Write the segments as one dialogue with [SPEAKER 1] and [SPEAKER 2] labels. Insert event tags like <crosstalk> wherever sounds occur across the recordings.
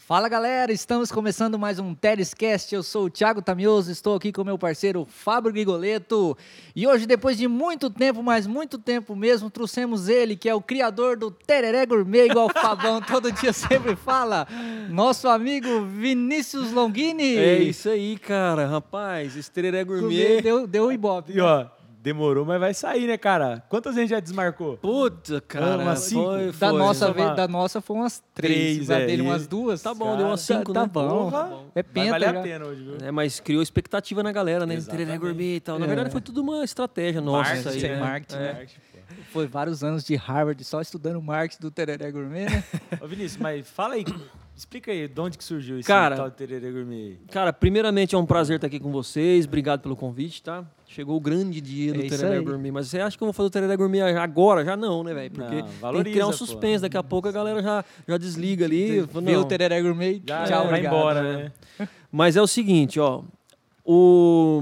[SPEAKER 1] Fala galera, estamos começando mais um Terescast. Eu sou o Thiago Tamioso, estou aqui com meu parceiro Fábio Grigoleto. E hoje, depois de muito tempo, mas muito tempo mesmo, trouxemos ele, que é o criador do Tereré Gourmet, igual o Fabão todo dia sempre fala, nosso amigo Vinícius Longini.
[SPEAKER 2] É isso aí, cara. Rapaz, esse tereré gourmet.
[SPEAKER 1] Gourmet Deu, deu ibope.
[SPEAKER 3] E ó, demorou, mas vai sair, né, cara? Quantas vezes já desmarcou?
[SPEAKER 2] Puta, cara.
[SPEAKER 3] Umas cinco?
[SPEAKER 2] foi,
[SPEAKER 1] Da
[SPEAKER 2] foi. é
[SPEAKER 1] nossa,
[SPEAKER 3] Só
[SPEAKER 1] vez,
[SPEAKER 3] uma-
[SPEAKER 1] da nossa foi umas três,
[SPEAKER 3] Três,
[SPEAKER 1] da
[SPEAKER 3] é,
[SPEAKER 1] dele
[SPEAKER 3] e-
[SPEAKER 1] umas duas.
[SPEAKER 2] Tá bom, deu umas
[SPEAKER 1] Cara,
[SPEAKER 2] cinco,
[SPEAKER 1] tá,
[SPEAKER 2] né?
[SPEAKER 1] bom.
[SPEAKER 3] Porra,
[SPEAKER 1] É penta
[SPEAKER 3] Vai valer
[SPEAKER 1] já.
[SPEAKER 3] a pena hoje, viu?
[SPEAKER 2] É, mas criou expectativa na galera, né? Tereré
[SPEAKER 3] Exatamente.
[SPEAKER 2] gourmet e tal. Na
[SPEAKER 1] É.
[SPEAKER 2] verdade, foi tudo uma estratégia nossa
[SPEAKER 3] Marketing,
[SPEAKER 2] isso aí. Né?
[SPEAKER 1] marketing,
[SPEAKER 2] É.
[SPEAKER 3] Marketing, pô.
[SPEAKER 1] Foi vários anos de Harvard só estudando marketing do Tereré Gourmet, né?
[SPEAKER 3] É. Ô, Vinícius, mas fala aí, explica aí de onde que surgiu esse
[SPEAKER 2] Cara,
[SPEAKER 3] tal de tereré gourmet. aí.
[SPEAKER 2] Cara, primeiramente é um prazer estar aqui com vocês. Obrigado pelo convite, tá? Chegou o grande dia do
[SPEAKER 1] É isso
[SPEAKER 2] Tereré
[SPEAKER 1] aí.
[SPEAKER 2] Gourmet. Mas você acha que eu vou fazer o Tereré Gourmet agora? Já não, né, velho? Porque
[SPEAKER 3] Não,
[SPEAKER 2] tem que
[SPEAKER 3] valoriza,
[SPEAKER 2] criar um
[SPEAKER 3] pô.
[SPEAKER 2] suspense. Daqui a pouco a galera já, já desliga ali. fala,
[SPEAKER 1] Vê o
[SPEAKER 2] não.
[SPEAKER 1] Tereré Gourmet,
[SPEAKER 3] Já
[SPEAKER 1] tchau,
[SPEAKER 3] vai
[SPEAKER 1] obrigado.
[SPEAKER 3] embora, né?
[SPEAKER 2] Mas é o seguinte, ó. O,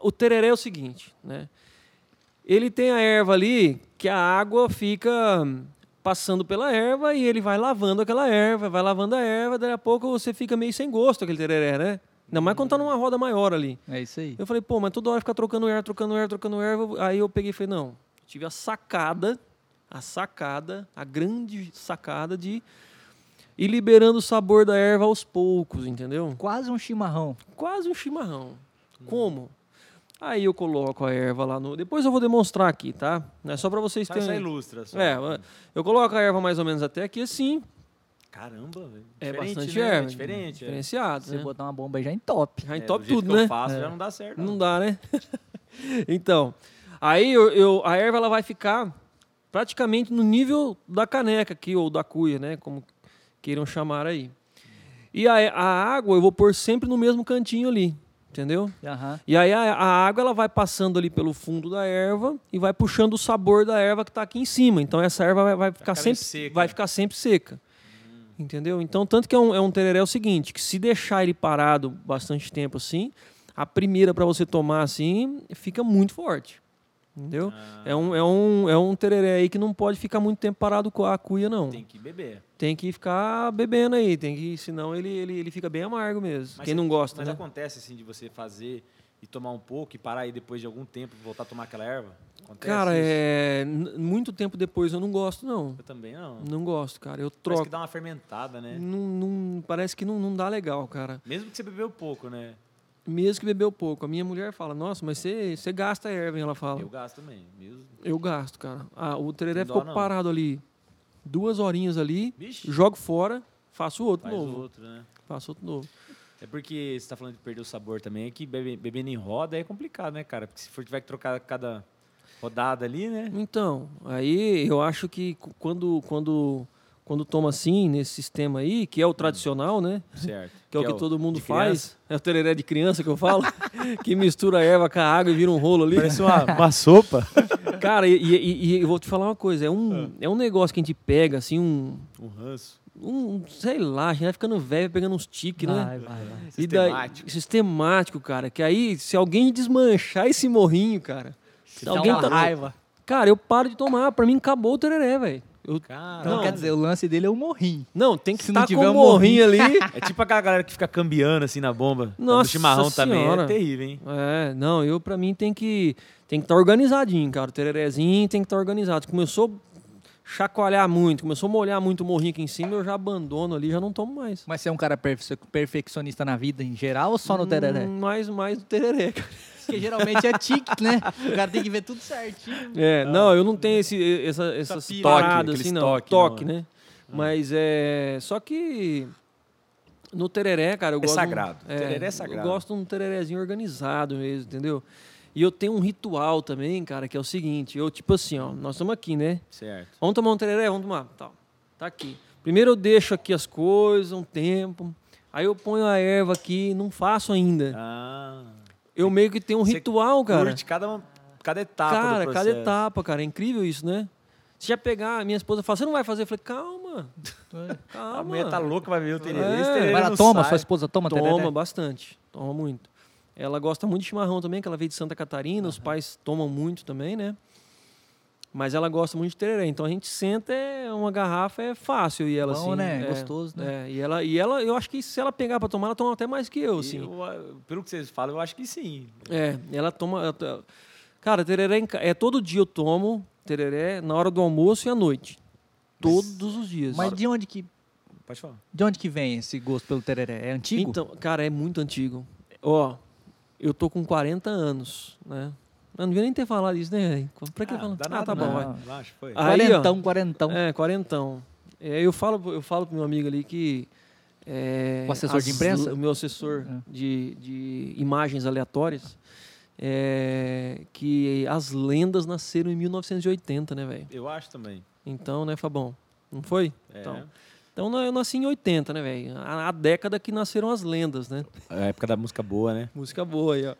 [SPEAKER 2] o tereré é o seguinte, né? Ele tem a erva ali que a água fica passando pela erva e ele vai lavando aquela erva, vai lavando a erva, daí a pouco você fica meio sem gosto aquele tereré, né? Ainda mais quando tá numa roda maior ali.
[SPEAKER 1] É isso aí.
[SPEAKER 2] Eu falei, pô, mas toda hora fica trocando erva, trocando erva, trocando erva. Aí eu peguei e falei, não, tive a sacada, a sacada, a grande sacada de ir liberando o sabor da erva aos poucos, entendeu?
[SPEAKER 1] Quase um chimarrão.
[SPEAKER 2] Quase um chimarrão.
[SPEAKER 3] Hum.
[SPEAKER 2] Como? Aí eu coloco a erva lá no. Depois eu vou demonstrar aqui, tá? Não é só pra vocês
[SPEAKER 3] Só, só
[SPEAKER 2] terem.
[SPEAKER 3] ilustra. Só.
[SPEAKER 2] É, eu coloco a erva mais ou menos até aqui assim.
[SPEAKER 3] Caramba, velho.
[SPEAKER 2] É
[SPEAKER 3] Diferente,
[SPEAKER 2] bastante
[SPEAKER 3] né?
[SPEAKER 2] erva.
[SPEAKER 3] É diferente. é.
[SPEAKER 2] Diferenciado.
[SPEAKER 1] Você
[SPEAKER 2] Né?
[SPEAKER 1] botar uma bomba aí já em top.
[SPEAKER 2] Já
[SPEAKER 3] É,
[SPEAKER 2] em
[SPEAKER 3] do
[SPEAKER 2] top
[SPEAKER 3] jeito
[SPEAKER 2] tudo,
[SPEAKER 3] que
[SPEAKER 2] né?
[SPEAKER 3] Eu faço, tá? já não dá certo.
[SPEAKER 2] Não dá, né? <laughs> então, aí eu, eu- a erva ela vai ficar praticamente no nível da caneca aqui, ou da cuia, né? Como queiram chamar aí. E a, a água eu vou pôr sempre no mesmo cantinho ali, entendeu?
[SPEAKER 1] Aham.
[SPEAKER 2] E aí a, a água ela vai passando ali pelo fundo da erva e vai puxando o sabor da erva que está aqui em cima. Então essa erva vai, vai ficar
[SPEAKER 3] ficando
[SPEAKER 2] sempre
[SPEAKER 3] seca. né?
[SPEAKER 2] vai ficar sempre seca. Entendeu? Então tanto que é um, é um tereré é o seguinte, que se deixar ele parado bastante tempo assim, a primeira para você tomar assim fica muito forte. Entendeu?
[SPEAKER 3] Ah.
[SPEAKER 2] É, um, é, um, é um tereré aí que não pode ficar muito tempo parado com a cuia, não.
[SPEAKER 3] Tem
[SPEAKER 2] Tem,
[SPEAKER 3] que beber.
[SPEAKER 2] que ficar bebendo aí, tem que, senão ele, ele, ele fica bem amargo mesmo. Quem não gosta,
[SPEAKER 3] Mas
[SPEAKER 2] né?
[SPEAKER 3] acontece assim de você fazer e tomar um pouco e parar aí depois de algum tempo e voltar a tomar aquela erva? Acontece
[SPEAKER 2] Cara,
[SPEAKER 3] isso?
[SPEAKER 2] é. n- Muito tempo depois eu não gosto, não.
[SPEAKER 3] Eu também não.
[SPEAKER 2] Não gosto, cara. Eu
[SPEAKER 3] Parece que
[SPEAKER 2] troco.
[SPEAKER 3] dá uma fermentada, né?
[SPEAKER 2] Não, não- parece que não, não dá legal, cara.
[SPEAKER 3] Mesmo que você bebeu pouco, né?
[SPEAKER 2] Mesmo que bebeu pouco. A minha mulher fala, nossa, mas você você gasta a erva, hein?" ela fala.
[SPEAKER 3] Eu
[SPEAKER 2] Eu,
[SPEAKER 3] gasto também. Mesmo.
[SPEAKER 2] gasto, cara. Ah, o tereré
[SPEAKER 3] Tem dó,
[SPEAKER 2] ficou
[SPEAKER 3] não.
[SPEAKER 2] parado ali duas horinhas ali,
[SPEAKER 3] Vixe.
[SPEAKER 2] jogo fora, faço outro
[SPEAKER 3] Faz o
[SPEAKER 2] novo.
[SPEAKER 3] outro, né?
[SPEAKER 2] Faço outro novo.
[SPEAKER 3] É porque você tá falando de perder o sabor também, é que bebe- bebendo em roda é complicado, né, cara? Porque se for tiver que trocar cada rodada
[SPEAKER 2] <laughs>
[SPEAKER 3] ali, né?
[SPEAKER 2] Então, aí eu acho que cu- quando, quando, quando toma assim, nesse sistema aí, que é
[SPEAKER 3] Hum.
[SPEAKER 2] o tradicional, né?
[SPEAKER 3] Certo.
[SPEAKER 2] que é o que todo mundo
[SPEAKER 3] de criança.
[SPEAKER 2] faz. É o tereré de criança que eu falo, <laughs> que mistura a erva com a água e vira um rolo ali.
[SPEAKER 3] Parece uma, <laughs> uma sopa.
[SPEAKER 2] <laughs> Cara, e, e- e eu vou te falar uma coisa, é um, é um negócio que a gente pega, assim, um,
[SPEAKER 3] Um ranço.
[SPEAKER 2] um sei lá, a gente vai ficando velho, pegando uns tiques, né?
[SPEAKER 1] Vai, vai, vai.
[SPEAKER 2] E daí-
[SPEAKER 3] Sistemático.
[SPEAKER 2] sistemático, cara, que aí, se alguém desmanchar esse morrinho, cara, se
[SPEAKER 1] Dá
[SPEAKER 2] alguém
[SPEAKER 1] uma
[SPEAKER 2] tá-
[SPEAKER 1] raiva.
[SPEAKER 2] Cara, eu paro de tomar, pra mim acabou o tereré, velho. Eu-
[SPEAKER 3] Cara,
[SPEAKER 1] Então, quer dizer, o lance dele é o morrinho.
[SPEAKER 2] Não, tem que
[SPEAKER 1] Se não
[SPEAKER 2] estar
[SPEAKER 1] tiver
[SPEAKER 2] com o
[SPEAKER 1] um
[SPEAKER 2] morrinho ali.
[SPEAKER 3] é tipo aquela galera que fica cambiando assim na bomba.
[SPEAKER 2] Nossa
[SPEAKER 3] o chimarrão também
[SPEAKER 2] Senhora.
[SPEAKER 3] é terrível, hein?
[SPEAKER 2] É, não, eu pra mim tem que tem que estar organizadinho, cara. O tererezinho tem que estar organizado. Começou a chacoalhar muito, começou a molhar muito o morrinho aqui em cima, eu já abandono ali, já não tomo mais.
[SPEAKER 1] Mas você é um cara perfe- perfeccionista na vida em geral ou só no tereré?
[SPEAKER 2] Hum, Mais, mais do tereré, cara.
[SPEAKER 1] Porque geralmente é tique, né? O cara tem que ver tudo certinho.
[SPEAKER 2] É, não, eu não tenho esse, essa, essas
[SPEAKER 3] pira,
[SPEAKER 2] paradas
[SPEAKER 3] Ah. aquele
[SPEAKER 2] assim, não.
[SPEAKER 3] toque,
[SPEAKER 2] Toque,
[SPEAKER 3] não.
[SPEAKER 2] né?
[SPEAKER 3] Ah.
[SPEAKER 2] Mas é. Só que. No tereré, cara, eu
[SPEAKER 3] É
[SPEAKER 2] gosto. de um-
[SPEAKER 3] sagrado. Tereré é sagrado.
[SPEAKER 2] Eu gosto de um tererézinho organizado mesmo, entendeu? E eu tenho um ritual também, cara, que é o seguinte. Eu, tipo assim, ó, nós estamos aqui, né?
[SPEAKER 3] Certo.
[SPEAKER 2] Vamos tomar um tereré? Vamos tomar. Tá, tá aqui. Primeiro eu deixo aqui as coisas, um tempo. Aí eu ponho a erva aqui, não faço ainda.
[SPEAKER 3] Ah,
[SPEAKER 2] Eu meio que tenho um
[SPEAKER 3] Você
[SPEAKER 2] ritual, É. cara.
[SPEAKER 3] curte cada, cada etapa
[SPEAKER 2] Cara,
[SPEAKER 3] do
[SPEAKER 2] cada
[SPEAKER 3] processo.
[SPEAKER 2] etapa, cara. É incrível isso, né? Se já pegar, minha esposa fala, você não vai fazer? Eu falei,
[SPEAKER 3] <laughs>
[SPEAKER 2] calma,
[SPEAKER 3] A
[SPEAKER 2] calma.
[SPEAKER 3] mulher tá louca, vai ver o tererê.
[SPEAKER 2] É.
[SPEAKER 3] Esse tererê
[SPEAKER 1] Mas ela
[SPEAKER 3] não
[SPEAKER 1] toma,
[SPEAKER 3] sai.
[SPEAKER 1] sua esposa toma,
[SPEAKER 2] toma
[SPEAKER 1] tereré?
[SPEAKER 2] bastante, toma muito. Ela gosta muito de chimarrão também, que ela veio de Santa Catarina, os pais tomam muito também, né? Mas ela gosta muito de tereré, então a gente senta é uma garrafa é fácil e ela
[SPEAKER 1] Bom,
[SPEAKER 2] assim,
[SPEAKER 1] né?
[SPEAKER 2] é,
[SPEAKER 1] Gostoso, né?
[SPEAKER 2] é, e ela e ela eu acho que se ela pegar para tomar, ela toma até mais que eu,
[SPEAKER 3] E
[SPEAKER 2] assim.
[SPEAKER 3] eu, ah, pelo que vocês falam, eu acho que sim.
[SPEAKER 2] É, ela toma ela to- Cara, tereré em ca- é todo dia eu tomo tereré na hora do almoço e à noite. Todos os dias.
[SPEAKER 1] Mas de onde, que,
[SPEAKER 3] Pode falar.
[SPEAKER 1] de onde que vem esse gosto pelo tereré? É antigo?
[SPEAKER 2] Então, cara, é muito antigo. Ó, eu tô com 40 anos, né? Eu não devia nem ter falado isso, né? Pra que
[SPEAKER 3] Ah, é.
[SPEAKER 2] falar?
[SPEAKER 3] dá
[SPEAKER 2] Ah,
[SPEAKER 3] nada,
[SPEAKER 2] tá
[SPEAKER 3] não.
[SPEAKER 2] bom, vai.
[SPEAKER 1] vai.
[SPEAKER 3] Relaxa, foi.
[SPEAKER 2] Ah, aí,
[SPEAKER 1] quarentão, quarentão.
[SPEAKER 2] É, quarentão. É, eu falo, eu falo pro meu amigo ali que. é,
[SPEAKER 1] O assessor de imprensa? É.
[SPEAKER 2] O meu assessor de, de imagens aleatórias. é, que as lendas nasceram em 1980, né, velho?
[SPEAKER 3] Eu acho também.
[SPEAKER 2] Então, né, Fabão? Não foi?
[SPEAKER 3] É.
[SPEAKER 2] Então. Então na- eu nasci em 80, né, velho? A, a década que nasceram as lendas, né?
[SPEAKER 3] A época da música boa, né?
[SPEAKER 2] Música boa aí, ó.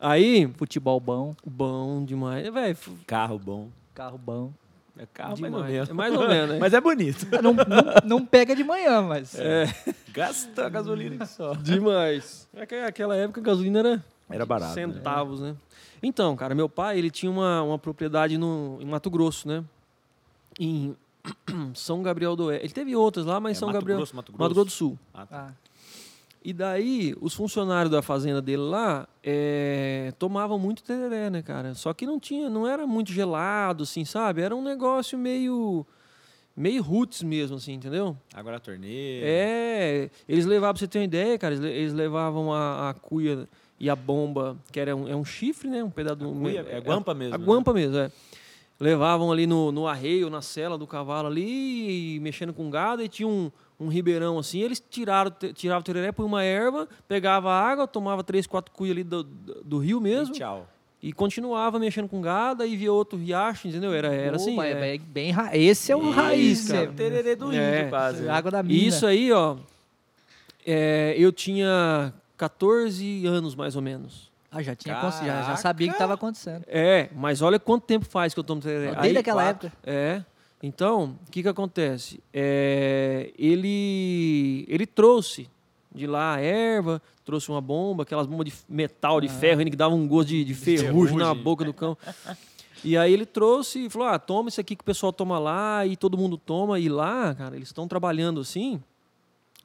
[SPEAKER 2] Aí,
[SPEAKER 1] Futebol bom,
[SPEAKER 2] bom demais. Velho,
[SPEAKER 3] Carro bom.
[SPEAKER 1] carro bom.
[SPEAKER 3] É carro mais ou
[SPEAKER 2] Demais.
[SPEAKER 3] menos.
[SPEAKER 2] É mais ou <laughs> menos, né?
[SPEAKER 3] Mas é bonito. <laughs>
[SPEAKER 1] Não, não- não pega de manhã, mas...
[SPEAKER 3] Gasta a gasolina que É, só.
[SPEAKER 2] demais. É que Aquela época a gasolina era
[SPEAKER 3] Era barato. né?
[SPEAKER 2] centavos, né? Então, cara, meu pai, ele tinha uma, uma propriedade no, em Mato Grosso, né? Em <clears throat> São Gabriel do Oeste. Ele teve outras lá, mas
[SPEAKER 3] É
[SPEAKER 2] São
[SPEAKER 3] Mato
[SPEAKER 2] Gabriel...
[SPEAKER 3] Grosso, Mato
[SPEAKER 2] Mato
[SPEAKER 3] Grosso
[SPEAKER 2] do Sul.
[SPEAKER 1] Ah,
[SPEAKER 2] E daí, os funcionários da fazenda dele lá eh, tomavam muito tereré, né, cara? Só que não tinha, não era muito gelado, assim, sabe? Era um negócio meio... Meio roots mesmo, assim, entendeu?
[SPEAKER 3] Agora a torneira.
[SPEAKER 2] É, eles levavam, pra você ter uma ideia, cara, eles, le- eles levavam a, a cuia e a bomba, que era um, é um chifre, né? Um pedaço do.
[SPEAKER 3] cuia? É guampa mesmo,
[SPEAKER 2] A
[SPEAKER 3] né?
[SPEAKER 2] guampa mesmo, é. Levavam ali no, no arreio, na cela do cavalo ali, e mexendo com gado, e tinha um, um ribeirão assim, eles tiraram, te- tiravam o tereré, põe uma erva, pegava água, tomava três, quatro cuias ali do, do, do rio mesmo,
[SPEAKER 3] E tchau.
[SPEAKER 2] e, continuava mexendo com gado, aí via outro riacho, entendeu? Era, era assim.
[SPEAKER 1] opa,
[SPEAKER 2] é.
[SPEAKER 1] é bem- bem ra- Esse é o raiz,
[SPEAKER 2] cara.
[SPEAKER 1] é-
[SPEAKER 3] Tererê do índio,
[SPEAKER 2] um É.
[SPEAKER 3] quase. né?
[SPEAKER 1] Água da mina.
[SPEAKER 2] E isso aí, ó, é, eu tinha 14 anos mais ou menos.
[SPEAKER 1] Ah, já tinha consci- já, já
[SPEAKER 3] Caraca.
[SPEAKER 1] sabia que estava acontecendo.
[SPEAKER 2] É, mas olha quanto tempo faz que eu tomo tereré.
[SPEAKER 1] Desde
[SPEAKER 2] Aí-
[SPEAKER 1] aquela
[SPEAKER 3] quatro.
[SPEAKER 1] época.
[SPEAKER 2] É. Então, o que que acontece? É, ele ele trouxe de lá a erva, trouxe uma bomba, aquelas bombas de metal,
[SPEAKER 1] Ah.
[SPEAKER 2] de ferro, ainda que dava um gosto de, de ferrugem na
[SPEAKER 3] ferrugem.
[SPEAKER 2] boca do cão. E aí ele trouxe e falou: ah, toma isso aqui que o pessoal toma lá e todo mundo toma. E lá, cara, eles estão trabalhando assim,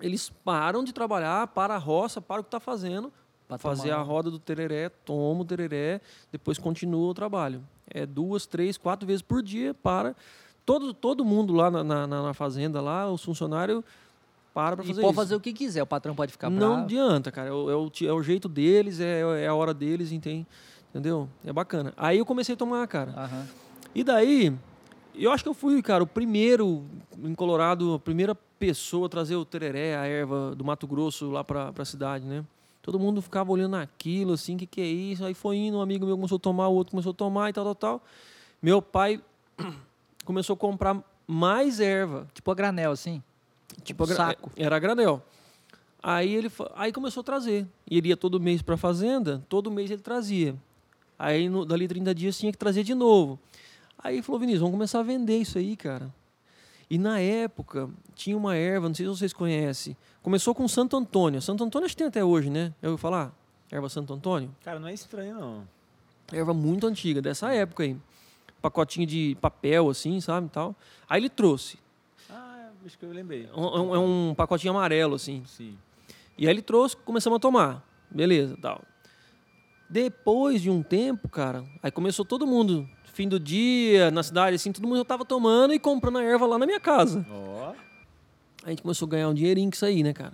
[SPEAKER 2] eles param de trabalhar, para a roça, para o que está fazendo,
[SPEAKER 1] Pra
[SPEAKER 2] fazer
[SPEAKER 1] tomar.
[SPEAKER 2] a roda do tereré, toma o tereré, depois continua o trabalho. É duas, três, quatro vezes por dia, para. Todo, todo mundo lá na, na, na- na fazenda, lá, os funcionários, para para
[SPEAKER 1] E
[SPEAKER 2] fazer
[SPEAKER 1] pode
[SPEAKER 2] isso.
[SPEAKER 1] fazer o que quiser, o patrão pode ficar
[SPEAKER 2] Não
[SPEAKER 1] bravo.
[SPEAKER 2] adianta, cara. É o, é o ti- é o jeito deles, é, é a hora deles, entende? entendeu? É bacana. Aí eu comecei a tomar, cara.
[SPEAKER 1] Aham.
[SPEAKER 2] E daí, eu acho que eu fui, cara, o primeiro em Colorado, a primeira pessoa a trazer o tereré, a erva do Mato Grosso lá pra, pra cidade, né? Todo mundo ficava olhando aquilo, assim, o que, que é isso? Aí foi indo, um amigo meu começou a tomar, o outro começou a tomar e tal, tal, tal. Meu pai <clears throat> começou a comprar mais erva.
[SPEAKER 1] Tipo a granel, assim.
[SPEAKER 2] Tipo, a gra-
[SPEAKER 1] saco.
[SPEAKER 2] Era granel. Aí ele fa- aí começou a trazer. E ele ia todo mês para a fazenda, todo mês ele trazia. Aí no, dali 30 dias tinha que trazer de novo. Aí ele falou, Vinícius, vamos começar a vender isso aí, cara. E na época tinha uma erva, não sei se vocês conhecem. Começou com Santo Antônio. Santo Antônio acho que tem até hoje, né? Eu vou falar? Erva Santo Antônio?
[SPEAKER 3] Cara, não é estranho, não.
[SPEAKER 2] erva muito antiga, dessa época aí. Pacotinho de papel, assim, sabe? e Tal. Aí ele trouxe.
[SPEAKER 3] Ah, acho que eu lembrei.
[SPEAKER 2] É um, é um pacotinho amarelo, assim.
[SPEAKER 3] Sim.
[SPEAKER 2] E aí ele trouxe, começamos a tomar. Beleza, tal. Depois de um tempo, cara, aí começou todo mundo, fim do dia, na cidade, assim, todo mundo já tava tomando e comprando a erva lá na minha casa.
[SPEAKER 3] Ó.
[SPEAKER 2] A gente começou a ganhar um dinheirinho com isso aí, né, cara?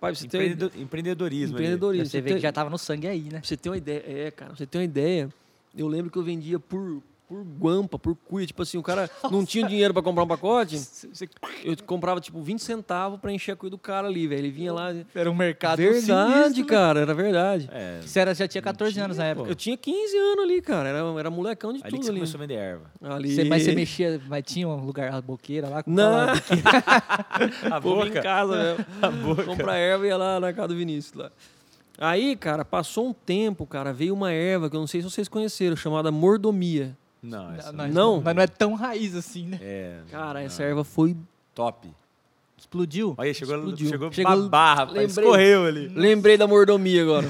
[SPEAKER 2] Pai, pra você ter
[SPEAKER 3] Empreendedor- empreendedorismo. ali.
[SPEAKER 2] empreendedorismo.
[SPEAKER 1] Você
[SPEAKER 2] pra
[SPEAKER 1] vê que
[SPEAKER 2] ter-
[SPEAKER 1] já tava no sangue aí, né?
[SPEAKER 2] tá- Pra você ter uma ideia, é, cara, pra você ter uma ideia, eu lembro que eu vendia por, por guampa, por cuia, tipo assim, o cara não tinha dinheiro pra comprar um pacote, eu comprava, tipo, 20 centavos pra encher a cuia do cara ali, velho, ele vinha lá...
[SPEAKER 1] Era um mercado
[SPEAKER 2] Verdade, cara, era verdade.
[SPEAKER 3] É.
[SPEAKER 1] Você era, já tinha 14 anos na época.
[SPEAKER 2] Eu tinha 15 anos ali, cara. Era, era molecão de
[SPEAKER 3] Ali que
[SPEAKER 2] tudo
[SPEAKER 3] você
[SPEAKER 2] ali.
[SPEAKER 3] começou a vender erva.
[SPEAKER 2] ali.
[SPEAKER 1] Você, mas você
[SPEAKER 2] <laughs>
[SPEAKER 1] mexia, mas tinha um lugar, a boqueira lá. com-
[SPEAKER 2] Não,
[SPEAKER 3] A
[SPEAKER 2] povo Ah, em
[SPEAKER 3] boca.
[SPEAKER 2] casa
[SPEAKER 3] <laughs>
[SPEAKER 2] mesmo. Comprar erva e ia lá na casa do Vinícius lá. Aí, cara, passou um tempo, cara, veio uma erva que eu não sei se vocês conheceram, chamada mordomia.
[SPEAKER 3] Não, essa
[SPEAKER 1] Mas-
[SPEAKER 2] Não.
[SPEAKER 1] Mas não é tão raiz assim, né?
[SPEAKER 3] É.
[SPEAKER 2] Cara,
[SPEAKER 3] não.
[SPEAKER 2] essa erva foi.
[SPEAKER 3] Top.
[SPEAKER 1] Explodiu.
[SPEAKER 3] Olha, aí, chegou,
[SPEAKER 2] Explodiu.
[SPEAKER 3] chegou,
[SPEAKER 1] Chegou-
[SPEAKER 3] chegou barra, rapaz.
[SPEAKER 2] Lembrei.
[SPEAKER 3] Escorreu ali.
[SPEAKER 2] Lembrei
[SPEAKER 3] <laughs>
[SPEAKER 2] da mordomia agora.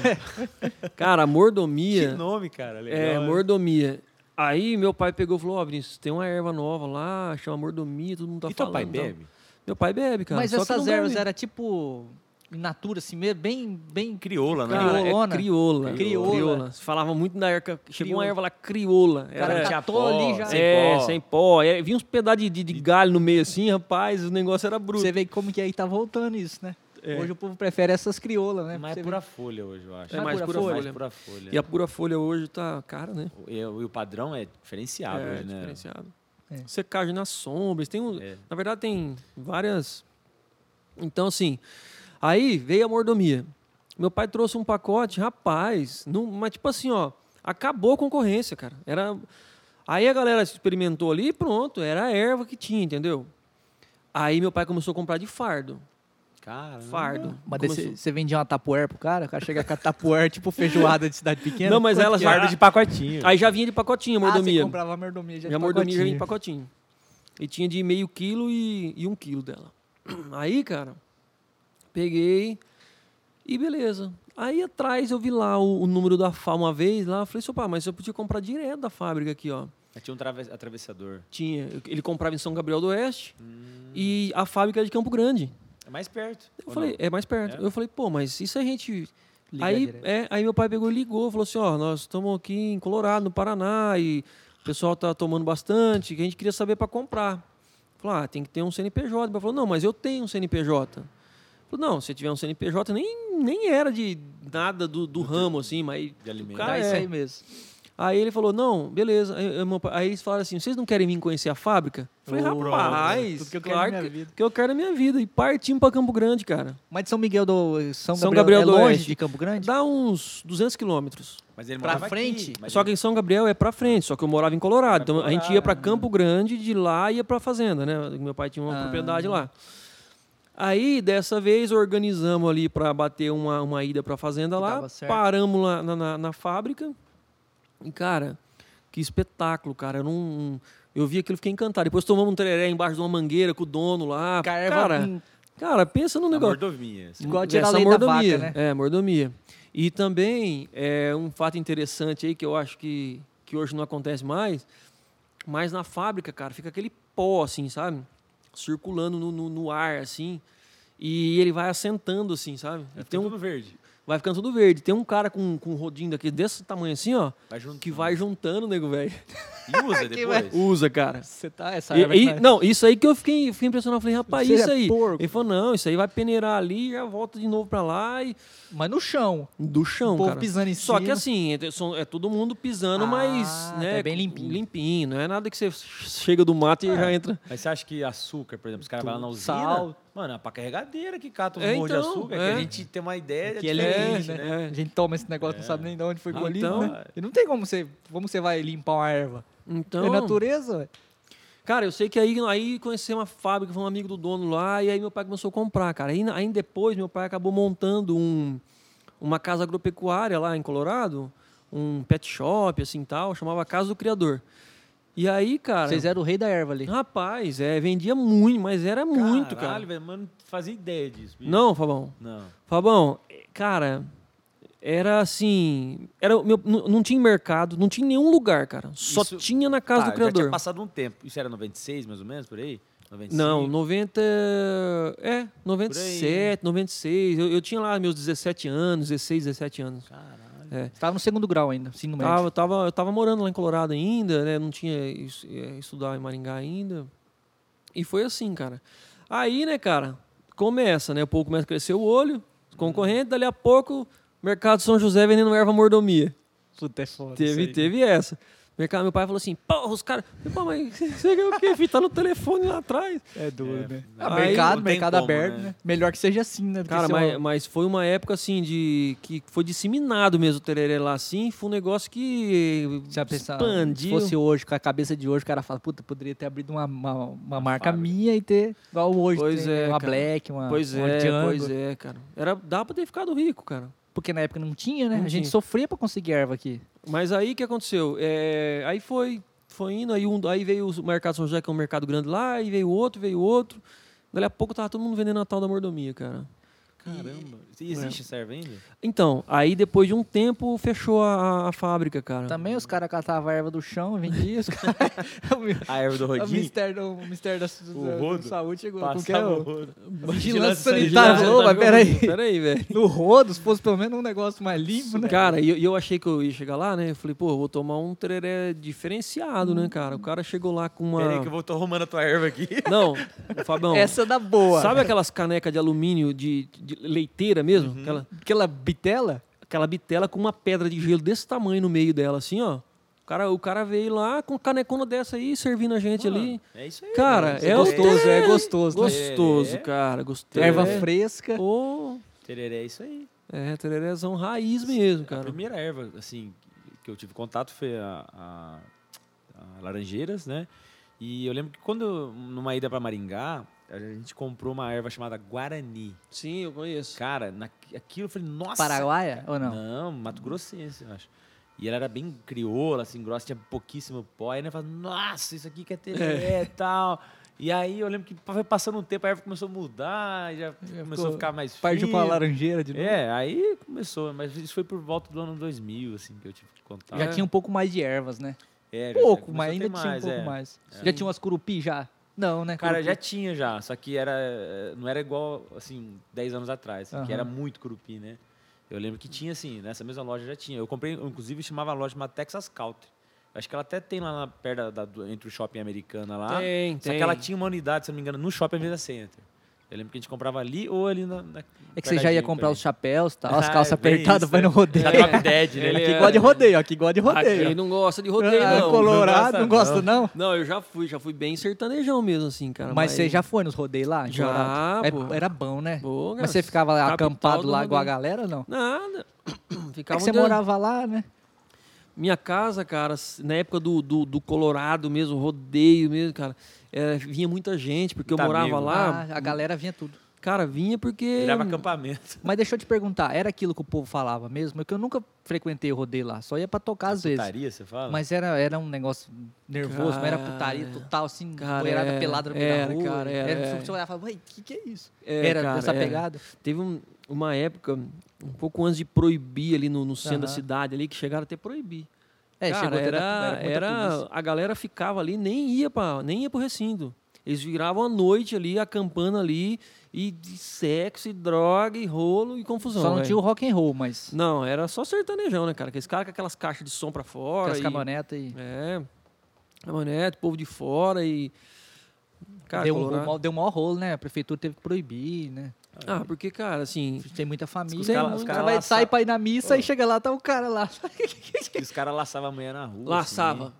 [SPEAKER 2] cara, a
[SPEAKER 3] Que
[SPEAKER 2] mordomia.
[SPEAKER 3] nome, cara. Legal.
[SPEAKER 2] É,
[SPEAKER 3] né?
[SPEAKER 2] mordomia. Aí meu pai pegou e falou, ó, Vinícius, tem uma erva nova lá, chama mordomia, todo mundo tá
[SPEAKER 3] e teu
[SPEAKER 2] falando.
[SPEAKER 3] pai
[SPEAKER 2] não.
[SPEAKER 3] bebe?
[SPEAKER 2] Meu pai bebe, cara.
[SPEAKER 1] Mas
[SPEAKER 2] só que
[SPEAKER 1] essas
[SPEAKER 2] não é
[SPEAKER 1] ervas
[SPEAKER 2] bebe.
[SPEAKER 1] era tipo in natura assim mesmo, bem, bem
[SPEAKER 3] Crioula, né?
[SPEAKER 2] Cara,
[SPEAKER 1] criolona.
[SPEAKER 2] É crioula.
[SPEAKER 1] Crioula.
[SPEAKER 2] Falava muito da erva. Chegou
[SPEAKER 1] Crioula.
[SPEAKER 2] uma erva lá, crioula.
[SPEAKER 1] O cara
[SPEAKER 2] Era-
[SPEAKER 3] É, tinha
[SPEAKER 1] catou
[SPEAKER 3] pó,
[SPEAKER 1] ali já.
[SPEAKER 3] sem
[SPEAKER 2] é,
[SPEAKER 3] pó.
[SPEAKER 2] sem pó. É, vinha uns pedaços de, de- de galho no meio assim, rapaz, o negócio era bruto.
[SPEAKER 1] Você vê como que aí tá voltando isso, né?
[SPEAKER 2] É.
[SPEAKER 1] Hoje o povo prefere essas criolas, né?
[SPEAKER 3] Mas
[SPEAKER 1] Você
[SPEAKER 3] é
[SPEAKER 1] vê.
[SPEAKER 3] pura folha hoje, eu acho.
[SPEAKER 2] É
[SPEAKER 1] mais
[SPEAKER 3] Mais
[SPEAKER 1] pura
[SPEAKER 2] folha.
[SPEAKER 3] pura folha.
[SPEAKER 2] E a pura folha hoje tá cara, né?
[SPEAKER 3] E, o e o padrão é diferenciado
[SPEAKER 2] é,
[SPEAKER 3] hoje, né?
[SPEAKER 2] diferenciado.
[SPEAKER 1] É.
[SPEAKER 2] Secagem nas sombras, tem um,
[SPEAKER 3] É.
[SPEAKER 2] na verdade tem várias. Então assim, aí veio a mordomia. Meu pai trouxe um pacote, rapaz, não, mas tipo assim, ó, acabou a concorrência, cara. Era Aí a galera experimentou ali e pronto, era a erva que tinha, entendeu? Aí meu pai começou a comprar de fardo.
[SPEAKER 3] Cara, né?
[SPEAKER 2] Fardo.
[SPEAKER 1] Mas daí você
[SPEAKER 2] Começou-
[SPEAKER 1] você vendia uma tapuer pro cara, o cara chega com a tapuer <laughs> tipo feijoada de cidade pequena.
[SPEAKER 2] Não, mas
[SPEAKER 1] Quanto
[SPEAKER 2] elas
[SPEAKER 1] que
[SPEAKER 2] já-
[SPEAKER 1] era?
[SPEAKER 3] Fardo de pacotinho.
[SPEAKER 2] Aí já vinha de pacotinho a
[SPEAKER 1] Ah, você
[SPEAKER 2] mordomia.
[SPEAKER 1] comprava a mordomia já
[SPEAKER 2] Minha mordomia já vem em pacotinho. E tinha de meio quilo e, e um quilo dela. <clears throat> Aí, cara, peguei e beleza. Aí atrás eu vi lá o, o número da FA uma vez lá. Falei, seu pai, mas eu podia comprar direto da fábrica aqui, ó.
[SPEAKER 3] Tinha um traves- atravessador.
[SPEAKER 2] Tinha, ele comprava em São Gabriel do Oeste e a fábrica é de Campo Grande.
[SPEAKER 3] É mais perto.
[SPEAKER 2] Eu
[SPEAKER 3] Hum. ou
[SPEAKER 2] falei,
[SPEAKER 3] não?
[SPEAKER 2] é mais perto.
[SPEAKER 3] É?
[SPEAKER 2] Eu falei, pô, mas isso a gente.
[SPEAKER 1] Liga
[SPEAKER 2] Aí,
[SPEAKER 1] direto.
[SPEAKER 2] é, aí meu pai pegou e ligou, falou assim: ó, nós estamos aqui em Colorado, no Paraná, e o pessoal tá tomando bastante, que a gente queria saber para comprar. Falou, ah, tem que ter um CNPJ. Meu pai falou, não, mas eu tenho um CNPJ. Falou, não, se tiver um CNPJ, nem, nem era de nada do, do ramo, assim, mas.
[SPEAKER 3] De alimento.
[SPEAKER 2] o
[SPEAKER 1] Tá,
[SPEAKER 2] cara
[SPEAKER 1] isso
[SPEAKER 2] é.
[SPEAKER 1] aí mesmo.
[SPEAKER 2] Aí ele falou, não, beleza. Aí, eu- meu pai- aí eles falaram assim, vocês não querem vir conhecer a fábrica? Eu falei,
[SPEAKER 1] Ô,
[SPEAKER 2] rapaz,
[SPEAKER 1] tudo que eu quero
[SPEAKER 2] claro
[SPEAKER 1] na
[SPEAKER 2] que,
[SPEAKER 1] minha vida.
[SPEAKER 2] que eu quero na minha vida. E partimos para Campo Grande, cara.
[SPEAKER 1] Mas de São Miguel do. São,
[SPEAKER 2] São
[SPEAKER 1] Gabriel,
[SPEAKER 2] Gabriel
[SPEAKER 1] é
[SPEAKER 2] do
[SPEAKER 1] longe
[SPEAKER 2] Oeste.
[SPEAKER 1] de Campo Grande?
[SPEAKER 2] Dá uns 200 quilômetros.
[SPEAKER 3] Mas ele
[SPEAKER 1] Pra
[SPEAKER 3] morava aqui,
[SPEAKER 1] frente?
[SPEAKER 3] mas
[SPEAKER 2] Só
[SPEAKER 3] ele-
[SPEAKER 2] que em São Gabriel é pra frente, só que eu morava em Colorado.
[SPEAKER 3] Pra
[SPEAKER 2] Então a gente ia
[SPEAKER 3] Colorado,
[SPEAKER 1] né?
[SPEAKER 2] pra Campo Grande, de lá ia pra fazenda, né? Meu pai tinha uma
[SPEAKER 1] Ah.
[SPEAKER 2] propriedade lá. Aí, dessa vez, organizamos ali pra bater uma, uma ida pra fazenda
[SPEAKER 1] Que
[SPEAKER 2] lá.
[SPEAKER 1] dava certo.
[SPEAKER 2] Paramos lá na, na, na fábrica. E, cara, que espetáculo, cara. Eu não. Eu vi aquilo, fiquei encantado. Depois tomamos um tereré embaixo de uma mangueira com o dono lá.
[SPEAKER 1] Cara,
[SPEAKER 2] Cara,
[SPEAKER 1] hum,
[SPEAKER 2] cara pensa num
[SPEAKER 3] na
[SPEAKER 2] um negócio.
[SPEAKER 3] mordomia. assim.
[SPEAKER 1] Igual tirar
[SPEAKER 2] Hum, Essa
[SPEAKER 1] leite da
[SPEAKER 2] mordomia,
[SPEAKER 1] vaca, né?
[SPEAKER 2] É, mordomia. E também, é, um fato interessante aí, que eu acho que, que hoje não acontece mais, mas na fábrica, cara, fica aquele pó, assim, sabe? Circulando no, no, no ar, assim. E ele vai assentando, assim, sabe? E
[SPEAKER 1] É
[SPEAKER 2] tem
[SPEAKER 3] Vai ficando
[SPEAKER 2] um-
[SPEAKER 3] tudo verde.
[SPEAKER 2] vai ficando tudo verde. Tem um cara com, com um rodinho daqui desse tamanho assim, ó,
[SPEAKER 3] Vai junto.
[SPEAKER 2] que vai juntando, nego, velho. <laughs>
[SPEAKER 3] E usa
[SPEAKER 1] Que vai-
[SPEAKER 3] depois.
[SPEAKER 2] Usa,
[SPEAKER 1] <laughs>
[SPEAKER 2] cara.
[SPEAKER 1] Você tá. Essa
[SPEAKER 2] E-
[SPEAKER 1] árvore
[SPEAKER 2] e-
[SPEAKER 1] tá-
[SPEAKER 2] não, isso aí que eu fiquei, eu fiquei impressionado. Eu Falei, rapaz,
[SPEAKER 1] Você
[SPEAKER 2] isso
[SPEAKER 1] é
[SPEAKER 2] aí.
[SPEAKER 1] porco.
[SPEAKER 2] Ele falou, não, isso aí vai peneirar ali, já volta de novo pra lá e.
[SPEAKER 1] Mas no chão.
[SPEAKER 2] Do chão,
[SPEAKER 1] O povo
[SPEAKER 2] cara.
[SPEAKER 1] pisando em
[SPEAKER 2] Só
[SPEAKER 1] cima.
[SPEAKER 2] que assim, é, são- é todo mundo pisando,
[SPEAKER 1] Ah,
[SPEAKER 2] mas. Né,
[SPEAKER 1] tá bem limpinho. É.
[SPEAKER 2] Limpinho. Não é nada que você chega do mato e já entra.
[SPEAKER 3] Mas você acha que açúcar, por exemplo, os caras vão lá na usina.
[SPEAKER 1] Sal.
[SPEAKER 3] Mano, é pra carregadeira que cata um
[SPEAKER 2] É,
[SPEAKER 3] monte de
[SPEAKER 2] então,
[SPEAKER 3] açúcar.
[SPEAKER 2] é.
[SPEAKER 3] Que a gente tem uma ideia
[SPEAKER 1] Que
[SPEAKER 3] de
[SPEAKER 1] é
[SPEAKER 3] diferente,
[SPEAKER 1] leite,
[SPEAKER 2] é,
[SPEAKER 1] né?
[SPEAKER 2] é.
[SPEAKER 1] A gente toma esse negócio, não sabe nem de onde foi
[SPEAKER 2] Ah,
[SPEAKER 1] colhido,
[SPEAKER 2] então.
[SPEAKER 1] né? E não tem como você, como você vai limpar uma erva.
[SPEAKER 2] Então.
[SPEAKER 1] É natureza, ué.
[SPEAKER 2] Cara, eu sei que aí, aí conheci uma fábrica, foi um amigo do dono lá, e aí meu pai começou a comprar, cara. Aí, aí depois meu pai acabou montando um, uma casa agropecuária lá em Colorado, um pet shop, assim tal, chamava Casa do Criador. E aí, cara.
[SPEAKER 1] Vocês é- eram o rei da erva ali.
[SPEAKER 2] Rapaz, é, vendia muito, mas era muito,
[SPEAKER 3] Caralho,
[SPEAKER 2] cara.
[SPEAKER 3] velho, mano, não fazia ideia disso. bicho.
[SPEAKER 2] Não, Fabão.
[SPEAKER 3] Não.
[SPEAKER 2] Fabão, cara, era assim. Era, o meu, n- não tinha em mercado, não tinha em nenhum lugar, cara. Só
[SPEAKER 3] Isso-
[SPEAKER 2] tinha na casa
[SPEAKER 3] Tá,
[SPEAKER 2] do
[SPEAKER 3] Já tinha
[SPEAKER 2] criador.
[SPEAKER 3] passado um tempo. Isso era 96, mais ou menos, por aí? 95?
[SPEAKER 2] Não, 90. É, 97, 96. Eu, eu tinha lá meus 17 anos, 16, 17 anos.
[SPEAKER 3] Caralho.
[SPEAKER 1] Você tava no segundo grau ainda, ensino médio.
[SPEAKER 2] Tava, tava, eu tava morando lá em Colorado ainda, né? Não tinha es- é, estudar em Maringá ainda. E foi assim, cara. Aí, né, cara, começa, né? O povo começa a crescer o olho, os concorrentes, dali a pouco, mercado São José vendendo erva mordomia.
[SPEAKER 1] Puta, é foda.
[SPEAKER 2] Teve, teve essa. Mercado, meu pai falou assim, pô, os caras. Pô, mas <laughs> você quer o quê? filho? Tá no telefone lá atrás.
[SPEAKER 1] É duro,
[SPEAKER 3] É,
[SPEAKER 1] né?
[SPEAKER 3] não.
[SPEAKER 1] Ah,
[SPEAKER 2] Aí
[SPEAKER 1] mercado,
[SPEAKER 3] não tem
[SPEAKER 1] mercado
[SPEAKER 3] como,
[SPEAKER 1] aberto, né?
[SPEAKER 3] né?
[SPEAKER 1] Melhor que seja assim, né? do que
[SPEAKER 2] Cara,
[SPEAKER 1] ser
[SPEAKER 2] mas,
[SPEAKER 1] uma-
[SPEAKER 2] mas foi uma época assim de. que foi disseminado mesmo o tereré lá assim. Foi um negócio que.
[SPEAKER 1] Já pensar, se
[SPEAKER 2] expandiu.
[SPEAKER 1] fosse hoje, com a cabeça de hoje, o cara fala, puta, poderia ter abrido uma, uma, uma marca
[SPEAKER 3] fábrica.
[SPEAKER 1] minha e ter igual hoje,
[SPEAKER 2] Pois
[SPEAKER 1] tem
[SPEAKER 2] é,
[SPEAKER 1] uma
[SPEAKER 2] cara.
[SPEAKER 1] Black, uma,
[SPEAKER 2] Pois
[SPEAKER 1] uma
[SPEAKER 2] é,
[SPEAKER 1] Django.
[SPEAKER 2] pois é, cara. Era, dá pra ter ficado rico, cara.
[SPEAKER 1] Porque na época não tinha, né?
[SPEAKER 2] Não
[SPEAKER 1] a gente
[SPEAKER 2] tinha.
[SPEAKER 1] sofria pra conseguir erva aqui.
[SPEAKER 2] Mas aí o que aconteceu? É, aí foi, foi indo, aí, um, aí veio o Mercado São José, que é um mercado grande lá, aí veio outro, veio outro. Dali a pouco tava todo mundo vendendo a tal da mordomia, cara.
[SPEAKER 3] Caramba. E existe essa erva ainda?
[SPEAKER 2] Então, aí depois de um tempo fechou a, a fábrica, cara.
[SPEAKER 1] Também os caras catavam a erva do chão e vendiam. Os cara... <laughs> o mi-
[SPEAKER 3] A
[SPEAKER 2] <laughs>
[SPEAKER 3] erva do
[SPEAKER 1] o
[SPEAKER 3] Rodinho?
[SPEAKER 1] Ministério, o Ministério da, da-
[SPEAKER 3] O
[SPEAKER 1] da
[SPEAKER 3] rodo?
[SPEAKER 1] Saúde chegou. com que é
[SPEAKER 3] Passava
[SPEAKER 1] o-
[SPEAKER 3] o rodo.
[SPEAKER 1] Vigilância
[SPEAKER 2] Tá,
[SPEAKER 1] sanitária.
[SPEAKER 2] tá,
[SPEAKER 1] Opa,
[SPEAKER 2] tá,
[SPEAKER 1] peraí.
[SPEAKER 2] Peraí, velho.
[SPEAKER 1] No rodo, se fosse pelo menos um negócio mais limpo, né?
[SPEAKER 2] Cara, e eu, e eu achei que eu ia chegar lá, né? Eu falei, pô, eu vou tomar um tereré diferenciado, né, cara? O cara chegou lá com uma.
[SPEAKER 3] Peraí que eu vou, tô arrumando a tua erva aqui.
[SPEAKER 2] Não,
[SPEAKER 1] <laughs>
[SPEAKER 2] Fabião.
[SPEAKER 1] Essa é da boa.
[SPEAKER 2] Sabe aquelas canecas de alumínio de, de leiteira mesmo? Aquela,
[SPEAKER 1] aquela bitela?
[SPEAKER 2] aquela bitela com uma pedra de gelo desse tamanho no meio dela, assim, ó. O cara, o cara veio lá com canecona dessa aí, servindo a gente ali.
[SPEAKER 3] É isso aí.
[SPEAKER 2] Cara,
[SPEAKER 3] mano.
[SPEAKER 2] é
[SPEAKER 1] gostoso, é
[SPEAKER 2] tereré.
[SPEAKER 1] gostoso, né?
[SPEAKER 2] Gostoso,
[SPEAKER 3] Tereré.
[SPEAKER 2] cara. Gostoso.
[SPEAKER 1] Erva
[SPEAKER 2] É.
[SPEAKER 1] fresca.
[SPEAKER 2] Ô,
[SPEAKER 3] Tereré é isso aí.
[SPEAKER 2] é, tererézão raiz mesmo,
[SPEAKER 3] A
[SPEAKER 2] cara.
[SPEAKER 3] primeira erva, assim, que eu tive contato foi a, a- a Laranjeiras, né? E eu lembro que quando, numa ida para Maringá, a gente comprou uma erva chamada Guarani.
[SPEAKER 2] Sim, eu conheço.
[SPEAKER 3] Cara, na, aquilo eu falei, nossa.
[SPEAKER 1] Paraguaia ou não?
[SPEAKER 3] Não, Mato Grossense, eu acho. E ela era bem crioula, assim, grossa, tinha pouquíssimo pó. Aí né, eu falava, nossa, isso aqui que é tereré e tal. E aí eu lembro que foi passando um tempo, a erva começou a mudar, e já começou
[SPEAKER 1] ficou-
[SPEAKER 3] a ficar mais
[SPEAKER 1] Partiu pra
[SPEAKER 3] fina.
[SPEAKER 1] laranjeira de novo.
[SPEAKER 3] É, aí começou, mas isso foi por volta do ano 2000, assim, que eu tive que contar.
[SPEAKER 1] Já
[SPEAKER 2] É.
[SPEAKER 1] tinha um pouco mais de ervas, né?
[SPEAKER 3] É, já- já
[SPEAKER 1] Pouco,
[SPEAKER 3] começou
[SPEAKER 1] mas
[SPEAKER 3] a
[SPEAKER 1] ainda
[SPEAKER 3] ter
[SPEAKER 1] tinha um pouco
[SPEAKER 3] é.
[SPEAKER 1] mais. Já tinha umas curupi já? Não, né?
[SPEAKER 3] Cara,
[SPEAKER 1] Curupi.
[SPEAKER 3] já tinha já, só que era, eh, não era igual, assim, 10 anos atrás,
[SPEAKER 1] Aham.
[SPEAKER 3] que era muito curupi, né? Eu lembro que tinha, assim, nessa mesma loja já tinha. Eu comprei, eu, inclusive, chamava a loja uma Texas Country. Acho que ela até tem lá na, perto da- da- do- entre o shopping americana
[SPEAKER 1] tá?
[SPEAKER 3] lá.
[SPEAKER 2] Tem,
[SPEAKER 3] Só
[SPEAKER 2] tem.
[SPEAKER 3] que ela tinha uma unidade, se não me engano, no shopping Vida Center. Eu lembro que a gente comprava ali ou ali na... na
[SPEAKER 1] É que você já ia comprar os chapéus, tal, as
[SPEAKER 3] Ah,
[SPEAKER 1] calças
[SPEAKER 3] é bem
[SPEAKER 1] apertadas,
[SPEAKER 3] isso,
[SPEAKER 1] vai
[SPEAKER 3] é.
[SPEAKER 1] no rodeio.
[SPEAKER 3] Já Drop Dead,
[SPEAKER 2] <laughs>
[SPEAKER 3] né?
[SPEAKER 2] Ele
[SPEAKER 1] <laughs> Aqui
[SPEAKER 2] é-
[SPEAKER 1] gosta de rodeio, aqui gosta de rodeio.
[SPEAKER 2] Aqui não gosta de rodeio,
[SPEAKER 1] né? é Ah,
[SPEAKER 2] não.
[SPEAKER 1] Colorado, não
[SPEAKER 3] não
[SPEAKER 1] gosta
[SPEAKER 3] gosta,
[SPEAKER 1] não?
[SPEAKER 2] Não, eu já fui, já fui bem sertanejão mesmo, assim, cara.
[SPEAKER 1] Mas você já foi nos rodeios lá? em
[SPEAKER 2] Já,
[SPEAKER 1] Colorado? É-
[SPEAKER 2] pô.
[SPEAKER 1] Era bom, né?
[SPEAKER 2] Pô,
[SPEAKER 1] Mas
[SPEAKER 2] cara,
[SPEAKER 1] você ficava lá
[SPEAKER 2] capital
[SPEAKER 1] acampado
[SPEAKER 2] do
[SPEAKER 1] lá com a
[SPEAKER 2] rodeio.
[SPEAKER 1] galera ou não? <coughs>
[SPEAKER 2] Nada.
[SPEAKER 1] É
[SPEAKER 2] Ficava
[SPEAKER 1] que você
[SPEAKER 2] onde eu-
[SPEAKER 1] morava lá, né?
[SPEAKER 2] Minha casa, cara, s- na época do, do, do Colorado mesmo, rodeio mesmo, cara, é, vinha muita gente, porque eu
[SPEAKER 3] Muito
[SPEAKER 2] morava
[SPEAKER 3] amigo.
[SPEAKER 2] lá.
[SPEAKER 1] Ah, a galera vinha tudo.
[SPEAKER 2] Cara, vinha porque.
[SPEAKER 3] Virava acampamento.
[SPEAKER 1] Mas deixa eu te perguntar, era aquilo que o povo falava mesmo? É que eu nunca frequentei o rodeio lá, só ia pra tocar <laughs> às vezes.
[SPEAKER 3] Putaria, você fala?
[SPEAKER 1] Mas era, era um negócio nervoso, mas era
[SPEAKER 2] Cara,
[SPEAKER 1] putaria total, assim,
[SPEAKER 2] cara,
[SPEAKER 1] poeirada
[SPEAKER 2] era,
[SPEAKER 1] pelada no meio da
[SPEAKER 2] era,
[SPEAKER 1] rua.
[SPEAKER 2] cara, era,
[SPEAKER 1] era,
[SPEAKER 2] era.
[SPEAKER 1] Você olhava e falava, ué, o que, que é isso?
[SPEAKER 2] É,
[SPEAKER 1] era
[SPEAKER 2] cara,
[SPEAKER 1] essa
[SPEAKER 2] é.
[SPEAKER 1] pegada?
[SPEAKER 2] Teve um- uma época, um pouco antes de proibir ali no, no centro da
[SPEAKER 1] Aham.
[SPEAKER 2] cidade, ali, que chegaram até proibir.
[SPEAKER 1] É,
[SPEAKER 2] cara,
[SPEAKER 1] chegou até
[SPEAKER 2] era,
[SPEAKER 1] dar- muita
[SPEAKER 2] era
[SPEAKER 1] polícia.
[SPEAKER 2] a galera ficava ali, nem ia para nem ia pro recinto. Eles viravam a noite ali, acampando ali, e de sexo, e droga, e rolo, e confusão.
[SPEAKER 1] Só não
[SPEAKER 2] velho.
[SPEAKER 1] tinha o rock and roll, mas
[SPEAKER 2] Não, era só sertanejão, né, cara? Aqueles caras com aquelas caixas de som pra
[SPEAKER 1] com
[SPEAKER 2] fora.
[SPEAKER 1] as
[SPEAKER 2] e-
[SPEAKER 1] caminhonetas e...
[SPEAKER 2] É. Caminhonete, povo de fora e. Cara,
[SPEAKER 1] deu, um
[SPEAKER 2] Colorado-
[SPEAKER 1] rolo- deu um maior rolo, né? A prefeitura teve que proibir, né?
[SPEAKER 2] Ah, porque, cara, assim.
[SPEAKER 1] Tem muita família.
[SPEAKER 3] Os caras-
[SPEAKER 1] né?
[SPEAKER 3] os
[SPEAKER 1] O
[SPEAKER 3] caras
[SPEAKER 1] cara vai,
[SPEAKER 3] lá
[SPEAKER 1] sai
[SPEAKER 3] sa-
[SPEAKER 1] pra ir na missa e chega lá, tá o cara lá.
[SPEAKER 3] E <laughs> os caras laçavam a manhã na rua.
[SPEAKER 2] Laçava.
[SPEAKER 3] assim.
[SPEAKER 2] né?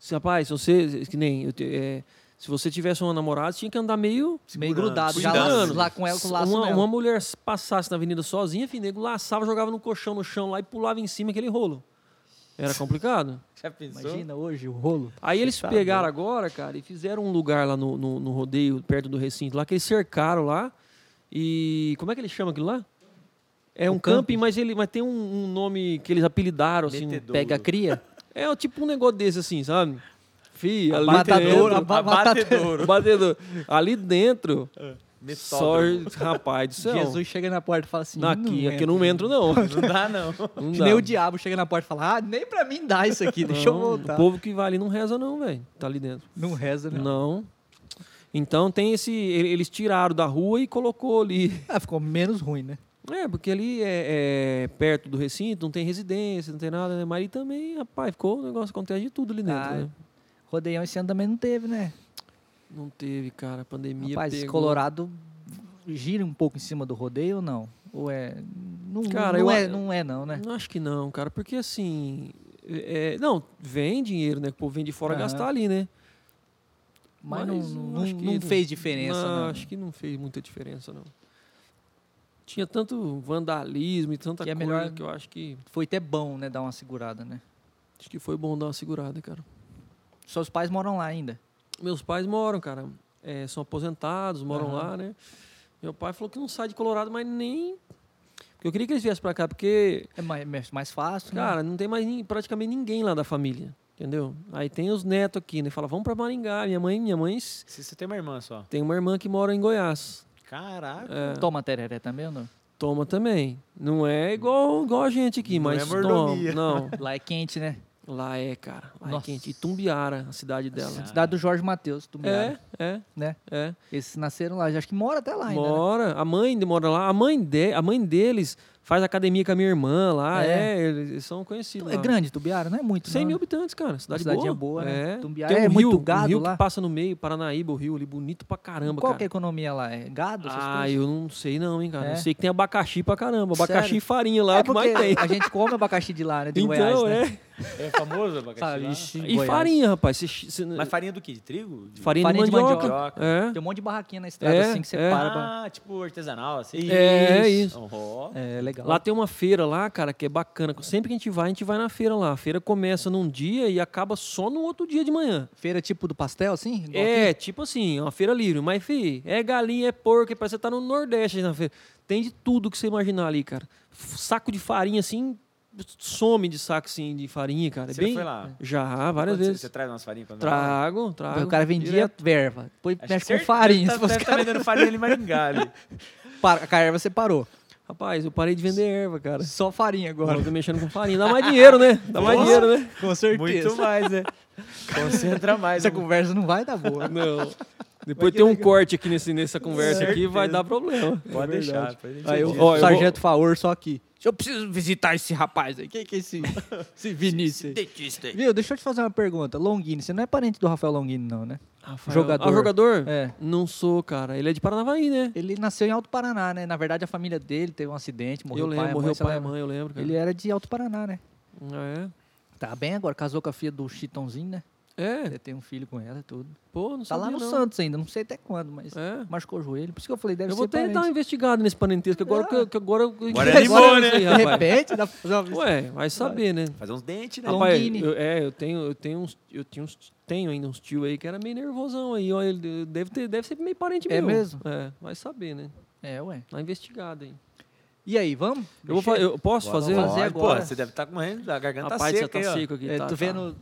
[SPEAKER 2] Se, Rapaz, se você. Que nem. eu te- é, se você tivesse uma namorada, tinha que andar meio.
[SPEAKER 1] Meio
[SPEAKER 3] Segurando,
[SPEAKER 1] grudado, já
[SPEAKER 3] cuidando.
[SPEAKER 1] lá, lá com ela, com o laço
[SPEAKER 2] uma,
[SPEAKER 1] nela.
[SPEAKER 2] uma mulher passasse na avenida sozinha, filho, nego laçava, jogava no colchão no chão lá e pulava em cima aquele rolo. Era complicado.
[SPEAKER 3] Já pensou?
[SPEAKER 1] Imagina hoje o rolo.
[SPEAKER 2] Aí eles
[SPEAKER 3] tá
[SPEAKER 2] pegaram
[SPEAKER 1] né?
[SPEAKER 2] agora, cara, e fizeram um lugar lá no, no, no rodeio, perto do recinto, lá que eles cercaram lá. E. Como é que eles chamam aquilo lá? É
[SPEAKER 1] O
[SPEAKER 2] um camping,
[SPEAKER 1] camping?
[SPEAKER 2] mas ele mas tem um, um nome que eles apelidaram, assim.
[SPEAKER 3] Metedouro.
[SPEAKER 1] Pega a cria.
[SPEAKER 2] É tipo um negócio desse, assim, sabe? Fih, ali
[SPEAKER 1] Matadouro,
[SPEAKER 2] dentro.
[SPEAKER 1] a-
[SPEAKER 3] Abatedouro.
[SPEAKER 2] Batedor. Ali dentro, só,
[SPEAKER 3] Metódromo.
[SPEAKER 2] rapaz do céu.
[SPEAKER 1] Jesus chega na porta e fala assim:
[SPEAKER 2] Aqui,
[SPEAKER 1] "Não
[SPEAKER 2] aqui eu
[SPEAKER 1] entra".
[SPEAKER 2] não entro,
[SPEAKER 1] <laughs>
[SPEAKER 2] não.
[SPEAKER 3] Não dá, não.
[SPEAKER 2] <laughs> Não
[SPEAKER 1] Que
[SPEAKER 2] dá.
[SPEAKER 1] nem o diabo chega na porta e fala: Ah, nem pra mim dá isso
[SPEAKER 2] <laughs>
[SPEAKER 1] aqui, deixa eu
[SPEAKER 2] Não,
[SPEAKER 1] voltar.
[SPEAKER 2] O povo que vai ali não reza, não, velho. Tá ali dentro.
[SPEAKER 1] Não reza, né?
[SPEAKER 2] Não. Então tem esse. ele- Eles tiraram da rua e colocou ali. <laughs>
[SPEAKER 1] Ah, ficou menos ruim, né?
[SPEAKER 2] É, porque ali é, é perto do recinto, não tem residência, não tem nada, né? Mas ali também, rapaz, ficou o negócio, acontece de tudo ali dentro,
[SPEAKER 1] Ah,
[SPEAKER 2] né?
[SPEAKER 1] Rodeião esse ano também não teve, né?
[SPEAKER 2] Não teve, cara, a pandemia.
[SPEAKER 1] Rapaz, esse
[SPEAKER 2] pegou.
[SPEAKER 1] Colorado gira um pouco em cima do rodeio ou não? Ou é. Não,
[SPEAKER 2] Cara,
[SPEAKER 1] não,
[SPEAKER 2] eu-
[SPEAKER 1] é, não é, não, né?
[SPEAKER 2] Não acho que não, cara, porque assim. é, não, vem dinheiro, né? Que o povo vem de fora
[SPEAKER 1] Aham.
[SPEAKER 2] gastar ali, né?
[SPEAKER 1] É. Mas,
[SPEAKER 2] Mas
[SPEAKER 1] não,
[SPEAKER 2] eu
[SPEAKER 1] não,
[SPEAKER 2] acho que
[SPEAKER 1] não
[SPEAKER 2] não-
[SPEAKER 1] fez diferença,
[SPEAKER 2] não,
[SPEAKER 1] não.
[SPEAKER 2] acho que não fez muita diferença, não. Tinha tanto vandalismo e tanta
[SPEAKER 1] Que é
[SPEAKER 2] coisa
[SPEAKER 1] melhor-
[SPEAKER 2] que eu acho que.
[SPEAKER 1] Foi até bom, né? Dar uma segurada, né?
[SPEAKER 2] Acho que foi bom dar uma segurada, cara.
[SPEAKER 1] Seus pais moram lá ainda.
[SPEAKER 2] Meus pais moram, cara. é, são aposentados, moram
[SPEAKER 1] Aham.
[SPEAKER 2] lá, né? Meu pai falou que não sai de Colorado, mas nem. Porque eu queria que eles viessem pra cá, porque,
[SPEAKER 1] É mais, mais fácil, né?
[SPEAKER 2] cara, não tem mais nin- praticamente ninguém lá da família. Entendeu? Aí tem os netos aqui, né? Fala, vamos pra Maringá. Minha mãe, minha mãe s-
[SPEAKER 3] Você você tem uma irmã só.
[SPEAKER 2] tem uma irmã que mora em Goiás.
[SPEAKER 3] Caraca.
[SPEAKER 2] É,
[SPEAKER 1] Toma tereré também ou não?
[SPEAKER 2] Toma também. Não é igual, igual a gente aqui,
[SPEAKER 3] Não é
[SPEAKER 2] mas toma.
[SPEAKER 3] mordomia.
[SPEAKER 2] Não.
[SPEAKER 1] <laughs> Lá é quente, né?
[SPEAKER 2] Lá é, cara. Lá
[SPEAKER 1] Nossa. É
[SPEAKER 2] é quente. Itumbiara, a cidade dela.
[SPEAKER 1] Cidade do Jorge Matheus, do
[SPEAKER 2] É,
[SPEAKER 1] Miara,
[SPEAKER 2] é,
[SPEAKER 1] né?
[SPEAKER 2] é.
[SPEAKER 1] Eles nasceram lá, já acho que mora até lá ainda. né?
[SPEAKER 2] Mora. A mãe de- mora lá. A mãe, de, a mãe deles faz academia com a minha irmã lá.
[SPEAKER 1] É.
[SPEAKER 2] É, eles são conhecidos.
[SPEAKER 1] Então, É
[SPEAKER 2] lá.
[SPEAKER 1] grande Tubiara, não é muito.
[SPEAKER 2] 100
[SPEAKER 1] não,
[SPEAKER 2] mil
[SPEAKER 1] né?
[SPEAKER 2] habitantes, cara. Cidade
[SPEAKER 1] Cidadinha boa,
[SPEAKER 2] boa
[SPEAKER 1] né?
[SPEAKER 2] É.
[SPEAKER 1] Tumbiara
[SPEAKER 2] Tem um
[SPEAKER 1] é
[SPEAKER 2] rio,
[SPEAKER 1] muito
[SPEAKER 2] um
[SPEAKER 1] gado
[SPEAKER 2] rio
[SPEAKER 1] lá.
[SPEAKER 2] que passa no meio, Paranaíba, o rio ali, bonito pra caramba,
[SPEAKER 1] Qual
[SPEAKER 2] cara.
[SPEAKER 1] que é a economia lá? É gado? essas
[SPEAKER 2] Ah,
[SPEAKER 1] coisas?
[SPEAKER 2] eu não sei não, hein, cara.
[SPEAKER 1] É?
[SPEAKER 2] Eu sei que tem abacaxi pra caramba. Abacaxi
[SPEAKER 1] Sério?
[SPEAKER 2] e farinha lá é,
[SPEAKER 1] é
[SPEAKER 2] o que
[SPEAKER 1] porque
[SPEAKER 2] mais tem.
[SPEAKER 1] a gente come abacaxi de lá, né? <laughs> De
[SPEAKER 2] Então,
[SPEAKER 1] Goiás, né?
[SPEAKER 2] é.
[SPEAKER 3] É famoso o abacaxi
[SPEAKER 1] Sabe,
[SPEAKER 3] lá?
[SPEAKER 1] ixi,
[SPEAKER 2] E
[SPEAKER 1] Goiás.
[SPEAKER 2] farinha, rapaz. Cê- cê-
[SPEAKER 3] Mas farinha do quê? De trigo? De-
[SPEAKER 2] farinha,
[SPEAKER 1] farinha
[SPEAKER 2] de
[SPEAKER 1] de
[SPEAKER 2] mandioca.
[SPEAKER 3] mandioca.
[SPEAKER 2] É.
[SPEAKER 1] Tem um monte de barraquinha na estrada,
[SPEAKER 2] É,
[SPEAKER 1] assim, que você
[SPEAKER 2] é.
[SPEAKER 1] para. pra-
[SPEAKER 3] Ah, tipo artesanal, assim?
[SPEAKER 2] É, isso.
[SPEAKER 3] Ó.
[SPEAKER 1] É, legal.
[SPEAKER 2] Lá tem uma feira lá, cara, que é bacana. Sempre que a gente vai, a gente vai na feira lá. A feira começa num dia e acaba só no outro dia de manhã.
[SPEAKER 1] Feira tipo do pastel, assim? igual
[SPEAKER 2] É,
[SPEAKER 1] aqui?
[SPEAKER 2] tipo assim, é uma feira livre. Mas, fi, é galinha, é porco, é parece que você tá no Nordeste na feira. Tem de tudo que você imaginar ali, cara. F- Saco de farinha, assim, some de saco, assim, de farinha, cara. É
[SPEAKER 3] Você
[SPEAKER 2] bem...
[SPEAKER 3] foi lá?
[SPEAKER 2] Já, várias
[SPEAKER 3] Quando você-
[SPEAKER 2] vezes.
[SPEAKER 3] Você traz umas farinhas pra nós?
[SPEAKER 2] Trago, trago.
[SPEAKER 1] o cara vendia
[SPEAKER 2] direto.
[SPEAKER 1] verva, depois
[SPEAKER 3] Acho que
[SPEAKER 1] mexe com
[SPEAKER 3] certeza
[SPEAKER 1] farinha.
[SPEAKER 3] Tá,
[SPEAKER 1] se fosse
[SPEAKER 3] deve tá
[SPEAKER 1] cara-
[SPEAKER 3] vendendo farinha ali em Maringá. ali.
[SPEAKER 1] Para, a carva você parou.
[SPEAKER 2] Rapaz, eu parei de vender erva, cara.
[SPEAKER 1] Só farinha
[SPEAKER 2] Agora
[SPEAKER 1] agora.
[SPEAKER 2] eu tô mexendo com farinha. Dá mais dinheiro, né? Dá mais
[SPEAKER 3] Nossa.
[SPEAKER 2] dinheiro,
[SPEAKER 3] <laughs>
[SPEAKER 2] né?
[SPEAKER 1] Com certeza.
[SPEAKER 3] Muito mais, né? Concentra mais.
[SPEAKER 1] Essa
[SPEAKER 3] um-
[SPEAKER 1] conversa não vai dar boa.
[SPEAKER 2] Não. Depois tem um corte aqui nesse, nessa conversa aqui,
[SPEAKER 3] Certeza.
[SPEAKER 2] vai dar problema.
[SPEAKER 3] Pode
[SPEAKER 2] É
[SPEAKER 3] deixar.
[SPEAKER 2] verdade.
[SPEAKER 3] depois a gente
[SPEAKER 2] Aí <laughs> eu-
[SPEAKER 3] edita.
[SPEAKER 2] ó, eu vou-
[SPEAKER 1] Sargento Faor só aqui. Eu preciso visitar esse rapaz aí. Quem que é esse, esse Vinícius aí?
[SPEAKER 3] Dentista.
[SPEAKER 1] Viu, deixa eu te fazer uma pergunta. Longuini, você não é parente do Rafael Longuini, não, né?
[SPEAKER 2] Rafael-
[SPEAKER 1] Jogador.
[SPEAKER 2] Ah, jogador?
[SPEAKER 1] É.
[SPEAKER 2] Não sou, cara. Ele é de Paranavaí, né?
[SPEAKER 1] Ele nasceu em Alto Paraná, né? Na verdade, a família dele teve um acidente, morreu
[SPEAKER 2] eu
[SPEAKER 1] o
[SPEAKER 2] lembro,
[SPEAKER 1] pai,
[SPEAKER 2] morreu
[SPEAKER 1] a mãe,
[SPEAKER 2] o
[SPEAKER 1] você
[SPEAKER 2] pai e a
[SPEAKER 1] lembra?
[SPEAKER 2] mãe, eu lembro, cara.
[SPEAKER 1] Ele era de Alto Paraná, né?
[SPEAKER 2] Ah,
[SPEAKER 1] Tá bem agora, casou com a filha do Chitãozinho, né?
[SPEAKER 2] É?
[SPEAKER 1] Ele tem um filho com ela e tudo.
[SPEAKER 2] Pô, não
[SPEAKER 1] Tá
[SPEAKER 2] sabia,
[SPEAKER 1] lá no
[SPEAKER 2] não.
[SPEAKER 1] Santos ainda, não sei até quando, mas
[SPEAKER 2] É.
[SPEAKER 1] machucou o joelho. Por isso que eu falei, deve
[SPEAKER 2] Eu
[SPEAKER 1] ser
[SPEAKER 2] vou tentar dar uma
[SPEAKER 1] parente.
[SPEAKER 2] investigada nesse parentesco, agora
[SPEAKER 1] É.
[SPEAKER 2] que, eu- que agora... eu-
[SPEAKER 3] Agora
[SPEAKER 2] eu-
[SPEAKER 3] animou,
[SPEAKER 2] eu sei,
[SPEAKER 3] né?
[SPEAKER 1] De
[SPEAKER 2] rapaz.
[SPEAKER 1] repente, dá pra fazer uma vista.
[SPEAKER 2] Ué, vai saber, né?
[SPEAKER 3] Fazer uns dentes, né?
[SPEAKER 1] Alô.
[SPEAKER 2] Rapaz,
[SPEAKER 1] Longini.
[SPEAKER 2] eu- é, eu tenho, eu tenho uns, eu tinha uns, tenho ainda uns tio aí que era meio nervosão aí, ó, ele deve ter, deve ser meio parente
[SPEAKER 1] É
[SPEAKER 2] meu.
[SPEAKER 1] mesmo?
[SPEAKER 2] É, vai saber, né?
[SPEAKER 1] É, ué.
[SPEAKER 2] Tá investigado aí.
[SPEAKER 1] E aí, vamos?
[SPEAKER 2] Eu vou fa- eu posso
[SPEAKER 3] Bora,
[SPEAKER 2] fazer?
[SPEAKER 1] vamos
[SPEAKER 3] bora.
[SPEAKER 1] fazer
[SPEAKER 3] Pô,
[SPEAKER 1] agora.
[SPEAKER 3] você deve estar com a a garganta
[SPEAKER 2] Rapaz, você
[SPEAKER 3] seca
[SPEAKER 2] tá
[SPEAKER 3] aí, ó.
[SPEAKER 2] seco aqui,
[SPEAKER 1] É,
[SPEAKER 2] tá,
[SPEAKER 1] tô
[SPEAKER 2] tá.
[SPEAKER 1] vendo.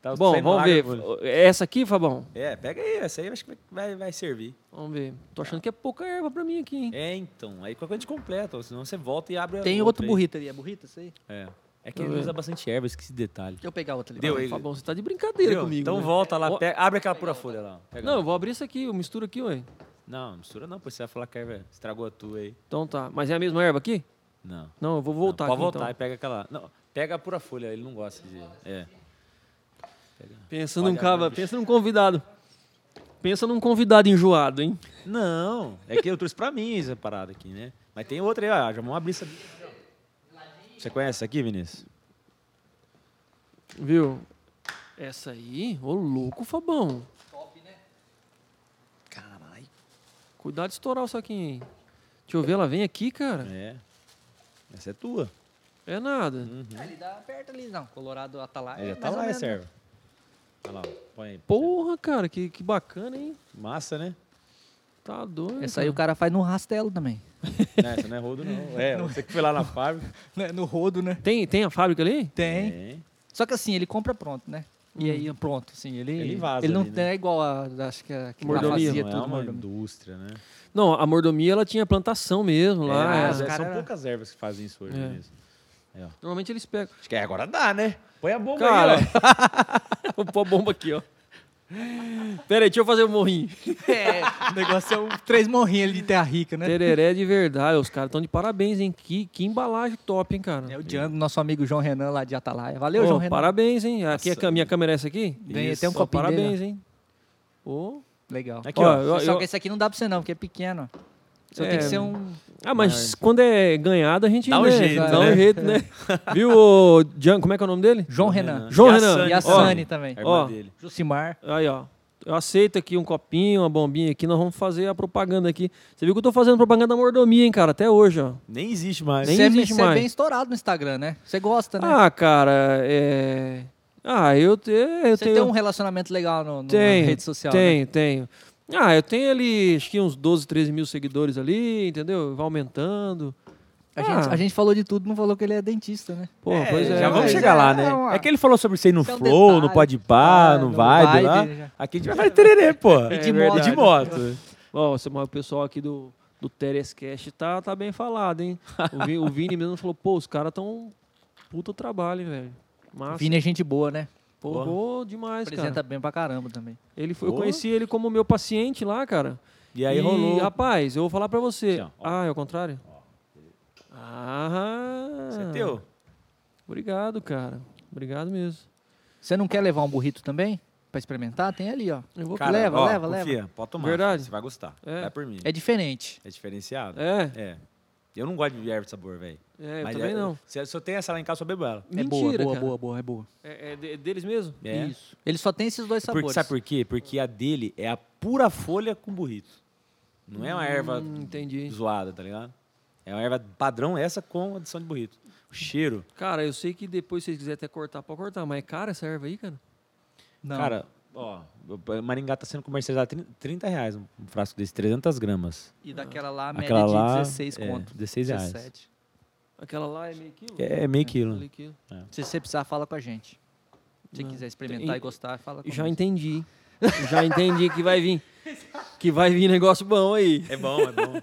[SPEAKER 3] Tá
[SPEAKER 2] Bom,
[SPEAKER 3] saindo
[SPEAKER 2] vamos ver.
[SPEAKER 3] lágrima, pô.
[SPEAKER 2] É essa aqui, Fabão?
[SPEAKER 3] É, pega aí. Essa aí eu acho que vai, vai servir.
[SPEAKER 2] Vamos ver. Tô achando que é pouca erva pra mim aqui, hein?
[SPEAKER 3] É, então. Aí qualquer coisa a gente completa. Ou senão você volta e abre a
[SPEAKER 1] Tem
[SPEAKER 3] outra
[SPEAKER 1] outro
[SPEAKER 3] aí.
[SPEAKER 1] burrito ali, é burrito isso aí?
[SPEAKER 3] É. É que
[SPEAKER 2] Tá
[SPEAKER 3] ele
[SPEAKER 2] vendo?
[SPEAKER 3] usa bastante erva, esqueci esse detalhe.
[SPEAKER 1] Deixa eu pegar outro ali.
[SPEAKER 3] Deu aí.
[SPEAKER 2] Fabão, você tá de brincadeira
[SPEAKER 3] Viu?
[SPEAKER 2] comigo.
[SPEAKER 3] então
[SPEAKER 2] né?
[SPEAKER 3] volta lá,
[SPEAKER 2] Ó,
[SPEAKER 3] pega- abre aquela pura folha lá. ó. Pega
[SPEAKER 2] Não, eu
[SPEAKER 3] lá.
[SPEAKER 2] vou abrir isso aqui, eu misturo aqui, ué.
[SPEAKER 3] não, mistura não, pô. Você vai falar que a erva estragou a tua aí.
[SPEAKER 2] Então tá. Mas é a mesma erva aqui?
[SPEAKER 3] Não.
[SPEAKER 2] Não, eu vou voltar
[SPEAKER 3] não, pode
[SPEAKER 2] aqui.
[SPEAKER 3] voltar e
[SPEAKER 2] então.
[SPEAKER 3] pega aquela. Não, pega a pura folha, ele não gosta de. É.
[SPEAKER 2] Pensa num
[SPEAKER 3] Olha,
[SPEAKER 2] cava,
[SPEAKER 3] mano.
[SPEAKER 2] pensa num convidado. Pensa num convidado enjoado, hein?
[SPEAKER 3] Não, é que eu trouxe pra mim essa parada aqui, né? Mas tem outra aí, ó. Já vamos abrir essa. Você conhece essa aqui, Vinícius?
[SPEAKER 2] Viu? Essa aí, ô louco, Fabão.
[SPEAKER 1] né? Caralho.
[SPEAKER 2] Cuidado de estourar o saquinho aí. Deixa eu ver, ela vem aqui, cara.
[SPEAKER 3] É. Essa é tua.
[SPEAKER 2] É nada.
[SPEAKER 1] Ah, ele dá perto ali, não. Colorado Atalaia.
[SPEAKER 3] Aí já
[SPEAKER 1] é
[SPEAKER 3] tá
[SPEAKER 1] mais ou
[SPEAKER 3] lá
[SPEAKER 1] menos,
[SPEAKER 3] essa
[SPEAKER 1] né?
[SPEAKER 3] erva. Olha lá, ó. põe aí.
[SPEAKER 2] Porra, cara, que, que bacana, hein?
[SPEAKER 3] Massa, né?
[SPEAKER 2] Tá doido.
[SPEAKER 1] Essa aí o
[SPEAKER 2] cara.
[SPEAKER 1] cara faz no rastelo também.
[SPEAKER 3] Não, essa não é rodo, não. É, você que foi lá na
[SPEAKER 1] <laughs>
[SPEAKER 3] fábrica.
[SPEAKER 1] No rodo, né?
[SPEAKER 2] Tem, tem a fábrica ali?
[SPEAKER 1] Tem.
[SPEAKER 3] É.
[SPEAKER 1] Só que assim, ele compra pronto, né? E
[SPEAKER 2] Hum.
[SPEAKER 1] aí, pronto, assim, ele...
[SPEAKER 3] Ele vaza
[SPEAKER 1] Ele não
[SPEAKER 3] ali, né?
[SPEAKER 1] é igual a, acho que a... Que lá
[SPEAKER 2] Mordomia.
[SPEAKER 1] fazia
[SPEAKER 3] Não é
[SPEAKER 1] tudo,
[SPEAKER 3] uma
[SPEAKER 1] mordomia.
[SPEAKER 3] indústria, né?
[SPEAKER 2] Não, a mordomia ela tinha plantação mesmo lá.
[SPEAKER 3] É,
[SPEAKER 1] Ah,
[SPEAKER 3] mas
[SPEAKER 1] os
[SPEAKER 3] é-
[SPEAKER 1] cara
[SPEAKER 3] são
[SPEAKER 1] era-
[SPEAKER 3] poucas ervas que fazem isso hoje
[SPEAKER 2] É.
[SPEAKER 3] mesmo.
[SPEAKER 2] Normalmente eles pegam.
[SPEAKER 3] Acho que agora dá, né? Põe a bomba
[SPEAKER 2] Cara,
[SPEAKER 3] aí, ó.
[SPEAKER 2] vou pôr a bomba aqui, ó. Pera aí, deixa eu fazer o morrinho.
[SPEAKER 1] <laughs> É, o negócio é um três morrinhos ali de terra rica, né?
[SPEAKER 2] <laughs> Tereré de verdade, os caras estão de parabéns, hein? Que, que embalagem top, hein, cara.
[SPEAKER 1] É o Django, nosso amigo João Renan lá de Atalaia. Valeu,
[SPEAKER 2] Ô,
[SPEAKER 1] João Renan.
[SPEAKER 2] Parabéns, hein? Aqui é a
[SPEAKER 3] Nossa.
[SPEAKER 2] minha câmera é essa aqui?
[SPEAKER 1] Ganhei
[SPEAKER 3] Isso.
[SPEAKER 1] até um
[SPEAKER 2] Ô,
[SPEAKER 1] copinho dele,
[SPEAKER 2] parabéns, hein? Ô.
[SPEAKER 1] ó. Legal.
[SPEAKER 3] Aqui,
[SPEAKER 2] Ó,
[SPEAKER 3] ó.
[SPEAKER 2] eu-
[SPEAKER 1] Só
[SPEAKER 2] eu-
[SPEAKER 1] que esse aqui não dá pra você não, porque é pequeno. Só
[SPEAKER 2] É.
[SPEAKER 1] tem que ser um...
[SPEAKER 2] Ah, mas quando é ganhado, a gente
[SPEAKER 3] Dá um
[SPEAKER 2] né,
[SPEAKER 3] jeito,
[SPEAKER 2] dá um
[SPEAKER 1] né?
[SPEAKER 2] jeito, <laughs> né? Viu o Jean, como é que é o nome dele?
[SPEAKER 1] João Renan.
[SPEAKER 2] João
[SPEAKER 3] E a
[SPEAKER 2] Renan.
[SPEAKER 3] Sani.
[SPEAKER 1] E a
[SPEAKER 2] Ó,
[SPEAKER 1] Sani também.
[SPEAKER 3] A irmã
[SPEAKER 2] Ó.
[SPEAKER 3] dele.
[SPEAKER 1] Jucimar.
[SPEAKER 2] Aí, ó. Eu aceito aqui um copinho, uma bombinha aqui, nós vamos fazer a propaganda aqui. Você viu que eu tô fazendo propaganda da mordomia, hein, cara, até hoje, ó.
[SPEAKER 3] Nem existe mais.
[SPEAKER 2] Nem
[SPEAKER 1] Você é, bem-
[SPEAKER 2] existe
[SPEAKER 1] você é
[SPEAKER 2] mais.
[SPEAKER 1] bem estourado no Instagram, né? Você gosta, né?
[SPEAKER 2] Ah, cara, é. Ah, eu, te, eu
[SPEAKER 1] você
[SPEAKER 2] tenho.
[SPEAKER 1] tem um relacionamento legal no, no-
[SPEAKER 2] tenho,
[SPEAKER 1] na rede social, né?
[SPEAKER 2] Tenho, tenho. Ah, eu tenho ali, acho que uns 12, 13 mil seguidores ali, entendeu? Vai aumentando.
[SPEAKER 1] A,
[SPEAKER 2] Ah.
[SPEAKER 1] gente, a gente falou de tudo, não falou que ele é dentista, né?
[SPEAKER 2] Pô, pois é.
[SPEAKER 3] já vamos
[SPEAKER 1] mas
[SPEAKER 3] chegar
[SPEAKER 1] é
[SPEAKER 3] lá, né?
[SPEAKER 1] uma-
[SPEAKER 3] É que ele falou sobre você ir no
[SPEAKER 1] Isso é um
[SPEAKER 3] Flow,
[SPEAKER 1] detalhe.
[SPEAKER 3] no Podpah,
[SPEAKER 1] É, no
[SPEAKER 3] no Vibe
[SPEAKER 1] Vibe,
[SPEAKER 3] lá.
[SPEAKER 1] já.
[SPEAKER 3] Aqui a gente vai falar de tererê, pô.
[SPEAKER 2] É
[SPEAKER 3] E de
[SPEAKER 2] verdade.
[SPEAKER 3] moto.
[SPEAKER 2] Ó, você- o pessoal aqui do, do Terescast tá, tá bem falado, hein? O Vini, o Vini mesmo falou, pô, os caras tão puta trabalho, hein, velho. Massa.
[SPEAKER 1] Vini é gente boa, né?
[SPEAKER 2] pô, pô, demais,
[SPEAKER 1] Apresenta
[SPEAKER 2] cara.
[SPEAKER 1] bem pra caramba também.
[SPEAKER 2] Ele foi, eu
[SPEAKER 3] Pô.
[SPEAKER 2] conheci ele como meu paciente lá, cara.
[SPEAKER 3] E aí rolou.
[SPEAKER 2] rapaz, eu vou falar pra você.
[SPEAKER 3] Assim, ó, ó.
[SPEAKER 2] ah, é o contrário? Ah.
[SPEAKER 3] Você é teu?
[SPEAKER 2] Obrigado, cara. Obrigado mesmo.
[SPEAKER 1] Você não quer levar um burrito também? Pra experimentar? Tem ali, ó.
[SPEAKER 2] Eu vou
[SPEAKER 1] Cara, leva, leva, leva.
[SPEAKER 3] confia, Pode tomar.
[SPEAKER 2] Verdade.
[SPEAKER 3] Você vai gostar.
[SPEAKER 2] É.
[SPEAKER 3] Vai por mim.
[SPEAKER 1] É diferente.
[SPEAKER 3] É diferenciado.
[SPEAKER 2] É,
[SPEAKER 3] É. Eu não gosto de erva de sabor, velho.
[SPEAKER 2] é, eu
[SPEAKER 3] Mas
[SPEAKER 2] também
[SPEAKER 3] é-
[SPEAKER 2] não.
[SPEAKER 3] Se eu- se eu tenho essa lá em casa, eu só bebo ela.
[SPEAKER 1] é
[SPEAKER 2] Mentira,
[SPEAKER 1] boa, boa,
[SPEAKER 2] cara.
[SPEAKER 1] boa, boa, é boa.
[SPEAKER 2] É, é de- é deles mesmo?
[SPEAKER 3] É.
[SPEAKER 1] Isso. Ele só tem esses dois
[SPEAKER 3] Porque,
[SPEAKER 1] sabores.
[SPEAKER 3] sabe por quê? Porque a dele é a pura folha com burrito. Não é uma erva
[SPEAKER 2] Hum, entendi.
[SPEAKER 3] zoada, tá ligado? É uma erva padrão essa com adição de burrito. O cheiro.
[SPEAKER 2] Cara, eu sei que depois, se vocês quiserem até cortar, pode cortar, mas é cara essa erva aí, cara?
[SPEAKER 1] Não.
[SPEAKER 3] Cara, ó, Maringá tá sendo comercializado a 30, 30 reais um frasco desse, 300 gramas.
[SPEAKER 1] E daquela lá, a média
[SPEAKER 3] Aquela
[SPEAKER 1] de
[SPEAKER 3] lá,
[SPEAKER 1] 16
[SPEAKER 3] é,
[SPEAKER 1] conto.
[SPEAKER 3] 16 reais.
[SPEAKER 1] 17.
[SPEAKER 2] Aquela lá é meio quilo?
[SPEAKER 3] É, é meio quilo.
[SPEAKER 2] Meio quilo.
[SPEAKER 1] Se você precisar, fala com a gente. Se
[SPEAKER 2] Não.
[SPEAKER 1] quiser experimentar
[SPEAKER 2] E-
[SPEAKER 1] e gostar, fala com
[SPEAKER 2] Já
[SPEAKER 1] a gente.
[SPEAKER 2] entendi. Tá <laughs> Já entendi que vai vir. Que vai vir negócio bom aí.
[SPEAKER 3] É bom, é bom.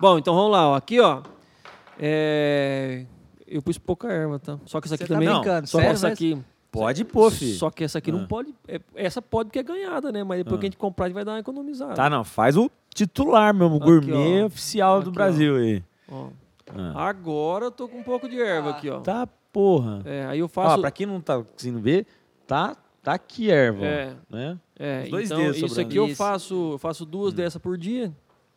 [SPEAKER 2] Bom, então vamos lá. Ó. Aqui, ó. É... Eu pus pouca erva, tá? Só que essa aqui
[SPEAKER 1] Você tá
[SPEAKER 2] também.
[SPEAKER 1] brincando,
[SPEAKER 2] só que
[SPEAKER 1] sério
[SPEAKER 2] essa aqui.
[SPEAKER 3] <laughs> Pode pôr, fi.
[SPEAKER 2] Só que essa aqui não
[SPEAKER 3] Ah.
[SPEAKER 2] pode. é- essa pode porque é ganhada, né? Mas depois
[SPEAKER 3] Ah.
[SPEAKER 2] que a gente comprar, a gente vai dar uma economizada.
[SPEAKER 3] Tá, não. Faz o titular mesmo, o
[SPEAKER 2] Aqui,
[SPEAKER 3] gourmet
[SPEAKER 2] ó.
[SPEAKER 3] oficial do
[SPEAKER 2] Aqui, ó.
[SPEAKER 3] Brasil aí.
[SPEAKER 2] Ó.
[SPEAKER 3] Ah.
[SPEAKER 2] Agora eu tô com um pouco de erva aqui, ó.
[SPEAKER 3] Tá, porra.
[SPEAKER 2] É, aí eu
[SPEAKER 3] Ó,
[SPEAKER 2] faço.
[SPEAKER 3] pra quem não tá conseguindo ver, tá, tá aqui erva,
[SPEAKER 2] É.
[SPEAKER 3] né?
[SPEAKER 2] É,
[SPEAKER 3] Os dois
[SPEAKER 2] então,
[SPEAKER 3] dedos
[SPEAKER 2] isso
[SPEAKER 3] sobrando. Hum.
[SPEAKER 2] aqui eu
[SPEAKER 1] Isso.
[SPEAKER 2] faço, eu faço duas dessa por dia.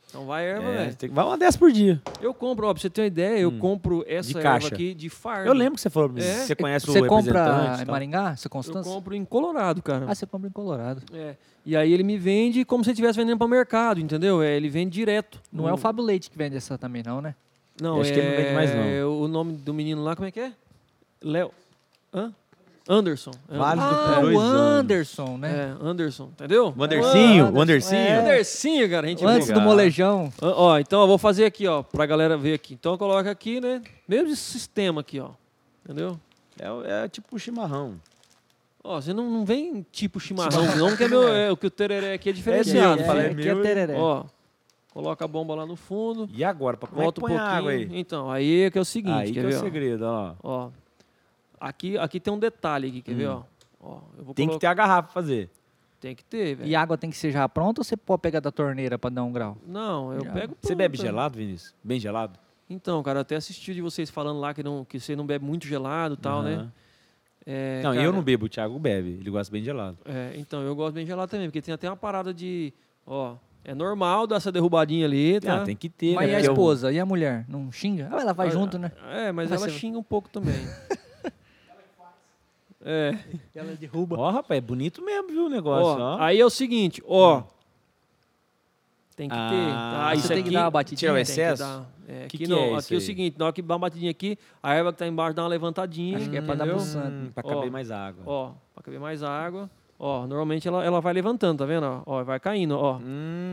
[SPEAKER 2] Então vai erva,
[SPEAKER 3] É,
[SPEAKER 2] velho.
[SPEAKER 3] tem que- vai uma 10 por dia.
[SPEAKER 2] Eu compro, ó, pra você ter uma ideia, eu
[SPEAKER 3] Hum.
[SPEAKER 2] compro essa erva
[SPEAKER 3] caixa.
[SPEAKER 2] aqui de fardo.
[SPEAKER 3] Eu lembro que você falou, pra mim,
[SPEAKER 2] É.
[SPEAKER 3] você conhece o
[SPEAKER 1] Você compra
[SPEAKER 3] representante. tá?
[SPEAKER 1] em
[SPEAKER 3] e tal.
[SPEAKER 1] Maringá? Você
[SPEAKER 2] Eu
[SPEAKER 1] Constância?
[SPEAKER 2] compro em Colorado, cara.
[SPEAKER 1] Ah, você compra em Colorado.
[SPEAKER 2] É, E aí ele me vende como se ele estivesse vendendo para mercado, entendeu? É, ele vende direto.
[SPEAKER 1] Não
[SPEAKER 2] No-
[SPEAKER 1] é o Fábio Leite que vende essa também, não, né?
[SPEAKER 2] Não,
[SPEAKER 3] Hum. Acho
[SPEAKER 2] é...
[SPEAKER 3] que ele não vende mais, não.
[SPEAKER 2] é O nome do menino lá, como é que é? Léo. Hã? Anderson.
[SPEAKER 3] Vale
[SPEAKER 2] Anderson.
[SPEAKER 3] do
[SPEAKER 1] Ah,
[SPEAKER 3] dois
[SPEAKER 1] o
[SPEAKER 3] anos.
[SPEAKER 1] Anderson, né?
[SPEAKER 2] É, Anderson, entendeu?
[SPEAKER 3] O Andercinho,
[SPEAKER 1] Anderson,
[SPEAKER 3] o Andercinho.
[SPEAKER 1] é.
[SPEAKER 2] Anderson, cara, a gente
[SPEAKER 1] Antes do
[SPEAKER 3] legal.
[SPEAKER 1] molejão.
[SPEAKER 2] Ah, Ó, então eu vou fazer aqui, ó, pra galera ver aqui. Então coloca aqui, né? Mesmo esse sistema aqui, ó. Entendeu?
[SPEAKER 3] É, o- é tipo um chimarrão.
[SPEAKER 2] Ó, você não, não vem tipo chimarrão, não, que é meu. É, o que o tereré aqui é diferenciado.
[SPEAKER 3] meu,
[SPEAKER 2] falei.
[SPEAKER 3] é
[SPEAKER 1] que é
[SPEAKER 3] meu e-
[SPEAKER 1] tereré.
[SPEAKER 2] Ó, coloca a bomba lá no fundo,
[SPEAKER 3] E agora, pra como é que
[SPEAKER 2] volta um
[SPEAKER 3] põe
[SPEAKER 2] pouquinho.
[SPEAKER 3] a água aí?
[SPEAKER 2] Então, aí é que é o seguinte,
[SPEAKER 3] aí que
[SPEAKER 2] quer
[SPEAKER 3] é o
[SPEAKER 2] ver? ó?
[SPEAKER 3] segredo, ó.
[SPEAKER 2] Ó, aqui, aqui tem um detalhe aqui, quer ver, ó?
[SPEAKER 3] Hum.
[SPEAKER 2] Ó, eu vou
[SPEAKER 3] Tem que
[SPEAKER 2] colo-
[SPEAKER 3] ter a garrafa pra fazer.
[SPEAKER 2] Tem que ter, velho.
[SPEAKER 1] E a água tem que ser já pronta ou você pode pegar da torneira pra dar um grau?
[SPEAKER 2] Não, eu
[SPEAKER 1] Já.
[SPEAKER 2] pego.
[SPEAKER 3] Você
[SPEAKER 2] pronto,
[SPEAKER 3] bebe
[SPEAKER 2] né?
[SPEAKER 3] gelado, Vinícius? Bem gelado?
[SPEAKER 2] Então, cara, eu até assisti de vocês falando lá que, não, que você não bebe muito gelado e tal, né?
[SPEAKER 3] Aham.
[SPEAKER 2] É,
[SPEAKER 3] não,
[SPEAKER 2] cara,
[SPEAKER 3] eu não bebo, o Thiago bebe. Ele gosta bem gelado.
[SPEAKER 2] É, então, eu gosto bem gelado também, porque tem até uma parada de. Ó, é normal dar essa derrubadinha ali, tá?
[SPEAKER 3] Ah, tem que ter,
[SPEAKER 1] Mas
[SPEAKER 3] né?
[SPEAKER 1] e a
[SPEAKER 3] Porque eu-
[SPEAKER 1] esposa? E a mulher? Não xinga? Ah, ela vai
[SPEAKER 2] Ah,
[SPEAKER 1] junto, né?
[SPEAKER 2] É, mas
[SPEAKER 1] Vai
[SPEAKER 2] ela
[SPEAKER 1] ser-
[SPEAKER 2] xinga um pouco
[SPEAKER 3] <laughs>
[SPEAKER 2] também. é.
[SPEAKER 1] Ela derruba.
[SPEAKER 3] Ó, rapaz, é bonito mesmo, viu, o negócio,
[SPEAKER 2] Ó,
[SPEAKER 3] ó.
[SPEAKER 2] aí é o seguinte, ó. Tem que
[SPEAKER 3] Ah,
[SPEAKER 2] ter. Tá,
[SPEAKER 3] você
[SPEAKER 2] isso
[SPEAKER 1] você tem
[SPEAKER 2] aqui
[SPEAKER 1] que dar uma
[SPEAKER 3] tirar
[SPEAKER 1] batidinha.
[SPEAKER 3] o
[SPEAKER 2] tem que
[SPEAKER 3] excesso?
[SPEAKER 2] dar. É,
[SPEAKER 3] Que
[SPEAKER 2] aqui
[SPEAKER 3] que
[SPEAKER 2] não.
[SPEAKER 3] é isso
[SPEAKER 2] aqui é o
[SPEAKER 3] aí?
[SPEAKER 2] seguinte, na hora que dá uma batidinha aqui, a erva que tá embaixo dá uma levantadinha.
[SPEAKER 1] Acho que é pra dar
[SPEAKER 2] entendeu?
[SPEAKER 1] pro santo.
[SPEAKER 3] Hum, pra
[SPEAKER 2] Ó,
[SPEAKER 3] caber mais água.
[SPEAKER 2] Ó, pra caber mais água. Ó, normalmente ela, ela vai levantando, tá vendo? ó? Ó, vai caindo, ó.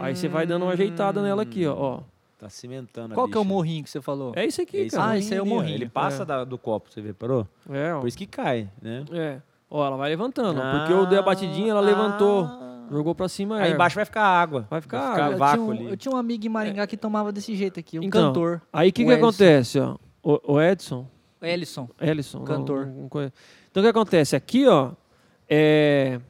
[SPEAKER 2] Aí você vai dando uma ajeitada nela aqui, ó. ó.
[SPEAKER 3] Tá cimentando a
[SPEAKER 1] Qual que é o
[SPEAKER 3] bicha.
[SPEAKER 1] morrinho que você falou?
[SPEAKER 2] É isso aqui,
[SPEAKER 3] Esse
[SPEAKER 2] cara.
[SPEAKER 1] Ah, esse aí é o
[SPEAKER 3] ali, ó.
[SPEAKER 1] morrinho.
[SPEAKER 3] Ele passa
[SPEAKER 2] É.
[SPEAKER 3] da- do copo, você vê, parou?
[SPEAKER 2] É, ó.
[SPEAKER 3] Por isso que cai, né?
[SPEAKER 2] É. Ó, ela vai levantando, ó, porque eu dei a batidinha, ela
[SPEAKER 3] Ah,
[SPEAKER 2] levantou.
[SPEAKER 3] ah.
[SPEAKER 2] Jogou pra cima a
[SPEAKER 3] Aí
[SPEAKER 2] erva.
[SPEAKER 3] embaixo vai ficar água.
[SPEAKER 2] Vai ficar
[SPEAKER 3] vai
[SPEAKER 2] água.
[SPEAKER 1] eu, tinha
[SPEAKER 3] vácuo
[SPEAKER 1] um,
[SPEAKER 3] ali.
[SPEAKER 1] eu tinha um amigo em Maringá que tomava desse jeito aqui, um
[SPEAKER 2] Então,
[SPEAKER 1] cantor.
[SPEAKER 2] Aí o que,
[SPEAKER 1] O
[SPEAKER 2] que
[SPEAKER 1] Edson.
[SPEAKER 2] acontece, ó? O, o Edson,
[SPEAKER 1] Ellison.
[SPEAKER 2] Ellison, não-
[SPEAKER 1] Cantor.
[SPEAKER 2] não conhe- então o que acontece? Aqui, ó, é.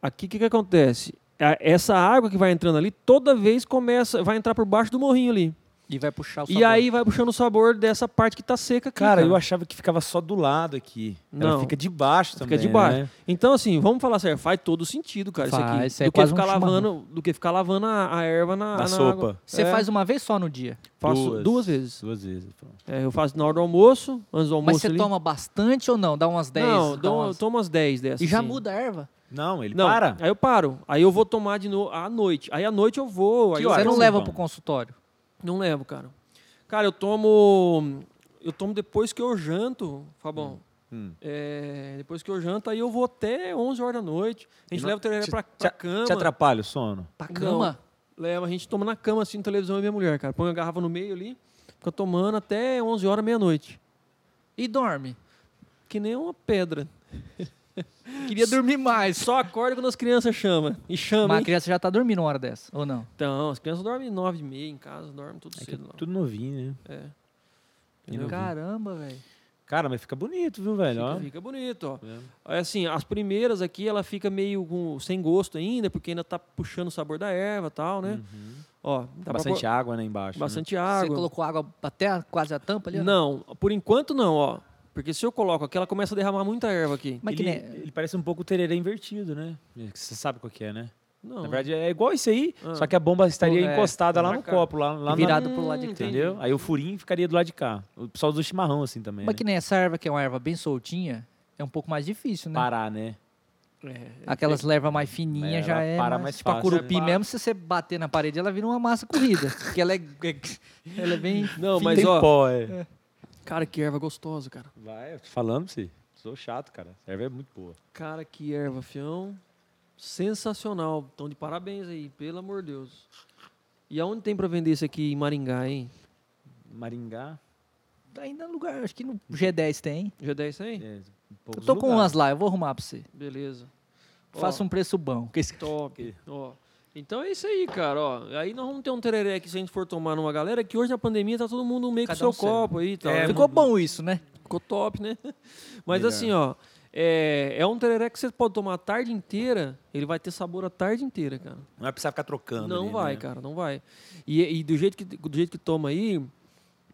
[SPEAKER 2] Aqui o que, que acontece? A- Essa água que vai entrando ali, toda vez começa, vai entrar por baixo do morrinho ali.
[SPEAKER 1] E vai puxar É o
[SPEAKER 2] E
[SPEAKER 1] sabor.
[SPEAKER 2] aí vai puxando o sabor dessa parte que tá seca aqui.
[SPEAKER 3] Cara, eu achava que ficava só do lado aqui.
[SPEAKER 2] Não.
[SPEAKER 3] Ela fica de baixo
[SPEAKER 2] Fica
[SPEAKER 3] também.
[SPEAKER 2] de baixo.
[SPEAKER 3] né?
[SPEAKER 2] Então, assim, vamos falar sério, faz todo sentido, cara, isso aqui.
[SPEAKER 1] Faz, isso aí é
[SPEAKER 2] do, que
[SPEAKER 1] quase um
[SPEAKER 2] ficar
[SPEAKER 1] chimarrão.
[SPEAKER 2] lavando, do que ficar lavando a, a erva na,
[SPEAKER 3] Na
[SPEAKER 2] na
[SPEAKER 3] sopa.
[SPEAKER 2] água.
[SPEAKER 1] Você
[SPEAKER 2] É,
[SPEAKER 1] faz uma vez só no dia.
[SPEAKER 2] faço duas, vezes.
[SPEAKER 3] Duas vezes. pronto.
[SPEAKER 2] É, eu faço na hora do almoço, antes do almoço.
[SPEAKER 1] Mas você
[SPEAKER 2] ali.
[SPEAKER 1] toma bastante ou não? Dá umas 10?
[SPEAKER 2] Não,
[SPEAKER 1] dá
[SPEAKER 2] dou- eu
[SPEAKER 1] umas-
[SPEAKER 2] tomo umas 10 dessas.
[SPEAKER 1] E já
[SPEAKER 2] assim.
[SPEAKER 1] muda a erva?
[SPEAKER 3] Não, ele
[SPEAKER 2] Não, é
[SPEAKER 3] para.
[SPEAKER 2] Aí eu paro. Aí eu vou tomar de novo à noite. Aí à noite eu vou. aí
[SPEAKER 3] Que
[SPEAKER 2] eu
[SPEAKER 1] Você
[SPEAKER 3] horas
[SPEAKER 1] não
[SPEAKER 3] você
[SPEAKER 1] leva
[SPEAKER 3] toma?
[SPEAKER 1] pro consultório?
[SPEAKER 2] Não levo, cara. Cara, eu tomo. Eu tomo depois que eu janto, Fabão.
[SPEAKER 3] Hum.
[SPEAKER 2] É, depois que eu janto, aí eu vou até 11 horas da noite. A gente
[SPEAKER 3] E não-
[SPEAKER 2] leva o tereré
[SPEAKER 3] te-
[SPEAKER 2] pra, pra cama.
[SPEAKER 3] Te atrapalha o sono?
[SPEAKER 1] Pra
[SPEAKER 2] Não.
[SPEAKER 1] cama?
[SPEAKER 2] Leva, a gente toma na cama, assim, televisão e minha mulher, cara. Põe a garrafa no meio ali, fica tomando até 11 horas, meia-noite.
[SPEAKER 1] E dorme?
[SPEAKER 2] Que nem uma pedra.
[SPEAKER 1] Queria dormir mais.
[SPEAKER 2] Só acorda quando as crianças chamam. E
[SPEAKER 1] Mas
[SPEAKER 2] chama.
[SPEAKER 1] a
[SPEAKER 2] hein?
[SPEAKER 1] criança já tá dormindo uma hora dessa, ou não?
[SPEAKER 2] Então, as crianças dormem nove e meia em casa, dormem É tudo cedo. lá.
[SPEAKER 3] É tudo novinho, né?
[SPEAKER 2] É.
[SPEAKER 3] Eu vi.
[SPEAKER 1] Caramba, velho.
[SPEAKER 3] Cara, mas fica bonito, viu, velho?
[SPEAKER 2] Fica,
[SPEAKER 3] Ó.
[SPEAKER 2] fica bonito, ó.
[SPEAKER 3] É.
[SPEAKER 2] É Assim, as primeiras aqui, ela fica meio com- sem gosto ainda, porque ainda tá puxando o sabor da erva e tal, né?
[SPEAKER 3] Uhum.
[SPEAKER 2] Ó,
[SPEAKER 3] Tá
[SPEAKER 2] dá
[SPEAKER 3] bastante
[SPEAKER 2] pra
[SPEAKER 3] água, né,
[SPEAKER 2] pôr
[SPEAKER 3] embaixo.
[SPEAKER 2] bastante água.
[SPEAKER 1] Você colocou água até a- quase a tampa ali? ou
[SPEAKER 2] Não, por enquanto não, ó. Porque se eu coloco aqui, ela começa a derramar muita erva aqui.
[SPEAKER 1] Mas que
[SPEAKER 3] ele,
[SPEAKER 1] nem-
[SPEAKER 3] ele parece um pouco o tererê invertido, né? Você sabe qual que é, né?
[SPEAKER 2] Não.
[SPEAKER 3] Na verdade, é igual isso aí,
[SPEAKER 2] Ah.
[SPEAKER 3] só que a bomba estaria
[SPEAKER 1] É,
[SPEAKER 3] encostada lá
[SPEAKER 2] pra
[SPEAKER 3] no
[SPEAKER 2] cá.
[SPEAKER 3] copo, lá, lá na- Hum,
[SPEAKER 1] Virado pro lado de cá.
[SPEAKER 3] Entendeu? Aí o furinho ficaria do lado de cá. O pessoal do chimarrão, assim, também.
[SPEAKER 1] Mas
[SPEAKER 3] né?
[SPEAKER 1] que nem essa erva, que é uma erva bem soltinha, é um pouco mais difícil, né?
[SPEAKER 3] Parar, né?
[SPEAKER 2] É,
[SPEAKER 1] Aquelas levas mais fininhas
[SPEAKER 3] Mas
[SPEAKER 1] já
[SPEAKER 3] ela
[SPEAKER 1] é.
[SPEAKER 3] para mais
[SPEAKER 1] tipo a
[SPEAKER 3] fácil,
[SPEAKER 1] curupi
[SPEAKER 2] né?
[SPEAKER 1] mesmo, se você bater na parede, ela vira uma massa
[SPEAKER 3] <laughs>
[SPEAKER 1] corrida. porque ela é, é- ela é bem.
[SPEAKER 2] Não,
[SPEAKER 3] Fim
[SPEAKER 2] mas
[SPEAKER 3] tem
[SPEAKER 2] ó,
[SPEAKER 3] pó, é.
[SPEAKER 2] cara, que erva gostosa, cara.
[SPEAKER 3] Vai, eu tô falando pra você. Sou chato, cara. A erva é muito boa.
[SPEAKER 2] Cara, que erva, fião. Sensacional. Então, de parabéns aí, pelo amor de Deus. E aonde tem pra vender isso aqui em Maringá, hein?
[SPEAKER 3] Maringá.
[SPEAKER 1] Ainda no lugar, acho que no G10 tem.
[SPEAKER 2] G10 tem?
[SPEAKER 3] É,
[SPEAKER 1] Eu tô com umas lá, eu vou arrumar pra você.
[SPEAKER 2] Beleza. Ó,
[SPEAKER 1] Faça um preço bom. que esse-
[SPEAKER 2] Top. Ó. Então é isso aí, cara. Ó, aí nós vamos ter um tereré aqui se a gente for tomar numa galera, que hoje na pandemia tá todo mundo meio com o
[SPEAKER 1] Cada
[SPEAKER 2] seu
[SPEAKER 1] um seu.
[SPEAKER 2] copo aí e tal.
[SPEAKER 3] É,
[SPEAKER 2] né?
[SPEAKER 1] Ficou bom isso, né?
[SPEAKER 2] Ficou top, né? <laughs> Mas
[SPEAKER 3] Melhor.
[SPEAKER 2] assim, ó, é, é um tereré que você pode tomar a tarde inteira, ele vai ter sabor a tarde inteira, cara.
[SPEAKER 3] Não vai precisar ficar trocando.
[SPEAKER 2] não
[SPEAKER 3] ali,
[SPEAKER 2] vai,
[SPEAKER 3] né?
[SPEAKER 2] cara, não vai. E, e do, jeito que, do jeito que toma aí,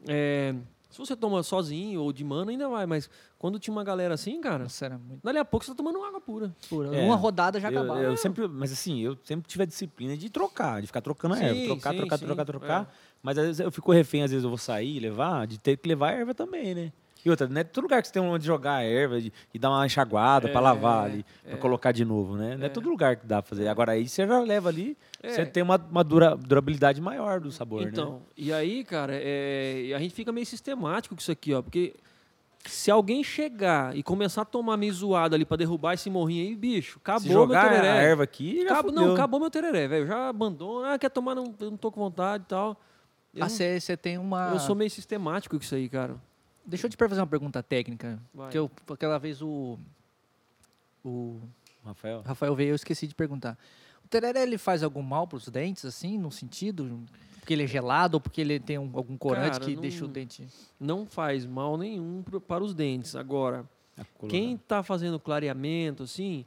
[SPEAKER 2] é, se você toma sozinho ou de mano, ainda vai, mas quando tinha uma galera assim, cara,
[SPEAKER 1] Nossa, era muito
[SPEAKER 2] dali a pouco você tá tomando água pura.
[SPEAKER 1] pura.
[SPEAKER 3] É.
[SPEAKER 1] Uma rodada já
[SPEAKER 3] eu,
[SPEAKER 1] acabava.
[SPEAKER 3] eu sempre, mas assim, eu sempre tive a disciplina de trocar, de ficar trocando a
[SPEAKER 2] Sim,
[SPEAKER 3] erva. Trocar,
[SPEAKER 2] sim,
[SPEAKER 3] trocar,
[SPEAKER 2] sim, É.
[SPEAKER 3] trocar, trocar. Mas às vezes eu fico refém, às vezes eu vou sair e levar, de ter que levar a erva também, né? E outra, não é todo lugar que você tem onde jogar a erva de- e dar uma enxaguada
[SPEAKER 2] É,
[SPEAKER 3] pra lavar ali, pra colocar de novo, né? Não é, todo lugar que dá pra fazer. Agora aí você já leva ali,
[SPEAKER 2] É.
[SPEAKER 3] você tem uma, uma dura- durabilidade maior do sabor, né?
[SPEAKER 2] Então, e aí, cara, é, a gente fica meio sistemático com isso aqui, ó, porque se alguém chegar e começar a tomar meio zoado ali pra derrubar esse morrinho aí, bicho, acabou
[SPEAKER 3] Se
[SPEAKER 2] meu
[SPEAKER 3] jogar a
[SPEAKER 2] tereré.
[SPEAKER 3] erva aqui, já
[SPEAKER 2] Acabo, não,
[SPEAKER 3] fudeu.
[SPEAKER 2] acabou meu tereré, velho. Já abandono. Ah, quer tomar, não, eu não tô com vontade e tal. Eu,
[SPEAKER 1] Ah,
[SPEAKER 2] não-
[SPEAKER 1] você você tem uma.
[SPEAKER 2] eu sou meio sistemático com isso aí, cara.
[SPEAKER 1] Deixa eu te fazer uma pergunta técnica.
[SPEAKER 2] Vai.
[SPEAKER 1] Que eu, aquela vez o. O
[SPEAKER 3] Rafael.
[SPEAKER 1] Rafael veio, eu esqueci de perguntar. O tereré ele faz algum mal pros dentes, assim, num sentido? Porque ele é gelado ou porque ele tem um- algum corante
[SPEAKER 2] Cara,
[SPEAKER 1] que
[SPEAKER 2] não-
[SPEAKER 1] deixa o dente.
[SPEAKER 2] Não faz mal nenhum pro- para os dentes. Agora,
[SPEAKER 3] A coluna.
[SPEAKER 2] quem tá fazendo clareamento, assim,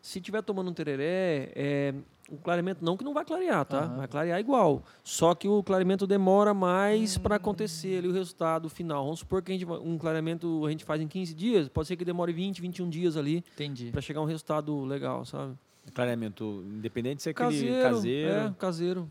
[SPEAKER 2] se tiver tomando um tereré, é, o clareamento não que não vai clarear, tá?
[SPEAKER 1] Aham.
[SPEAKER 2] Vai clarear igual. Só que o clareamento demora mais pra
[SPEAKER 1] Hum.
[SPEAKER 2] acontecer ali o resultado final. Vamos supor que a gente, vai- um clareamento a gente faz em 15 dias, pode ser que demore 20, 21 dias ali
[SPEAKER 1] Entendi.
[SPEAKER 2] pra chegar um resultado legal, sabe?
[SPEAKER 3] é Clareamento independente
[SPEAKER 1] É
[SPEAKER 3] de ser aquele caseiro.
[SPEAKER 2] É, caseiro.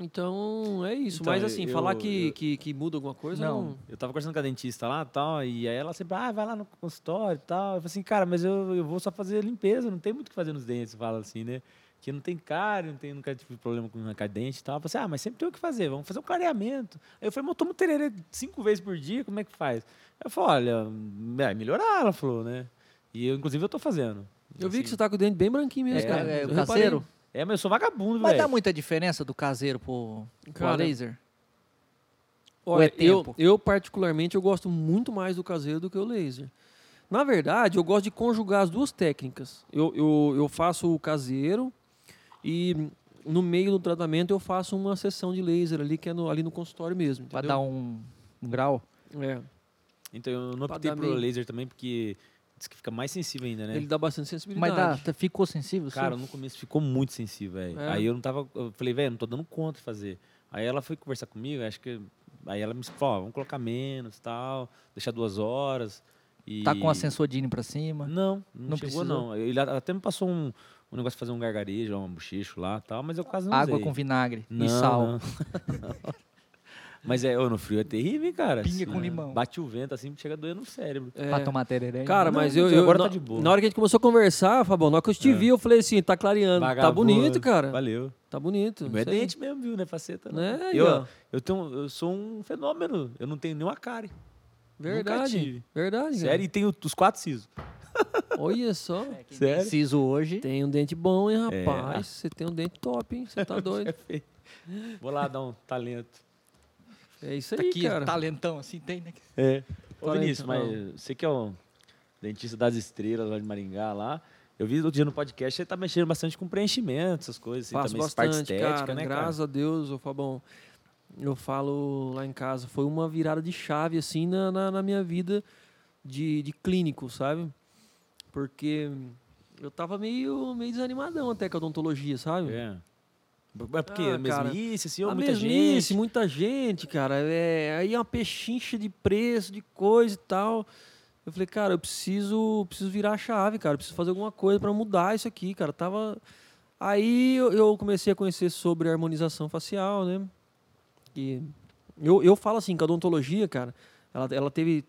[SPEAKER 2] Então, é isso.
[SPEAKER 3] Então,
[SPEAKER 2] Mas assim,
[SPEAKER 3] eu-
[SPEAKER 2] falar que,
[SPEAKER 3] eu-
[SPEAKER 2] que, que muda alguma coisa,
[SPEAKER 1] Não.
[SPEAKER 2] não.
[SPEAKER 3] Eu tava conversando com a dentista lá tal, e aí ela sempre, ah, vai lá no consultório e tal. Eu falei assim, cara, mas eu, eu vou só fazer limpeza, não tem muito o que fazer nos dentes, fala assim, né? Que não tem cárie, não tem, nunca tive problema com arrancar dente e tal. Eu falei assim, ah, mas sempre tem o que fazer, vamos fazer um clareamento. Aí eu falei, mas eu tomo tererê cinco vezes por dia, como é que faz? Eu falei, olha, vai melhorar, ela falou, né? E eu, inclusive, eu tô fazendo.
[SPEAKER 2] Eu vi
[SPEAKER 3] Assim,
[SPEAKER 2] que você tá com o dente bem branquinho
[SPEAKER 1] É,
[SPEAKER 2] mesmo, cara.
[SPEAKER 1] é,
[SPEAKER 2] Eu
[SPEAKER 1] o
[SPEAKER 2] reparei.
[SPEAKER 1] caseiro?
[SPEAKER 3] É, mas eu sou vagabundo,
[SPEAKER 1] Mas dá
[SPEAKER 3] velho.
[SPEAKER 1] muita diferença do caseiro pro, pro a
[SPEAKER 2] Cara,
[SPEAKER 1] laser? Ou
[SPEAKER 2] Olha,
[SPEAKER 1] é tempo?
[SPEAKER 2] Eu, eu, particularmente, eu gosto muito mais do caseiro do que o laser. Na verdade, eu gosto de conjugar as duas técnicas. Eu, eu, eu faço o caseiro e no meio do tratamento eu faço uma sessão de laser ali, que é no- ali no consultório mesmo.
[SPEAKER 1] Pra dar um, um grau?
[SPEAKER 2] É.
[SPEAKER 3] Então eu não
[SPEAKER 2] Pra
[SPEAKER 3] optei
[SPEAKER 2] dar
[SPEAKER 3] pro
[SPEAKER 2] meio.
[SPEAKER 3] laser também, porque diz que fica mais sensível ainda, né?
[SPEAKER 2] É. Ele dá bastante sensibilidade.
[SPEAKER 1] Mas dá, tá- ficou sensível?
[SPEAKER 3] Cara,
[SPEAKER 1] sim?
[SPEAKER 3] no começo ficou muito sensível, velho.
[SPEAKER 2] É.
[SPEAKER 3] Aí eu não tava. Eu falei, velho, não tô dando conta de fazer. Aí ela foi conversar comigo, acho que. Aí ela me falou, ó, vamos colocar menos e tal, deixar duas horas. E...
[SPEAKER 1] tá com a sensodine pra cima?
[SPEAKER 3] Não, não,
[SPEAKER 1] Não
[SPEAKER 3] chegou,
[SPEAKER 1] precisou?
[SPEAKER 3] não. Ele a- até me passou um, um negócio de fazer um gargarejo, um bochecho lá e tal, mas eu quase não
[SPEAKER 1] Água
[SPEAKER 3] usei.
[SPEAKER 1] com vinagre
[SPEAKER 3] Não,
[SPEAKER 1] e sal.
[SPEAKER 3] não. <laughs> mas é, ô, no frio é terrível, hein, cara. É.
[SPEAKER 1] Pinga com limão.
[SPEAKER 3] Bate o vento assim, chega doendo no cérebro.
[SPEAKER 2] É.
[SPEAKER 1] Pra tomar tereré.
[SPEAKER 2] Cara,
[SPEAKER 1] Não,
[SPEAKER 2] mas
[SPEAKER 3] não,
[SPEAKER 2] eu,
[SPEAKER 3] agora
[SPEAKER 2] eu-
[SPEAKER 3] tá
[SPEAKER 2] na,
[SPEAKER 3] de boa.
[SPEAKER 2] na hora que a gente começou a conversar, Fabão, na hora que eu te vi, eu falei assim, tá clareando. Tá
[SPEAKER 3] Vagabundo.
[SPEAKER 2] bonito, cara.
[SPEAKER 3] Valeu.
[SPEAKER 2] Tá bonito.
[SPEAKER 3] Não é
[SPEAKER 2] isso aí.
[SPEAKER 3] dente mesmo, viu, né? Faceta. não.
[SPEAKER 2] Né? Aí, ó.
[SPEAKER 3] Eu, eu, tenho, eu sou um fenômeno. Eu não tenho nenhuma cárie.
[SPEAKER 2] Verdade.
[SPEAKER 3] tive.
[SPEAKER 2] Verdade. cara.
[SPEAKER 3] Sério, É, e tenho os quatro sisos.
[SPEAKER 2] Olha só.
[SPEAKER 1] quem
[SPEAKER 3] sério?
[SPEAKER 1] Preciso hoje.
[SPEAKER 2] Tem um dente bom, hein,
[SPEAKER 3] É.
[SPEAKER 2] rapaz? Você tem um dente top, hein? Você
[SPEAKER 3] <laughs>
[SPEAKER 2] tá doido.
[SPEAKER 3] Vou lá dar um talento.
[SPEAKER 2] É isso
[SPEAKER 1] Tá
[SPEAKER 2] aí,
[SPEAKER 1] aqui,
[SPEAKER 2] cara.
[SPEAKER 3] tá
[SPEAKER 1] talentão assim, tem, né?
[SPEAKER 3] É. Ô,
[SPEAKER 2] Talento, não.
[SPEAKER 3] Vinícius, mas você que é o dentista das estrelas lá de Maringá lá. Eu vi outro dia no podcast, você tá mexendo bastante com preenchimento, essas coisas, assim,
[SPEAKER 2] Faço
[SPEAKER 3] também essa
[SPEAKER 2] bastante,
[SPEAKER 3] parte estética,
[SPEAKER 2] cara.
[SPEAKER 3] né, cara?
[SPEAKER 2] graças a Deus, ô Fabão. Eu falo lá em casa, foi uma virada de chave, assim, na, na, na minha vida de, de clínico, sabe? Porque eu tava meio, meio desanimadão até com a odontologia, sabe?
[SPEAKER 3] É. Mas porque
[SPEAKER 2] Ah, cara,
[SPEAKER 3] mesmice, assim, ou
[SPEAKER 2] a
[SPEAKER 3] muita
[SPEAKER 2] mesmice,
[SPEAKER 3] gente.
[SPEAKER 2] muita gente, cara. É, aí é uma pechincha de preço, de coisa e tal. Eu falei, cara, eu preciso, preciso virar a chave, cara. Eu preciso fazer alguma coisa para mudar isso aqui, cara. Tava aí eu, eu comecei a conhecer sobre harmonização facial, né? E eu, eu falo assim, que a odontologia, cara, ela, ela teve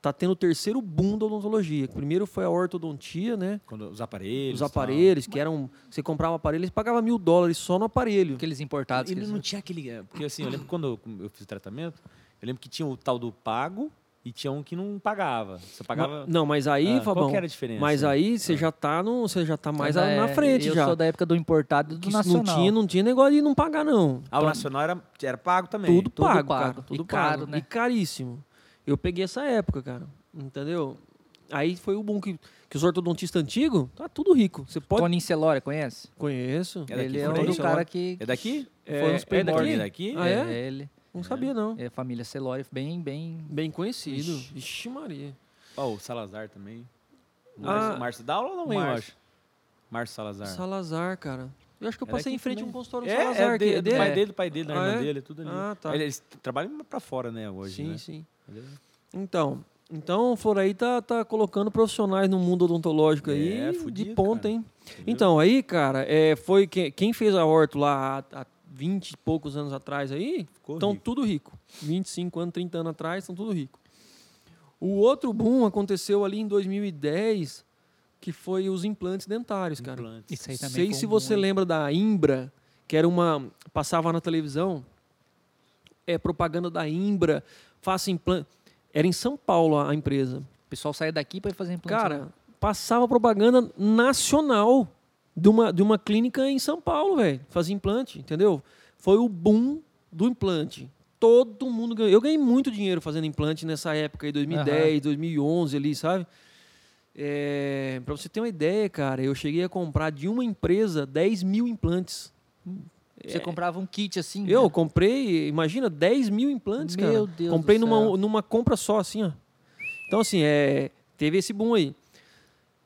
[SPEAKER 2] tá tendo o terceiro boom da odontologia. Primeiro foi a ortodontia, né?
[SPEAKER 3] Quando, os aparelhos.
[SPEAKER 2] Os
[SPEAKER 3] tal.
[SPEAKER 2] aparelhos, que eram. Você comprava um aparelho, você pagava mil dólares só no aparelho.
[SPEAKER 1] Aqueles importados. que
[SPEAKER 3] Ele
[SPEAKER 1] eles-
[SPEAKER 3] não tinha aquele. é, Porque assim, eu lembro quando eu- eu fiz tratamento, eu lembro que tinha o tal do pago e tinha um que não pagava. Você pagava.
[SPEAKER 2] Ma- Não, mas aí,
[SPEAKER 3] Ah, qual
[SPEAKER 2] Fabão.
[SPEAKER 3] que era a diferença?
[SPEAKER 2] Mas aí você já tá no, você já tá mais
[SPEAKER 1] Mas,
[SPEAKER 2] na
[SPEAKER 1] é,
[SPEAKER 2] frente
[SPEAKER 1] eu
[SPEAKER 2] já.
[SPEAKER 1] sou da época do importado e do
[SPEAKER 2] Que isso
[SPEAKER 1] nacional.
[SPEAKER 2] não tinha, não tinha negócio de não pagar não.
[SPEAKER 3] Ah, o nacional era, era pago também. Então,
[SPEAKER 2] Tudo,
[SPEAKER 1] Tudo
[SPEAKER 2] pago,
[SPEAKER 1] pago.
[SPEAKER 2] cara,
[SPEAKER 1] E
[SPEAKER 2] tudo
[SPEAKER 1] caro,
[SPEAKER 2] pago.
[SPEAKER 1] né?
[SPEAKER 2] e caríssimo. Eu peguei essa época, cara. Entendeu? Aí foi o bom que, que os ortodontistas antigos, tá tudo rico. Você pode
[SPEAKER 1] Tony Celora, conhece?
[SPEAKER 2] conheço.
[SPEAKER 3] É daqui
[SPEAKER 1] ele é
[SPEAKER 3] por
[SPEAKER 1] um
[SPEAKER 3] aí?
[SPEAKER 1] do cara que...
[SPEAKER 3] É daqui?
[SPEAKER 2] É-
[SPEAKER 1] foi um
[SPEAKER 2] é
[SPEAKER 1] dos primórdios.
[SPEAKER 2] daqui?
[SPEAKER 3] É daqui?
[SPEAKER 2] Ah, é?
[SPEAKER 1] é ele.
[SPEAKER 2] Não sabia não.
[SPEAKER 1] É a família Celora, bem, bem...
[SPEAKER 2] Bem conhecido.
[SPEAKER 1] Ixi.
[SPEAKER 2] Vixe Maria.
[SPEAKER 3] Ó, o Salazar também.
[SPEAKER 2] Ah.
[SPEAKER 3] Márcio, Márcio dá aula ou não, hein, eu
[SPEAKER 2] Márcio.
[SPEAKER 3] acho? Márcio Salazar.
[SPEAKER 2] Salazar, cara. Eu acho que eu
[SPEAKER 3] É
[SPEAKER 2] passei
[SPEAKER 3] daqui
[SPEAKER 2] em frente a um
[SPEAKER 3] também.
[SPEAKER 2] consultório do
[SPEAKER 3] é,
[SPEAKER 2] Salazar,
[SPEAKER 3] é,
[SPEAKER 2] que
[SPEAKER 3] de-
[SPEAKER 2] é
[SPEAKER 3] do pai
[SPEAKER 2] dele.
[SPEAKER 3] dele, do pai dele, da
[SPEAKER 2] Ah,
[SPEAKER 3] irmã
[SPEAKER 2] é?
[SPEAKER 3] dele, tudo ali.
[SPEAKER 2] Ah, tá.
[SPEAKER 3] Eles trabalham pra fora, né, hoje,
[SPEAKER 2] sim,
[SPEAKER 3] né?
[SPEAKER 2] sim.
[SPEAKER 3] Beleza?
[SPEAKER 2] Então, então o Floraí tá, tá colocando profissionais no mundo odontológico aí
[SPEAKER 3] É,
[SPEAKER 2] de
[SPEAKER 3] fudido,
[SPEAKER 2] ponta,
[SPEAKER 3] cara.
[SPEAKER 2] hein?
[SPEAKER 3] Entendeu?
[SPEAKER 2] Então, aí, cara, é, foi que- quem fez a horto lá há, há 20 e poucos anos atrás aí,
[SPEAKER 3] Ficou
[SPEAKER 2] estão
[SPEAKER 3] rico.
[SPEAKER 2] tudo rico. 25 anos, 30 anos atrás, estão tudo rico. O outro boom aconteceu ali em 2010, que foi os implantes dentários, cara.
[SPEAKER 3] Implantes.
[SPEAKER 1] Isso aí também
[SPEAKER 2] Sei
[SPEAKER 1] foi um
[SPEAKER 2] se
[SPEAKER 1] bom,
[SPEAKER 2] você
[SPEAKER 1] hein?
[SPEAKER 2] lembra da Imbra, que era uma. Passava na televisão. É propaganda da Imbra. Faça implante. Era em São Paulo a a empresa.
[SPEAKER 1] O pessoal saía daqui para fazer implante. né?
[SPEAKER 2] Cara, passava propaganda nacional de uma, de uma clínica em São Paulo, velho. Fazia implante, entendeu? Foi o boom do implante. Todo mundo ganhou. Eu ganhei muito dinheiro fazendo implante nessa época aí, 2010, 2011 ali, sabe? É, pra você ter uma ideia, cara, eu cheguei a comprar de uma empresa 10 mil implantes.
[SPEAKER 1] Você comprava um kit assim.
[SPEAKER 2] é- Eu comprei, imagina, 10 mil implantes, cara.
[SPEAKER 1] Meu Deus do
[SPEAKER 2] Comprei
[SPEAKER 1] céu.
[SPEAKER 2] numa, numa compra só, assim, ó. Então, assim, é, teve esse boom aí.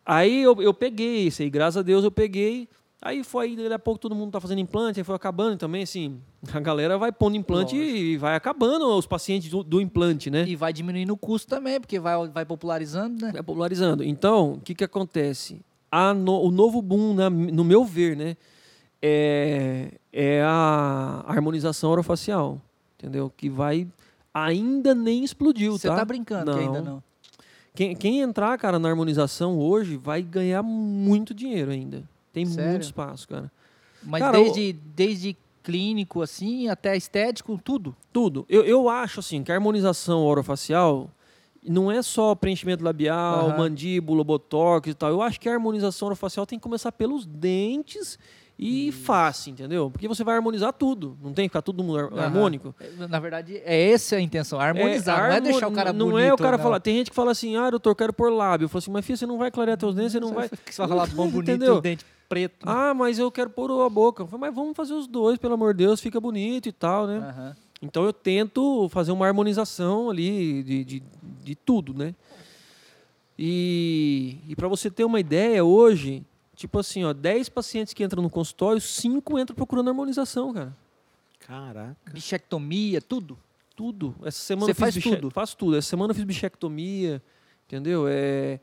[SPEAKER 2] Aí eu, eu peguei isso aí, graças a Deus eu peguei. Aí foi aí, daqui a pouco todo mundo tá fazendo implante, aí foi acabando também, assim. <laughs> A galera vai pondo implante e vai acabando os pacientes do, do implante, né?
[SPEAKER 1] E vai diminuindo o custo também, porque vai, vai popularizando, né?
[SPEAKER 2] Vai popularizando. É Então, o que, que acontece? A no- o novo boom, na- no meu ver, né? É, é a harmonização orofacial. Entendeu? Que vai. Ainda nem explodiu,
[SPEAKER 1] Você
[SPEAKER 2] tá?
[SPEAKER 1] tá, brincando que ainda não.
[SPEAKER 2] Quem, quem entrar, cara, na harmonização hoje vai ganhar muito dinheiro ainda. Tem
[SPEAKER 1] Sério?
[SPEAKER 2] muito espaço, cara.
[SPEAKER 1] Mas
[SPEAKER 2] Cara,
[SPEAKER 1] desde, desde clínico, assim, até estético, tudo.
[SPEAKER 2] Tudo. Eu, eu acho, assim, que a harmonização orofacial não é só preenchimento labial,
[SPEAKER 1] Aham.
[SPEAKER 2] mandíbula, botox e tal. Eu acho que a harmonização orofacial tem que começar pelos dentes e face, entendeu? Porque você vai harmonizar tudo. Não tem que ficar todo mundo har-
[SPEAKER 1] Aham.
[SPEAKER 2] harmônico.
[SPEAKER 1] Na verdade, é essa a intenção, harmonizar, não é
[SPEAKER 2] harmo-
[SPEAKER 1] deixar o cara
[SPEAKER 2] Não
[SPEAKER 1] bonito.
[SPEAKER 2] é o cara
[SPEAKER 1] não.
[SPEAKER 2] falar. Tem gente que fala assim, ah, doutor, eu quero pôr lábio. Eu falo assim, mas filho, você não vai clarear teus dentes, você não vai...
[SPEAKER 1] Que Hum, você vai falar
[SPEAKER 2] <laughs>
[SPEAKER 1] bom, bonito,
[SPEAKER 2] Entendeu?
[SPEAKER 1] o dente né? preto.
[SPEAKER 2] Ah, mas eu quero pôr a boca. Eu falo, mas vamos fazer os dois, pelo amor de Deus, fica bonito e tal, né?
[SPEAKER 1] Aham.
[SPEAKER 2] Então eu tento fazer uma harmonização ali de, de, de tudo, né? E, e para você ter uma ideia, hoje, tipo assim, ó, 10 pacientes que entram no consultório, 5 entram procurando harmonização, cara.
[SPEAKER 3] Caraca.
[SPEAKER 1] Bichectomia, tudo.
[SPEAKER 2] Tudo. Essa semana
[SPEAKER 1] Você
[SPEAKER 2] eu fiz
[SPEAKER 1] faz
[SPEAKER 2] biche-
[SPEAKER 1] tudo?
[SPEAKER 2] Faço tudo. Essa semana eu fiz bichectomia, entendeu? É,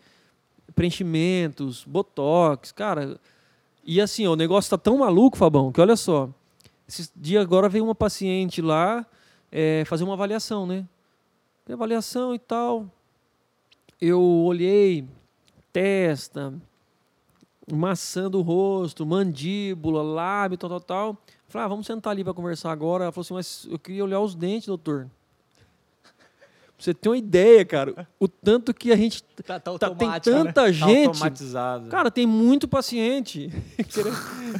[SPEAKER 2] preenchimentos, botox, cara. E assim, ó, o negócio tá tão maluco, Fabão, que olha só. Esse dia agora veio uma paciente lá é, fazer uma avaliação, né? Tem avaliação e tal. Eu olhei testa, maçã do rosto, mandíbula, lábio, tal, tal, tal. Falei, ah, vamos sentar ali para conversar agora. Ela falou assim, mas eu queria olhar os dentes, doutor. Pra você ter uma ideia, cara, o tanto que a gente.
[SPEAKER 1] Tá, tá
[SPEAKER 2] Tá, tem
[SPEAKER 1] automática, né?
[SPEAKER 2] tanta
[SPEAKER 3] Tá
[SPEAKER 2] gente.
[SPEAKER 3] automatizado.
[SPEAKER 2] Cara, tem muito paciente.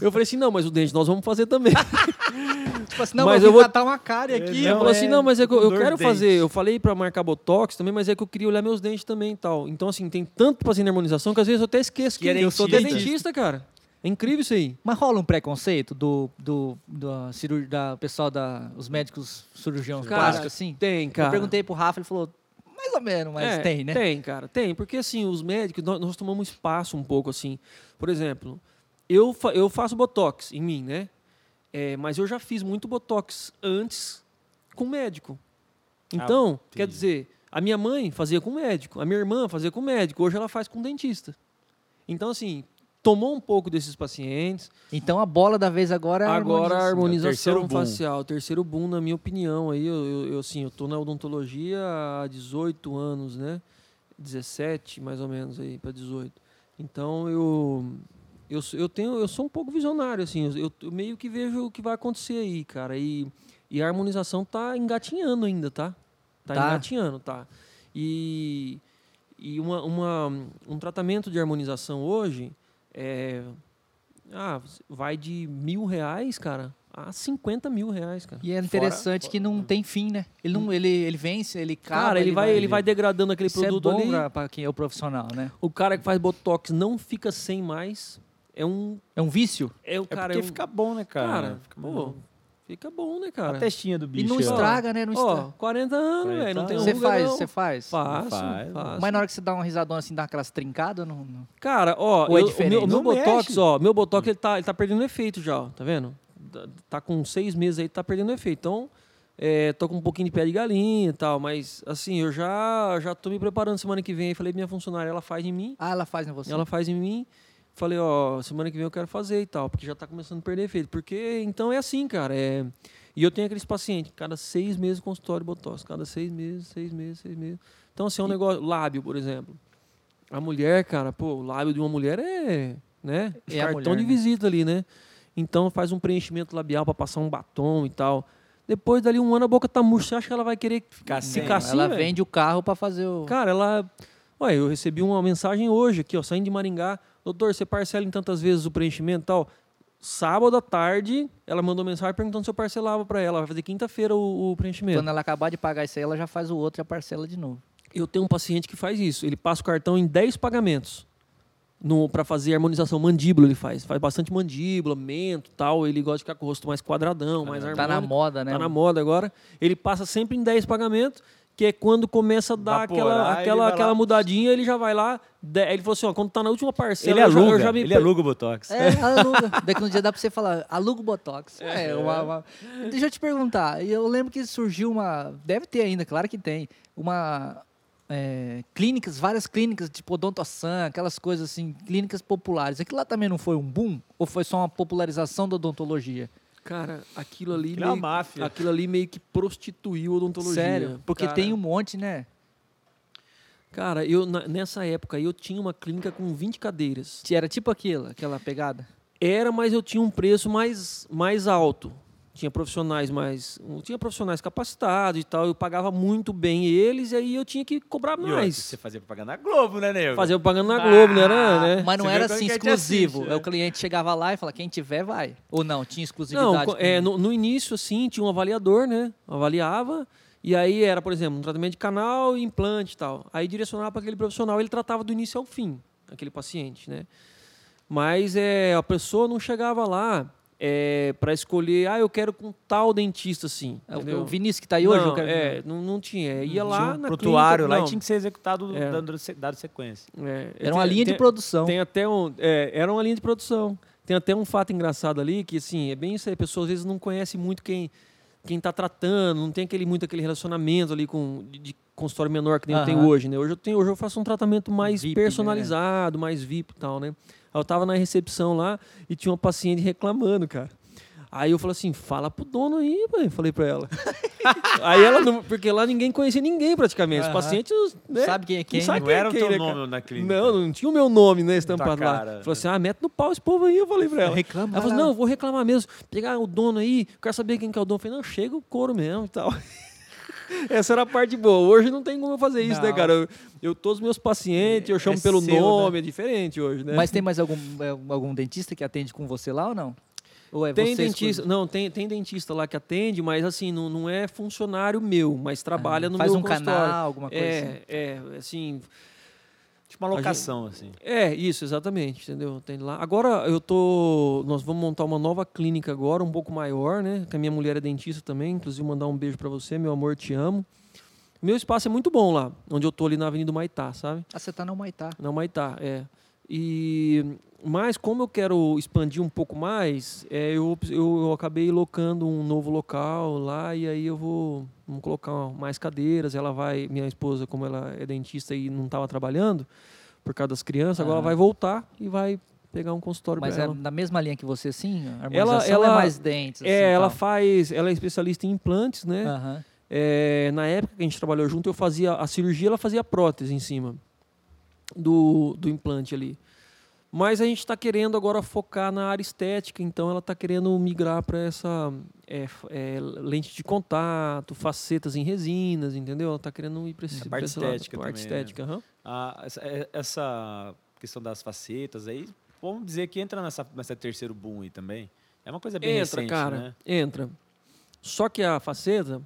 [SPEAKER 2] Eu falei assim: não, mas o dente nós vamos fazer também.
[SPEAKER 1] Tipo assim, não,
[SPEAKER 2] Mas
[SPEAKER 1] mas
[SPEAKER 2] eu
[SPEAKER 1] eu
[SPEAKER 2] vou-
[SPEAKER 1] vou catar uma cara aqui.
[SPEAKER 2] Ele
[SPEAKER 3] Não,
[SPEAKER 2] falou
[SPEAKER 3] é
[SPEAKER 2] assim, não, mas é que eu, eu
[SPEAKER 3] dor
[SPEAKER 2] quero
[SPEAKER 3] dente.
[SPEAKER 2] fazer. Eu falei pra marcar botox também, mas é que eu queria olhar meus dentes também e tal. Então, assim, tem tanto paciente de harmonização que às vezes eu até esqueço que,
[SPEAKER 3] Que é
[SPEAKER 2] eu sou até
[SPEAKER 3] dentista.
[SPEAKER 2] dentista, cara. É incrível isso aí.
[SPEAKER 1] Mas rola um preconceito do, do, do cirur- da pessoal da os médicos cirurgiões
[SPEAKER 2] Cara,
[SPEAKER 1] plásticos assim?
[SPEAKER 2] Tem, cara.
[SPEAKER 1] Eu perguntei pro Rafa, ele falou mais ou menos, mas
[SPEAKER 2] É,
[SPEAKER 1] tem, né?
[SPEAKER 2] Tem, cara, tem. Porque, assim, os médicos, nó- nós, tomamos espaço um pouco, assim. Por exemplo, eu, fa- eu faço botox em mim, né? É, mas eu já fiz muito botox antes com médico. Então, quer
[SPEAKER 3] entendi.
[SPEAKER 2] dizer, a minha mãe fazia com médico, a minha irmã fazia com médico, hoje ela faz com dentista. Então, assim, tomou um pouco desses pacientes.
[SPEAKER 1] Então a bola da vez agora é a
[SPEAKER 2] Agora a
[SPEAKER 1] harmonização.
[SPEAKER 2] harmonização
[SPEAKER 3] terceiro boom.
[SPEAKER 2] facial, terceiro boom, na minha opinião. Aí eu, eu, eu, assim, eu tô na odontologia há 18 anos, né? 17, mais ou menos, aí, para 18. Então eu, eu, sou- eu, tenho, eu sou um pouco visionário, assim. Eu, eu- eu meio que vejo o que vai acontecer aí, cara. E, e a harmonização tá engatinhando ainda, tá? Tá,
[SPEAKER 1] Tá.
[SPEAKER 2] engatinhando, tá. E, e uma, uma, um tratamento de harmonização hoje é, ah, vai de mil reais, cara, a 50 mil reais, cara.
[SPEAKER 1] E é interessante que não tem fim, né? Ele não, ele, ele vence, ele cava,
[SPEAKER 2] Hum. Cara, ele, vai, ele vai degradando aquele
[SPEAKER 1] Isso é
[SPEAKER 2] produto
[SPEAKER 1] bom
[SPEAKER 2] ali.
[SPEAKER 1] pra, pra quem é o profissional, né?
[SPEAKER 2] O cara que faz botox não fica sem mais. É um.
[SPEAKER 1] É um vício.
[SPEAKER 2] É o
[SPEAKER 3] É
[SPEAKER 2] cara.
[SPEAKER 3] porque
[SPEAKER 2] é um-
[SPEAKER 3] fica bom, né, cara?
[SPEAKER 2] cara,
[SPEAKER 3] fica
[SPEAKER 2] pô, fica bom, né, cara?
[SPEAKER 3] A testinha do bicho.
[SPEAKER 1] e não
[SPEAKER 3] ó.
[SPEAKER 1] estraga, né? Não estraga.
[SPEAKER 2] Ó, 40 anos,
[SPEAKER 3] 40
[SPEAKER 2] velho, não tem um
[SPEAKER 3] anos.
[SPEAKER 1] Você
[SPEAKER 2] ruga,
[SPEAKER 1] faz,
[SPEAKER 2] não.
[SPEAKER 1] você faz.
[SPEAKER 2] Faço,
[SPEAKER 3] Faz.
[SPEAKER 2] faço.
[SPEAKER 1] Mas na hora que você dá uma risadona assim, dá aquelas trincadas, não, não-
[SPEAKER 2] Cara, ó,
[SPEAKER 1] Ou é
[SPEAKER 2] eu- o
[SPEAKER 1] diferente?
[SPEAKER 2] meu, o meu
[SPEAKER 3] Não
[SPEAKER 2] Botox,
[SPEAKER 3] mexe.
[SPEAKER 2] ó, meu Botox, ele tá, ele tá perdendo efeito já, ó, tá vendo? Tá- Tá com seis meses aí, tá perdendo efeito. Então, é, tô com um pouquinho de pé de galinha e tal, mas, assim, eu já, já tô me preparando semana que vem. Aí falei pra minha funcionária, ela faz em mim,
[SPEAKER 1] Ah, ela faz em você.
[SPEAKER 2] ela faz em mim. Falei, ó, semana que vem eu quero fazer e tal, porque já tá começando a perder efeito. Porque, então, é assim, cara, é... E eu tenho aqueles pacientes, cada seis meses consultório Botox, cada seis meses, seis meses, seis meses. Então, assim, é um negócio... Lábio, por exemplo. A mulher, cara, pô, o lábio de uma mulher é, né?
[SPEAKER 1] É a
[SPEAKER 2] cartão
[SPEAKER 1] mulher,
[SPEAKER 2] de
[SPEAKER 1] né?
[SPEAKER 2] visita ali, né? Então faz um preenchimento labial pra passar um batom e tal. Depois dali um ano a boca tá murcha, você acha que ela vai querer ficar,
[SPEAKER 3] sem,
[SPEAKER 2] ficar assim,
[SPEAKER 1] ela
[SPEAKER 2] velho?
[SPEAKER 1] vende o carro pra fazer o.
[SPEAKER 2] Cara, ela. Olha, eu recebi uma mensagem hoje aqui, ó, saindo de Maringá. Doutor, você parcela em tantas vezes o preenchimento e tal? Sábado à tarde, ela mandou mensagem perguntando se eu parcelava pra ela. Vai fazer quinta-feira o, o preenchimento.
[SPEAKER 1] Quando ela acabar de pagar isso aí, ela já faz o outro e a parcela de novo.
[SPEAKER 2] Eu tenho um paciente que faz isso. Ele passa o cartão em 10 pagamentos para fazer harmonização mandíbula. Ele faz. Faz bastante mandíbula, mento tal. Ele gosta de ficar com o rosto mais quadradão, mais
[SPEAKER 1] Tá na
[SPEAKER 2] harmônico.
[SPEAKER 1] moda, né?
[SPEAKER 2] Tá na moda agora. Ele passa sempre em 10 pagamentos, que é quando começa a dar
[SPEAKER 3] Vaporar,
[SPEAKER 2] aquela,
[SPEAKER 3] ele
[SPEAKER 2] aquela,
[SPEAKER 3] vai
[SPEAKER 2] aquela
[SPEAKER 3] lá.
[SPEAKER 2] mudadinha, ele já vai lá. de- Ele falou assim: ó, quando tá na última parcela,
[SPEAKER 3] Ele é
[SPEAKER 2] eu já- eu
[SPEAKER 3] aluga,
[SPEAKER 2] já me
[SPEAKER 3] ele aluga o Botox.
[SPEAKER 1] É, aluga. Daqui um dia dá pra você falar, aluga o Botox. É, uma- uma- Deixa eu te perguntar. Eu lembro que surgiu uma. Deve ter ainda, claro que tem. Uma. é, clínicas, várias clínicas, tipo Odontosan, aquelas coisas assim, clínicas populares. Aquilo lá também não foi um boom? Ou foi só uma popularização da odontologia?
[SPEAKER 2] Cara, aquilo ali,
[SPEAKER 3] Aquilo é uma
[SPEAKER 2] meio-
[SPEAKER 3] máfia.
[SPEAKER 2] aquilo ali meio que prostituiu a odontologia.
[SPEAKER 1] Sério? Porque
[SPEAKER 2] cara.
[SPEAKER 1] tem um monte, né?
[SPEAKER 2] Cara, eu, na- nessa época aí, eu tinha uma clínica com 20 cadeiras.
[SPEAKER 1] Era tipo aquilo, aquela pegada?
[SPEAKER 2] Era, mas eu tinha um preço mais, mais alto. Tinha profissionais mais. Tinha profissionais capacitados e tal. Eu pagava muito bem eles, e aí eu tinha que cobrar
[SPEAKER 3] E outra,
[SPEAKER 2] mais.
[SPEAKER 3] Você fazia propaganda na Globo, né, nego?
[SPEAKER 2] Fazer pagando na Globo, não
[SPEAKER 3] Ah,
[SPEAKER 2] era, né?
[SPEAKER 1] Mas não
[SPEAKER 3] Você vê
[SPEAKER 1] era
[SPEAKER 3] como
[SPEAKER 1] assim
[SPEAKER 3] que a gente
[SPEAKER 1] exclusivo.
[SPEAKER 2] é.
[SPEAKER 3] assiste,
[SPEAKER 1] Aí
[SPEAKER 3] né?
[SPEAKER 1] O cliente chegava lá e falava, quem tiver, vai. Ou não, tinha exclusividade.
[SPEAKER 2] Não, co-
[SPEAKER 1] com-
[SPEAKER 2] é, no, no início, assim, tinha um avaliador, né? Avaliava. E aí era, por exemplo, um tratamento de canal, implante e tal. Aí direcionava para aquele profissional, ele tratava do início ao fim, aquele paciente, né? Mas é, a pessoa não chegava lá para escolher, ah, eu quero com tal dentista, assim.
[SPEAKER 1] É, o-
[SPEAKER 2] entendeu?
[SPEAKER 1] o Vinícius que tá aí hoje,
[SPEAKER 2] não,
[SPEAKER 1] eu quero-
[SPEAKER 2] é, não, não tinha. Ia
[SPEAKER 3] Tinha
[SPEAKER 2] lá
[SPEAKER 3] um
[SPEAKER 2] na
[SPEAKER 3] prontuário
[SPEAKER 2] clínica,
[SPEAKER 3] lá
[SPEAKER 2] não.
[SPEAKER 3] e tinha que ser executado
[SPEAKER 2] É.
[SPEAKER 3] dando se- dado sequência.
[SPEAKER 2] É,
[SPEAKER 1] Era uma linha de
[SPEAKER 2] tem-
[SPEAKER 1] produção.
[SPEAKER 2] Tem até um, é, era uma linha de produção. Tem até um fato engraçado ali que assim, é bem isso aí, a pessoa às vezes não conhece muito quem quem tá tratando, não tem aquele muito aquele relacionamento ali com de, de consultório menor que nem eu tenho
[SPEAKER 1] Aham.
[SPEAKER 2] hoje, né? Hoje eu tenho, hoje eu faço um tratamento mais
[SPEAKER 1] VIP, né?
[SPEAKER 2] personalizado, mais VIP e tal, né? Aí eu tava na recepção lá e tinha uma paciente reclamando, cara. Aí eu falei assim, fala pro dono aí, mãe. Falei pra ela. <laughs> aí ela não. Porque lá ninguém conhecia ninguém praticamente. Os
[SPEAKER 1] Aham.
[SPEAKER 2] pacientes. Né?
[SPEAKER 1] Sabe quem é quem?
[SPEAKER 2] sabe
[SPEAKER 3] Não
[SPEAKER 2] quem é
[SPEAKER 3] era o
[SPEAKER 2] quem,
[SPEAKER 3] teu
[SPEAKER 2] né,
[SPEAKER 3] nome
[SPEAKER 2] cara?
[SPEAKER 3] na clínica.
[SPEAKER 2] Não, não tinha o meu nome, né, estampado lá.
[SPEAKER 3] cara.
[SPEAKER 2] Falou
[SPEAKER 1] né?
[SPEAKER 2] assim, ah, mete no pau esse povo aí, eu falei pra ela.
[SPEAKER 1] Reclama,
[SPEAKER 2] Ela
[SPEAKER 1] vai
[SPEAKER 2] falou, assim,
[SPEAKER 1] lá.
[SPEAKER 2] não, eu vou reclamar mesmo. Pegar o dono aí, quero saber quem que é o dono. Eu falei, não, chega o couro mesmo e tal. <laughs> Essa era a parte boa. Hoje não tem como eu fazer isso, né,
[SPEAKER 1] Não.
[SPEAKER 2] cara? Eu, eu- todos os meus pacientes, eu chamo
[SPEAKER 1] é
[SPEAKER 2] pelo
[SPEAKER 1] seu,
[SPEAKER 2] nome, é diferente hoje, né?
[SPEAKER 1] Mas tem mais algum, é, algum dentista que atende com você lá ou não? Ou é
[SPEAKER 2] Tem
[SPEAKER 1] você
[SPEAKER 2] dentista,
[SPEAKER 1] exclusivo?
[SPEAKER 2] não, tem, tem dentista lá que atende, mas assim, não, não é funcionário meu, mas trabalha no
[SPEAKER 1] Faz
[SPEAKER 2] meu
[SPEAKER 1] um
[SPEAKER 2] consultório.
[SPEAKER 1] canal, alguma coisa
[SPEAKER 2] é,
[SPEAKER 1] assim.
[SPEAKER 2] é, assim,
[SPEAKER 3] Tipo uma
[SPEAKER 2] A gente-
[SPEAKER 3] locação, assim.
[SPEAKER 2] é, isso, exatamente, entendeu? Tem lá. Agora eu tô, nós vamos montar uma nova clínica agora, um pouco maior, né? Que a minha mulher é dentista também, inclusive mandar um beijo para você, meu amor, te amo. Meu espaço é muito bom lá, onde eu tô ali na Avenida Maitá, sabe?
[SPEAKER 1] Ah, você tá no Humaitá.
[SPEAKER 2] Na Humaitá, é. E, mas como eu quero expandir um pouco mais, é, eu, op- eu, eu acabei locando um novo local lá e aí eu vou, vamos colocar mais cadeiras. Ela vai, minha esposa, como ela é dentista e não estava trabalhando por causa das crianças, agora
[SPEAKER 1] Aham.
[SPEAKER 2] ela vai voltar e vai pegar um consultório
[SPEAKER 1] Ah. Mas
[SPEAKER 2] para
[SPEAKER 1] é
[SPEAKER 2] ela.
[SPEAKER 1] na mesma linha que você, sim? A
[SPEAKER 2] Ela-
[SPEAKER 1] harmonização é
[SPEAKER 2] ela-
[SPEAKER 1] mais dentes.
[SPEAKER 2] É,
[SPEAKER 1] assim,
[SPEAKER 2] ela
[SPEAKER 1] tal.
[SPEAKER 2] faz, ela é especialista em implantes, né?
[SPEAKER 1] Aham.
[SPEAKER 2] É, na época que a gente trabalhou junto, eu fazia a cirurgia, ela fazia a prótese em cima do, do implante ali. Mas a gente está querendo agora focar na área estética, então ela está querendo migrar para essa é, f- é, lente de contato, facetas em resinas, entendeu? Ela está querendo ir para esse
[SPEAKER 3] A parte
[SPEAKER 2] pra esse lado,
[SPEAKER 3] estética
[SPEAKER 2] pra parte
[SPEAKER 3] também, né?
[SPEAKER 2] estética. aham.
[SPEAKER 3] Ah, essa, é- essa questão das facetas aí, vamos dizer que entra nessa, nessa terceiro boom aí também. É uma coisa bem
[SPEAKER 2] entra,
[SPEAKER 3] recente,
[SPEAKER 2] cara,
[SPEAKER 3] né?
[SPEAKER 2] entra. Só que a faceta,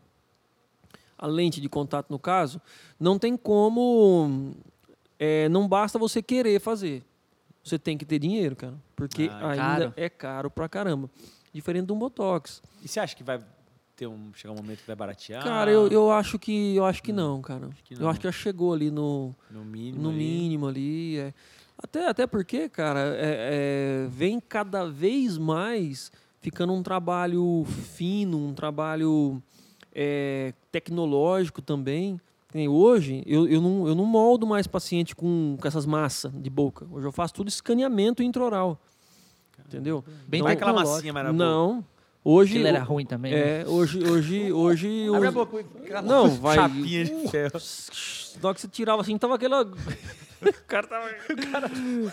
[SPEAKER 2] a lente de contato no caso, não tem como, é, não basta você querer fazer. Você tem que ter dinheiro, cara, porque
[SPEAKER 3] Ah,
[SPEAKER 1] é
[SPEAKER 2] ainda
[SPEAKER 1] caro.
[SPEAKER 2] é caro pra caramba. Diferente de um botox.
[SPEAKER 3] E você acha que vai ter um, chegar um momento que vai baratear?
[SPEAKER 2] Cara, eu, eu acho que eu acho que não, cara.
[SPEAKER 3] Ah. Hum. que
[SPEAKER 2] Eu
[SPEAKER 3] não.
[SPEAKER 2] acho que já chegou ali no
[SPEAKER 3] No mínimo.
[SPEAKER 2] no
[SPEAKER 3] ali.
[SPEAKER 2] mínimo ali. é. Até, até porque, cara, é- é, vem cada vez mais ficando um trabalho fino, um trabalho é, tecnológico também. Que nem Hoje, eu, eu, não, eu não moldo mais paciente com, com essas massas de boca. Hoje eu faço tudo escaneamento intraoral. Entendeu?
[SPEAKER 1] Bem
[SPEAKER 3] Não é aquela
[SPEAKER 2] tecnológico.
[SPEAKER 3] massinha, mas era
[SPEAKER 2] Não. Hoje.
[SPEAKER 1] Aquilo era ruim também. né?
[SPEAKER 2] é, hoje, hoje, hoje.
[SPEAKER 3] Abre a
[SPEAKER 2] os-
[SPEAKER 3] boca.
[SPEAKER 2] Não, vai. Uh!
[SPEAKER 3] Chapinha de ferro.
[SPEAKER 2] Na hora que você tirava assim, tava aquela. <laughs> o cara <laughs> tava.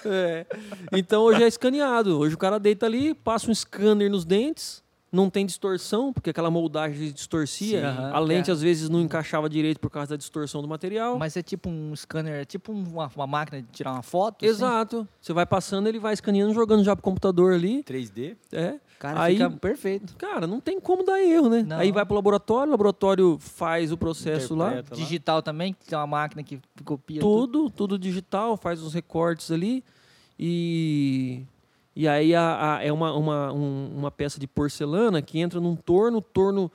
[SPEAKER 2] É. Então hoje é escaneado. Hoje o cara deita ali, passa um scanner nos dentes, não tem distorção, porque aquela moldagem distorcia.
[SPEAKER 1] Sim, aham,
[SPEAKER 2] a lente
[SPEAKER 1] é.
[SPEAKER 2] às vezes não encaixava direito por causa da distorção do material.
[SPEAKER 1] Mas é tipo um scanner, é tipo uma, uma máquina de tirar uma foto. assim?
[SPEAKER 2] Exato. Você vai passando, ele vai escaneando, jogando já pro computador ali.
[SPEAKER 3] 3D.
[SPEAKER 2] É.
[SPEAKER 1] Cara,
[SPEAKER 2] Aí-
[SPEAKER 1] fica perfeito.
[SPEAKER 2] Cara, não tem como dar erro, né?
[SPEAKER 1] Não.
[SPEAKER 2] Aí vai pro laboratório, o laboratório faz o processo lá.
[SPEAKER 3] interpreta
[SPEAKER 1] Digital também, que tem uma máquina que copia tudo.
[SPEAKER 2] tudo, tudo digital, faz os recortes ali e e aí a- a- é uma, uma, um- uma peça de porcelana que entra num torno, o torno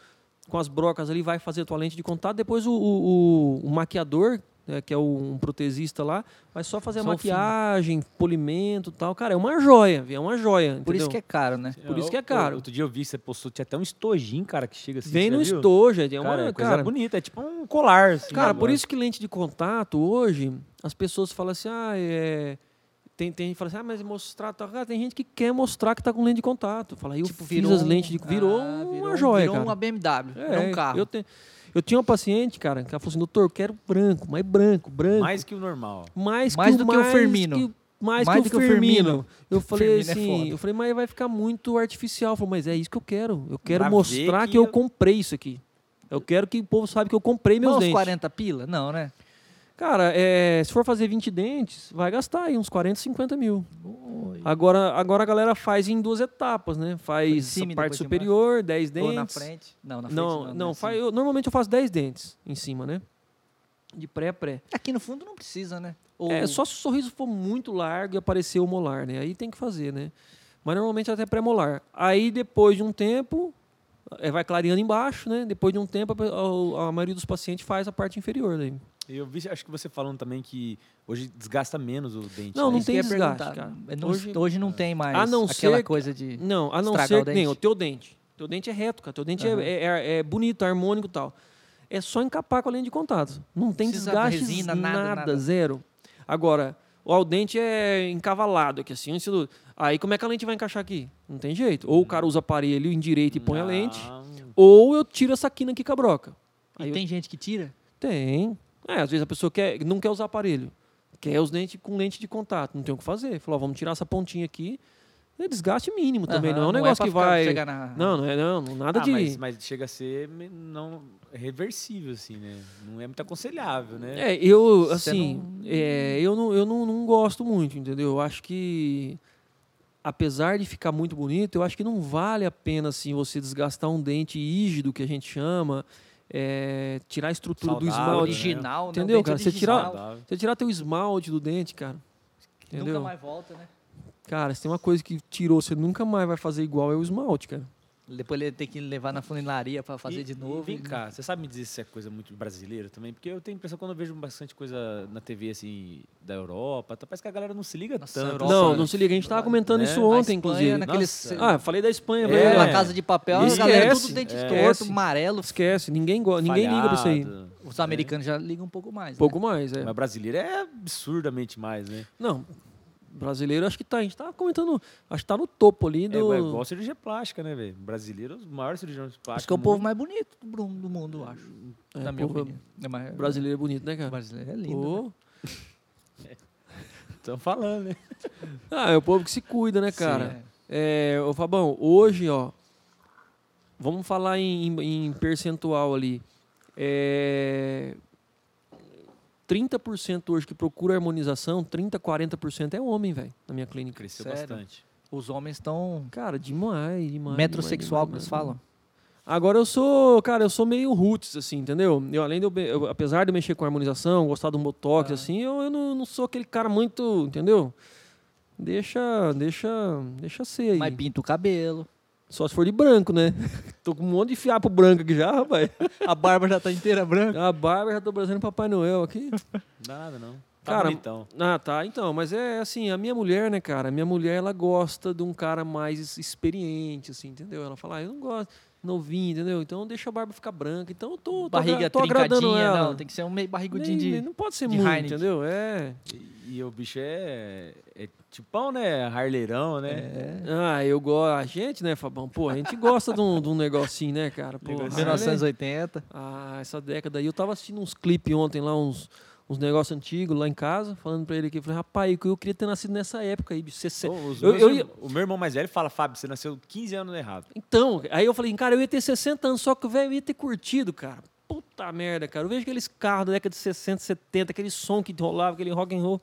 [SPEAKER 2] com as brocas ali vai fazer a tua lente de contato, depois o, o- o- o maquiador, né, que é o- um protesista lá, vai só fazer
[SPEAKER 1] Só
[SPEAKER 2] a
[SPEAKER 1] o fino.
[SPEAKER 2] maquiagem, polimento e tal. Cara, é uma joia, é uma joia,
[SPEAKER 1] Por isso que é caro, né?
[SPEAKER 2] Por isso que é
[SPEAKER 3] Eu-
[SPEAKER 2] caro.
[SPEAKER 3] Outro dia eu vi que você postou, tinha até um estojinho, cara, que chega assim.
[SPEAKER 2] Vem
[SPEAKER 3] você
[SPEAKER 2] no
[SPEAKER 3] viu?
[SPEAKER 2] estojo, é uma
[SPEAKER 3] Cara, é coisa
[SPEAKER 2] cara,
[SPEAKER 3] bonita, é tipo um colar. assim,
[SPEAKER 2] Cara,
[SPEAKER 3] né,
[SPEAKER 2] por
[SPEAKER 3] mano?
[SPEAKER 2] isso que lente de contato hoje, as pessoas falam assim, ah, é. Tem, tem gente que fala assim, ah, mas mostrar. Tá... Cara, tem gente que quer mostrar que tá com lente de contato. Fala, eu fiz as lentes de.
[SPEAKER 1] um-
[SPEAKER 2] Virou
[SPEAKER 1] Ah,
[SPEAKER 2] uma
[SPEAKER 1] virou um-
[SPEAKER 2] joia.
[SPEAKER 1] Virou
[SPEAKER 2] cara.
[SPEAKER 1] uma BMW,
[SPEAKER 2] É,
[SPEAKER 1] virou um carro.
[SPEAKER 2] Eu, te- eu tinha uma paciente, cara, que ela falou assim, doutor, eu quero branco, mas branco, branco. Mais,
[SPEAKER 3] Mais que o normal.
[SPEAKER 1] Mais
[SPEAKER 2] que,
[SPEAKER 1] do que o Firmino.
[SPEAKER 2] que- mais,
[SPEAKER 1] Mais
[SPEAKER 2] que, o Firmino.
[SPEAKER 1] <laughs>
[SPEAKER 2] Eu falei
[SPEAKER 1] Firmino é
[SPEAKER 2] assim,
[SPEAKER 1] foda.
[SPEAKER 2] eu falei, mas vai ficar muito artificial. Eu falei, mas é isso que eu quero. Eu quero
[SPEAKER 3] Pra ver
[SPEAKER 2] mostrar que,
[SPEAKER 3] que
[SPEAKER 2] eu
[SPEAKER 3] eu-
[SPEAKER 2] comprei isso aqui. Eu quero que o povo saiba que eu comprei meus
[SPEAKER 1] Mas uns
[SPEAKER 2] dentes.
[SPEAKER 1] 40 pila? Não, né?
[SPEAKER 2] Cara, é, se for fazer 20 dentes, vai gastar aí uns 40, 50 mil. Agora, agora a galera faz em duas etapas, né?
[SPEAKER 1] Por
[SPEAKER 2] Faz
[SPEAKER 1] cima e
[SPEAKER 2] a parte
[SPEAKER 1] depois de
[SPEAKER 2] superior, 10
[SPEAKER 1] Ou na
[SPEAKER 2] dentes.
[SPEAKER 1] frente? Não, na frente
[SPEAKER 2] não,
[SPEAKER 1] não.
[SPEAKER 2] não,
[SPEAKER 1] né? Assim.
[SPEAKER 2] faz, eu- normalmente eu faço 10 dentes em cima, né? De pré a pré.
[SPEAKER 1] Aqui no fundo não precisa, né? Ou-
[SPEAKER 2] É, só se o sorriso for muito largo e aparecer o molar, né? Aí tem que fazer, né? Mas normalmente até pré-molar. Aí depois de um tempo, é, vai clareando embaixo, né? Depois de um tempo, a pe- a, a maioria dos pacientes faz a parte inferior daí.
[SPEAKER 3] E Eu vi, acho que você falando também que hoje desgasta menos o dente.
[SPEAKER 2] Não,
[SPEAKER 3] né?
[SPEAKER 2] não
[SPEAKER 1] isso que
[SPEAKER 2] tem
[SPEAKER 1] eu ia
[SPEAKER 2] desgaste,
[SPEAKER 1] perguntar.
[SPEAKER 2] cara.
[SPEAKER 1] É, não-
[SPEAKER 2] Hoje-
[SPEAKER 1] hoje, não tem mais
[SPEAKER 2] A não
[SPEAKER 1] aquela
[SPEAKER 2] ser-
[SPEAKER 1] coisa de...
[SPEAKER 2] Não, a não
[SPEAKER 1] Estragar
[SPEAKER 2] ser
[SPEAKER 1] o
[SPEAKER 2] que nem
[SPEAKER 1] dente?
[SPEAKER 2] o teu dente. Teu dente é reto, cara. Teu dente é-
[SPEAKER 1] Aham.
[SPEAKER 2] é, é, é bonito, harmônico e tal. É só encapar com a lente de contato. Não tem
[SPEAKER 1] Precisa de
[SPEAKER 2] desgaste,
[SPEAKER 1] resina,
[SPEAKER 2] nada,
[SPEAKER 1] nada, nada.
[SPEAKER 2] zero. Agora, ó, o dente é encavalado aqui, assim. isso tudo. Aí como é que a lente vai encaixar aqui? Não tem jeito. Ou o cara usa aparelho, endireita e põe
[SPEAKER 3] Ah,
[SPEAKER 2] a lente.
[SPEAKER 3] Não.
[SPEAKER 2] Ou eu tiro essa quina aqui com a broca.
[SPEAKER 1] E
[SPEAKER 2] Aí eu-
[SPEAKER 1] tem gente que tira?
[SPEAKER 2] Tem. É, às vezes a pessoa quer, não quer usar aparelho. Quer os dentes com lente de contato. Não tem o que fazer. Falou, ó, vamos tirar essa pontinha aqui. É desgaste mínimo também,
[SPEAKER 1] Aham,
[SPEAKER 2] não é um
[SPEAKER 1] não é
[SPEAKER 2] negócio
[SPEAKER 1] pra
[SPEAKER 2] que
[SPEAKER 1] ficar-
[SPEAKER 2] vai.
[SPEAKER 1] chegar na-
[SPEAKER 2] Não, não é não, nada
[SPEAKER 3] Ah,
[SPEAKER 2] de.
[SPEAKER 3] mas, mas chega a ser me- não reversível, assim, né? Não é muito aconselhável, né?
[SPEAKER 2] É, eu,
[SPEAKER 1] Você
[SPEAKER 2] assim, é, eu, não, eu não, não gosto muito, entendeu? Eu acho que, apesar de ficar muito bonito, eu acho que não vale a pena, assim, você desgastar um dente rígido, que a gente chama, é, tirar a estrutura do
[SPEAKER 3] Saudável,
[SPEAKER 2] esmalte.
[SPEAKER 1] original, né?
[SPEAKER 2] Entendeu,
[SPEAKER 1] O dente
[SPEAKER 2] cara? Você
[SPEAKER 1] original,
[SPEAKER 2] tirar- Você tirar teu esmalte do dente, cara,
[SPEAKER 1] que
[SPEAKER 2] entendeu?
[SPEAKER 1] Nunca mais volta, né?
[SPEAKER 2] Cara, se tem uma coisa que tirou, você nunca mais vai fazer igual, é o esmalte, cara.
[SPEAKER 1] Depois ele tem que levar na funilaria pra fazer
[SPEAKER 3] E-
[SPEAKER 1] de novo.
[SPEAKER 3] E vem cá, você sabe me dizer se é coisa muito brasileira também? Porque eu tenho a impressão que quando eu vejo bastante coisa na TV, assim, da Europa, tá- parece que a galera não se liga
[SPEAKER 1] Nossa,
[SPEAKER 3] tanto. assim,
[SPEAKER 1] Europa,
[SPEAKER 2] não,
[SPEAKER 1] né?
[SPEAKER 2] não se liga, a gente tava
[SPEAKER 1] Né?
[SPEAKER 2] comentando isso
[SPEAKER 1] A
[SPEAKER 2] ontem,
[SPEAKER 1] Espanha,
[SPEAKER 2] inclusive.
[SPEAKER 1] naqueles-
[SPEAKER 3] Nossa.
[SPEAKER 2] Ah, falei da Espanha,
[SPEAKER 1] É,
[SPEAKER 2] velho.
[SPEAKER 1] na
[SPEAKER 3] É.
[SPEAKER 1] casa de papel, a
[SPEAKER 2] Esquece,
[SPEAKER 1] galera tudo dente
[SPEAKER 2] é.
[SPEAKER 1] torto,
[SPEAKER 2] Esquece.
[SPEAKER 1] amarelo.
[SPEAKER 2] Esquece, ninguém, go- ninguém liga pra isso aí.
[SPEAKER 3] Falhado.
[SPEAKER 1] Os americanos já ligam um pouco mais.
[SPEAKER 2] Um pouco mais, é.
[SPEAKER 3] Mas brasileiro é absurdamente mais, né?
[SPEAKER 2] Não, brasileiro acho que tá. A gente tá comentando. Acho que tá no topo ali
[SPEAKER 3] É
[SPEAKER 2] do.
[SPEAKER 3] igual cirurgia plástica, né, velho? Brasileiro é o maior cirurgião de plástica.
[SPEAKER 1] Acho que é o
[SPEAKER 3] do
[SPEAKER 1] povo
[SPEAKER 3] mundo.
[SPEAKER 1] mais bonito do Bruno- do mundo, eu acho.
[SPEAKER 2] né? É,
[SPEAKER 1] na minha
[SPEAKER 2] povo
[SPEAKER 1] opinião. É, mas-
[SPEAKER 2] Brasileiro é bonito, né, cara?
[SPEAKER 1] brasileiro é lindo. né?
[SPEAKER 2] Pô.
[SPEAKER 3] Estão
[SPEAKER 1] <laughs>
[SPEAKER 3] falando, né?
[SPEAKER 2] Ah, é o povo que se cuida, né, cara?
[SPEAKER 1] É.
[SPEAKER 2] É, ô Fabão, hoje, ó. Vamos falar em, em- em percentual ali. É. 30% hoje que procura harmonização, 30%, 40% é homem, velho, na minha clínica.
[SPEAKER 3] Cresceu
[SPEAKER 1] Sério?
[SPEAKER 3] bastante.
[SPEAKER 1] Os homens estão
[SPEAKER 2] Cara, demais, demais.
[SPEAKER 1] metrosexual, como
[SPEAKER 2] demais,
[SPEAKER 1] eles
[SPEAKER 2] demais.
[SPEAKER 1] falam.
[SPEAKER 2] Agora eu sou, cara, eu sou meio roots, assim, entendeu? Eu, além de eu, be- eu- apesar de eu mexer com harmonização, gostar de um botox,
[SPEAKER 1] Ah.
[SPEAKER 2] assim, eu, eu não, não sou aquele cara muito, entendeu? Deixa, deixa, deixa ser aí.
[SPEAKER 1] Mas pinta o
[SPEAKER 2] <laughs>
[SPEAKER 1] cabelo.
[SPEAKER 2] Só se for de branco, né? <laughs> tô com um monte de fiapo branco aqui já, rapaz.
[SPEAKER 1] A barba já tá inteira branca.
[SPEAKER 2] A barba já tô parecendo Papai Noel aqui.
[SPEAKER 3] Não dá nada, não. Tá
[SPEAKER 2] Cara,
[SPEAKER 3] bonitão.
[SPEAKER 2] Ah, tá, então, mas é assim, a minha mulher, né, cara, a minha mulher, ela gosta de um cara mais experiente, assim, entendeu? Ela fala, ah, eu não gosto, novinho, entendeu? Então deixa a barba ficar branca, então eu tô, tô,
[SPEAKER 1] Barriga
[SPEAKER 2] agra- tô agradando
[SPEAKER 1] trincadinha,
[SPEAKER 2] ela.
[SPEAKER 1] não. Tem que ser um meio barrigudinho
[SPEAKER 2] Nem-
[SPEAKER 1] de.
[SPEAKER 2] nem- não pode ser
[SPEAKER 1] de
[SPEAKER 2] muito,
[SPEAKER 1] Heineken.
[SPEAKER 2] entendeu? É.
[SPEAKER 3] E, e o bicho é, é tipão, né? Harleirão,
[SPEAKER 1] É,
[SPEAKER 3] né?
[SPEAKER 2] Ah, eu gosto. A gente, né, Fabão? Pô, a gente gosta de um, de um negocinho, né, cara? Pô,
[SPEAKER 3] Negocinho.
[SPEAKER 2] Harley-
[SPEAKER 1] 1980.
[SPEAKER 2] Ah, essa década aí. Eu tava assistindo uns clipes ontem lá, uns, uns negócios antigos lá em casa, falando pra ele aqui. Eu falei, rapaz, eu queria ter nascido nessa época aí, bicho. Você- você-
[SPEAKER 3] Pô, os
[SPEAKER 2] eu-
[SPEAKER 3] meus
[SPEAKER 2] eu
[SPEAKER 3] irm-
[SPEAKER 2] ia-
[SPEAKER 3] O meu irmão mais velho fala, Fábio, você nasceu 15 anos errado.
[SPEAKER 2] Então, aí eu falei, cara, eu ia ter 60 anos, só que, velho, eu ia ter curtido, cara. Puta merda, cara. Eu vejo aqueles carros da década de 60, 70, aquele som que rolava, aquele rock and roll.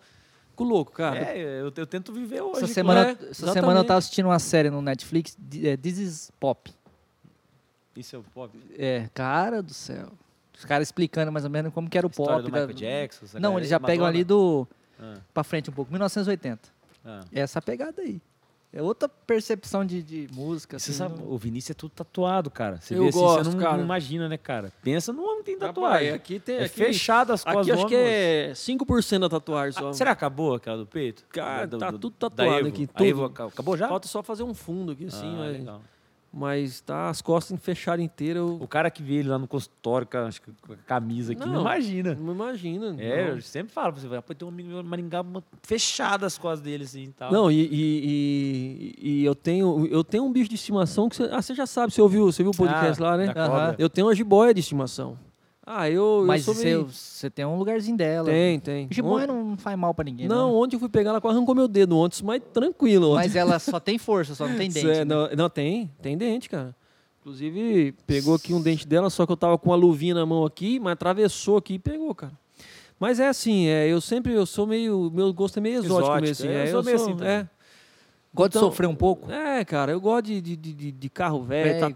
[SPEAKER 2] Fico louco, cara.
[SPEAKER 3] É, eu, eu tento viver hoje.
[SPEAKER 1] Essa
[SPEAKER 3] com-
[SPEAKER 1] semana,
[SPEAKER 2] é,
[SPEAKER 1] essa semana eu
[SPEAKER 2] exatamente.
[SPEAKER 1] tava assistindo uma série no Netflix, de- é, This is Pop.
[SPEAKER 3] Isso é o pop.
[SPEAKER 1] É, cara do céu. Os caras explicando mais ou menos como que era o
[SPEAKER 3] História
[SPEAKER 1] pop.
[SPEAKER 3] do
[SPEAKER 1] da-
[SPEAKER 3] Michael Jackson. essa
[SPEAKER 1] Não,
[SPEAKER 3] galera
[SPEAKER 1] eles
[SPEAKER 3] aí,
[SPEAKER 1] já pegam
[SPEAKER 3] Madonna.
[SPEAKER 1] ali do.
[SPEAKER 3] Ah,
[SPEAKER 1] pra frente um pouco, 1980.
[SPEAKER 3] ah.
[SPEAKER 1] É essa pegada aí. É outra percepção de, de música.
[SPEAKER 3] Você
[SPEAKER 1] assim,
[SPEAKER 3] sabe,
[SPEAKER 1] não-
[SPEAKER 3] o Vinícius é tudo tatuado, cara. Você
[SPEAKER 2] né? Eu
[SPEAKER 3] vê assim,
[SPEAKER 2] gosto,
[SPEAKER 3] você não,
[SPEAKER 2] cara.
[SPEAKER 3] não imagina, né, cara? Pensa no homem que tem
[SPEAKER 2] Rapaz,
[SPEAKER 3] tatuagem.
[SPEAKER 2] aqui tem-
[SPEAKER 3] é
[SPEAKER 2] aqui-
[SPEAKER 3] fechado as costas
[SPEAKER 2] Aqui
[SPEAKER 3] do
[SPEAKER 2] acho que
[SPEAKER 3] homem,
[SPEAKER 2] é 5% da tatuagem
[SPEAKER 3] moço.
[SPEAKER 2] só. um
[SPEAKER 3] Ah, será que acabou aquela do peito?
[SPEAKER 2] Cara,
[SPEAKER 3] Da- do-
[SPEAKER 2] tá
[SPEAKER 3] do-
[SPEAKER 2] tudo
[SPEAKER 3] da
[SPEAKER 2] tatuado
[SPEAKER 3] Evo?
[SPEAKER 2] aqui,
[SPEAKER 3] A
[SPEAKER 2] tudo.
[SPEAKER 3] Evo aca- acabou já?
[SPEAKER 2] Falta só fazer um fundo aqui, assim,
[SPEAKER 3] Ah,
[SPEAKER 2] mas,
[SPEAKER 3] legal.
[SPEAKER 2] mas tá as costas fecharam inteiras. Eu...
[SPEAKER 3] O cara que vê ele lá no consultório com a, acho que com a camisa aqui, não,
[SPEAKER 2] Não.
[SPEAKER 3] imagina.
[SPEAKER 2] Não imagina.
[SPEAKER 3] É,
[SPEAKER 2] não.
[SPEAKER 3] eu sempre falo pra você, rapaz, tem um menino Maringá uma- fechado as costas dele assim e tal.
[SPEAKER 2] Não, e, e- e- e eu, tenho, eu tenho um bicho de estimação que você. Ah, você já sabe, você ouviu, você viu o podcast
[SPEAKER 3] Ah,
[SPEAKER 2] lá, né?
[SPEAKER 3] da cobra.
[SPEAKER 2] Eu tenho uma jiboia de estimação. Ah, eu,
[SPEAKER 1] Mas
[SPEAKER 2] eu sou
[SPEAKER 1] você,
[SPEAKER 2] meio...
[SPEAKER 1] você tem um lugarzinho dela.
[SPEAKER 2] Tem, tem.
[SPEAKER 1] Jiboia
[SPEAKER 2] Ont-
[SPEAKER 1] é não né? faz mal pra ninguém.
[SPEAKER 2] Não, ontem eu fui pegar, ela quase arrancou meu dedo ontem, mas tranquilo. Ontem.
[SPEAKER 1] Mas ela só tem força, só não tem dente.
[SPEAKER 2] <laughs> Cê-
[SPEAKER 1] né?
[SPEAKER 2] é não, não, tem, tem dente, cara. Inclusive, pegou aqui um dente dela, só que eu tava com a luvinha na mão aqui, mas atravessou aqui e pegou, cara. Mas é assim, é, eu sempre, eu sou meio, meu gosto é meio exótico,
[SPEAKER 3] Exótico,
[SPEAKER 2] mesmo, assim.
[SPEAKER 3] é, eu
[SPEAKER 2] é,
[SPEAKER 3] sou meio assim também.
[SPEAKER 2] é.
[SPEAKER 1] Gosta de
[SPEAKER 2] Então-
[SPEAKER 1] sofrer um pouco?
[SPEAKER 2] É, cara, eu gosto de, de, de, de carro velho,
[SPEAKER 3] tá,
[SPEAKER 1] Velho,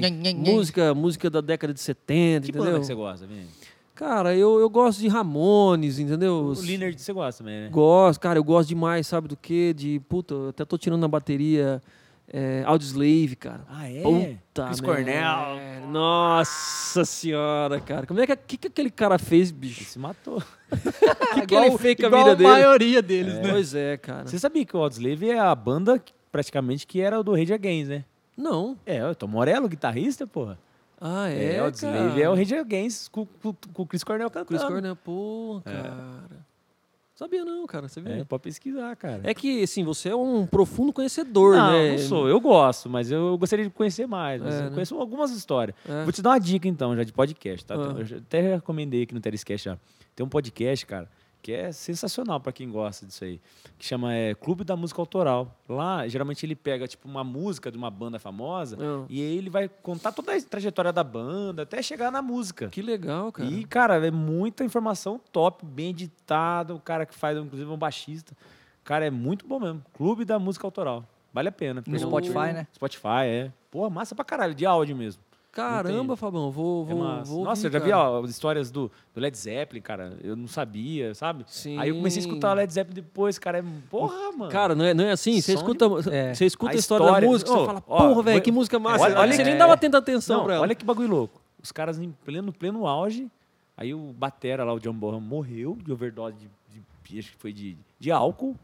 [SPEAKER 1] tchac, tchac, tchac, tchac.
[SPEAKER 2] música, música da década de 70,
[SPEAKER 3] que banda
[SPEAKER 2] entendeu?
[SPEAKER 3] que você gosta, Vini?
[SPEAKER 2] Cara, eu, eu gosto de Ramones, entendeu?
[SPEAKER 3] O Leonard você gosta também, né?
[SPEAKER 2] Gosto, cara, eu gosto demais, sabe do quê? De, puta, eu até tô tirando na bateria é, Audioslave, cara.
[SPEAKER 3] Ah, é?
[SPEAKER 2] Puta
[SPEAKER 3] Chris
[SPEAKER 2] merda.
[SPEAKER 3] Cornell.
[SPEAKER 2] Nossa senhora, cara. Como é que, que, que aquele cara fez,
[SPEAKER 3] Ele
[SPEAKER 2] bicho?
[SPEAKER 3] se matou.
[SPEAKER 1] <laughs>
[SPEAKER 2] O que, que
[SPEAKER 1] Igual-
[SPEAKER 2] é, ele fez com a
[SPEAKER 1] igual
[SPEAKER 2] vida dele?
[SPEAKER 1] maioria deles, né?
[SPEAKER 3] né?
[SPEAKER 2] Pois é, cara.
[SPEAKER 3] Você sabia que o Audioslave é a banda que- praticamente que era do Rage Against, né?
[SPEAKER 2] Não.
[SPEAKER 3] É, o Tom Morello, guitarrista, porra.
[SPEAKER 2] Ah, é,
[SPEAKER 3] o
[SPEAKER 2] cara.
[SPEAKER 3] Audioslave é o Rage Against com, com, com o Chris Cornell cantando.
[SPEAKER 2] Chris Cornell, pô, cara. Sabia não, cara, você viu?
[SPEAKER 3] É,
[SPEAKER 2] É.
[SPEAKER 3] pode pesquisar, cara.
[SPEAKER 2] que, assim, você é um profundo conhecedor,
[SPEAKER 3] não,
[SPEAKER 2] né?
[SPEAKER 3] não sou. Eu gosto, mas eu, eu gostaria de conhecer mais. Mas
[SPEAKER 2] É,
[SPEAKER 3] eu
[SPEAKER 2] né?
[SPEAKER 3] conheço algumas histórias.
[SPEAKER 2] É.
[SPEAKER 3] Vou te dar uma dica, então, já de podcast, tá?
[SPEAKER 2] Ah.
[SPEAKER 3] Eu já- até recomendei aqui no Terescast já. Tem um podcast, cara, que é sensacional para quem gosta disso aí, que chama é, Clube da Música Autoral. Lá, geralmente ele pega tipo uma música de uma banda famosa
[SPEAKER 2] Ah.
[SPEAKER 3] e aí ele vai contar toda a trajetória da banda até chegar na música.
[SPEAKER 2] Que legal, cara.
[SPEAKER 3] E, cara, é muita informação top, bem editado. O cara que faz, inclusive, um baixista. Cara, é muito bom mesmo. Clube da Música Autoral. Vale a pena.
[SPEAKER 1] No Spotify, né?
[SPEAKER 3] Spotify, é. Pô, massa pra caralho, de áudio mesmo.
[SPEAKER 2] Caramba, Fabão, vou,
[SPEAKER 3] É
[SPEAKER 2] vou,
[SPEAKER 3] massa.
[SPEAKER 2] vou
[SPEAKER 3] Nossa, eu
[SPEAKER 2] ouvir,
[SPEAKER 3] já vi
[SPEAKER 2] cara.
[SPEAKER 3] ó, as histórias do, do Led Zeppelin, cara. Eu não sabia, sabe?
[SPEAKER 2] Sim.
[SPEAKER 3] Aí eu comecei a escutar o Led Zeppelin depois, cara. É... Porra, mano.
[SPEAKER 2] Cara, não é, não é assim? Você
[SPEAKER 3] Som
[SPEAKER 2] escuta,
[SPEAKER 1] é.
[SPEAKER 2] você escuta a
[SPEAKER 3] A
[SPEAKER 2] história, da
[SPEAKER 3] história-
[SPEAKER 2] música, você
[SPEAKER 3] Ô,
[SPEAKER 2] fala,
[SPEAKER 3] ó,
[SPEAKER 2] porra, velho,
[SPEAKER 3] vou-
[SPEAKER 2] que é. música massa.
[SPEAKER 3] olha- olha
[SPEAKER 2] você
[SPEAKER 3] que-
[SPEAKER 2] nem dava tanta atenção
[SPEAKER 3] não,
[SPEAKER 2] pra ela.
[SPEAKER 3] olha que bagulho louco. Os caras em pleno, pleno auge. Aí o Batera lá, o John Bonham, morreu de overdose de, de- acho que foi de, de álcool.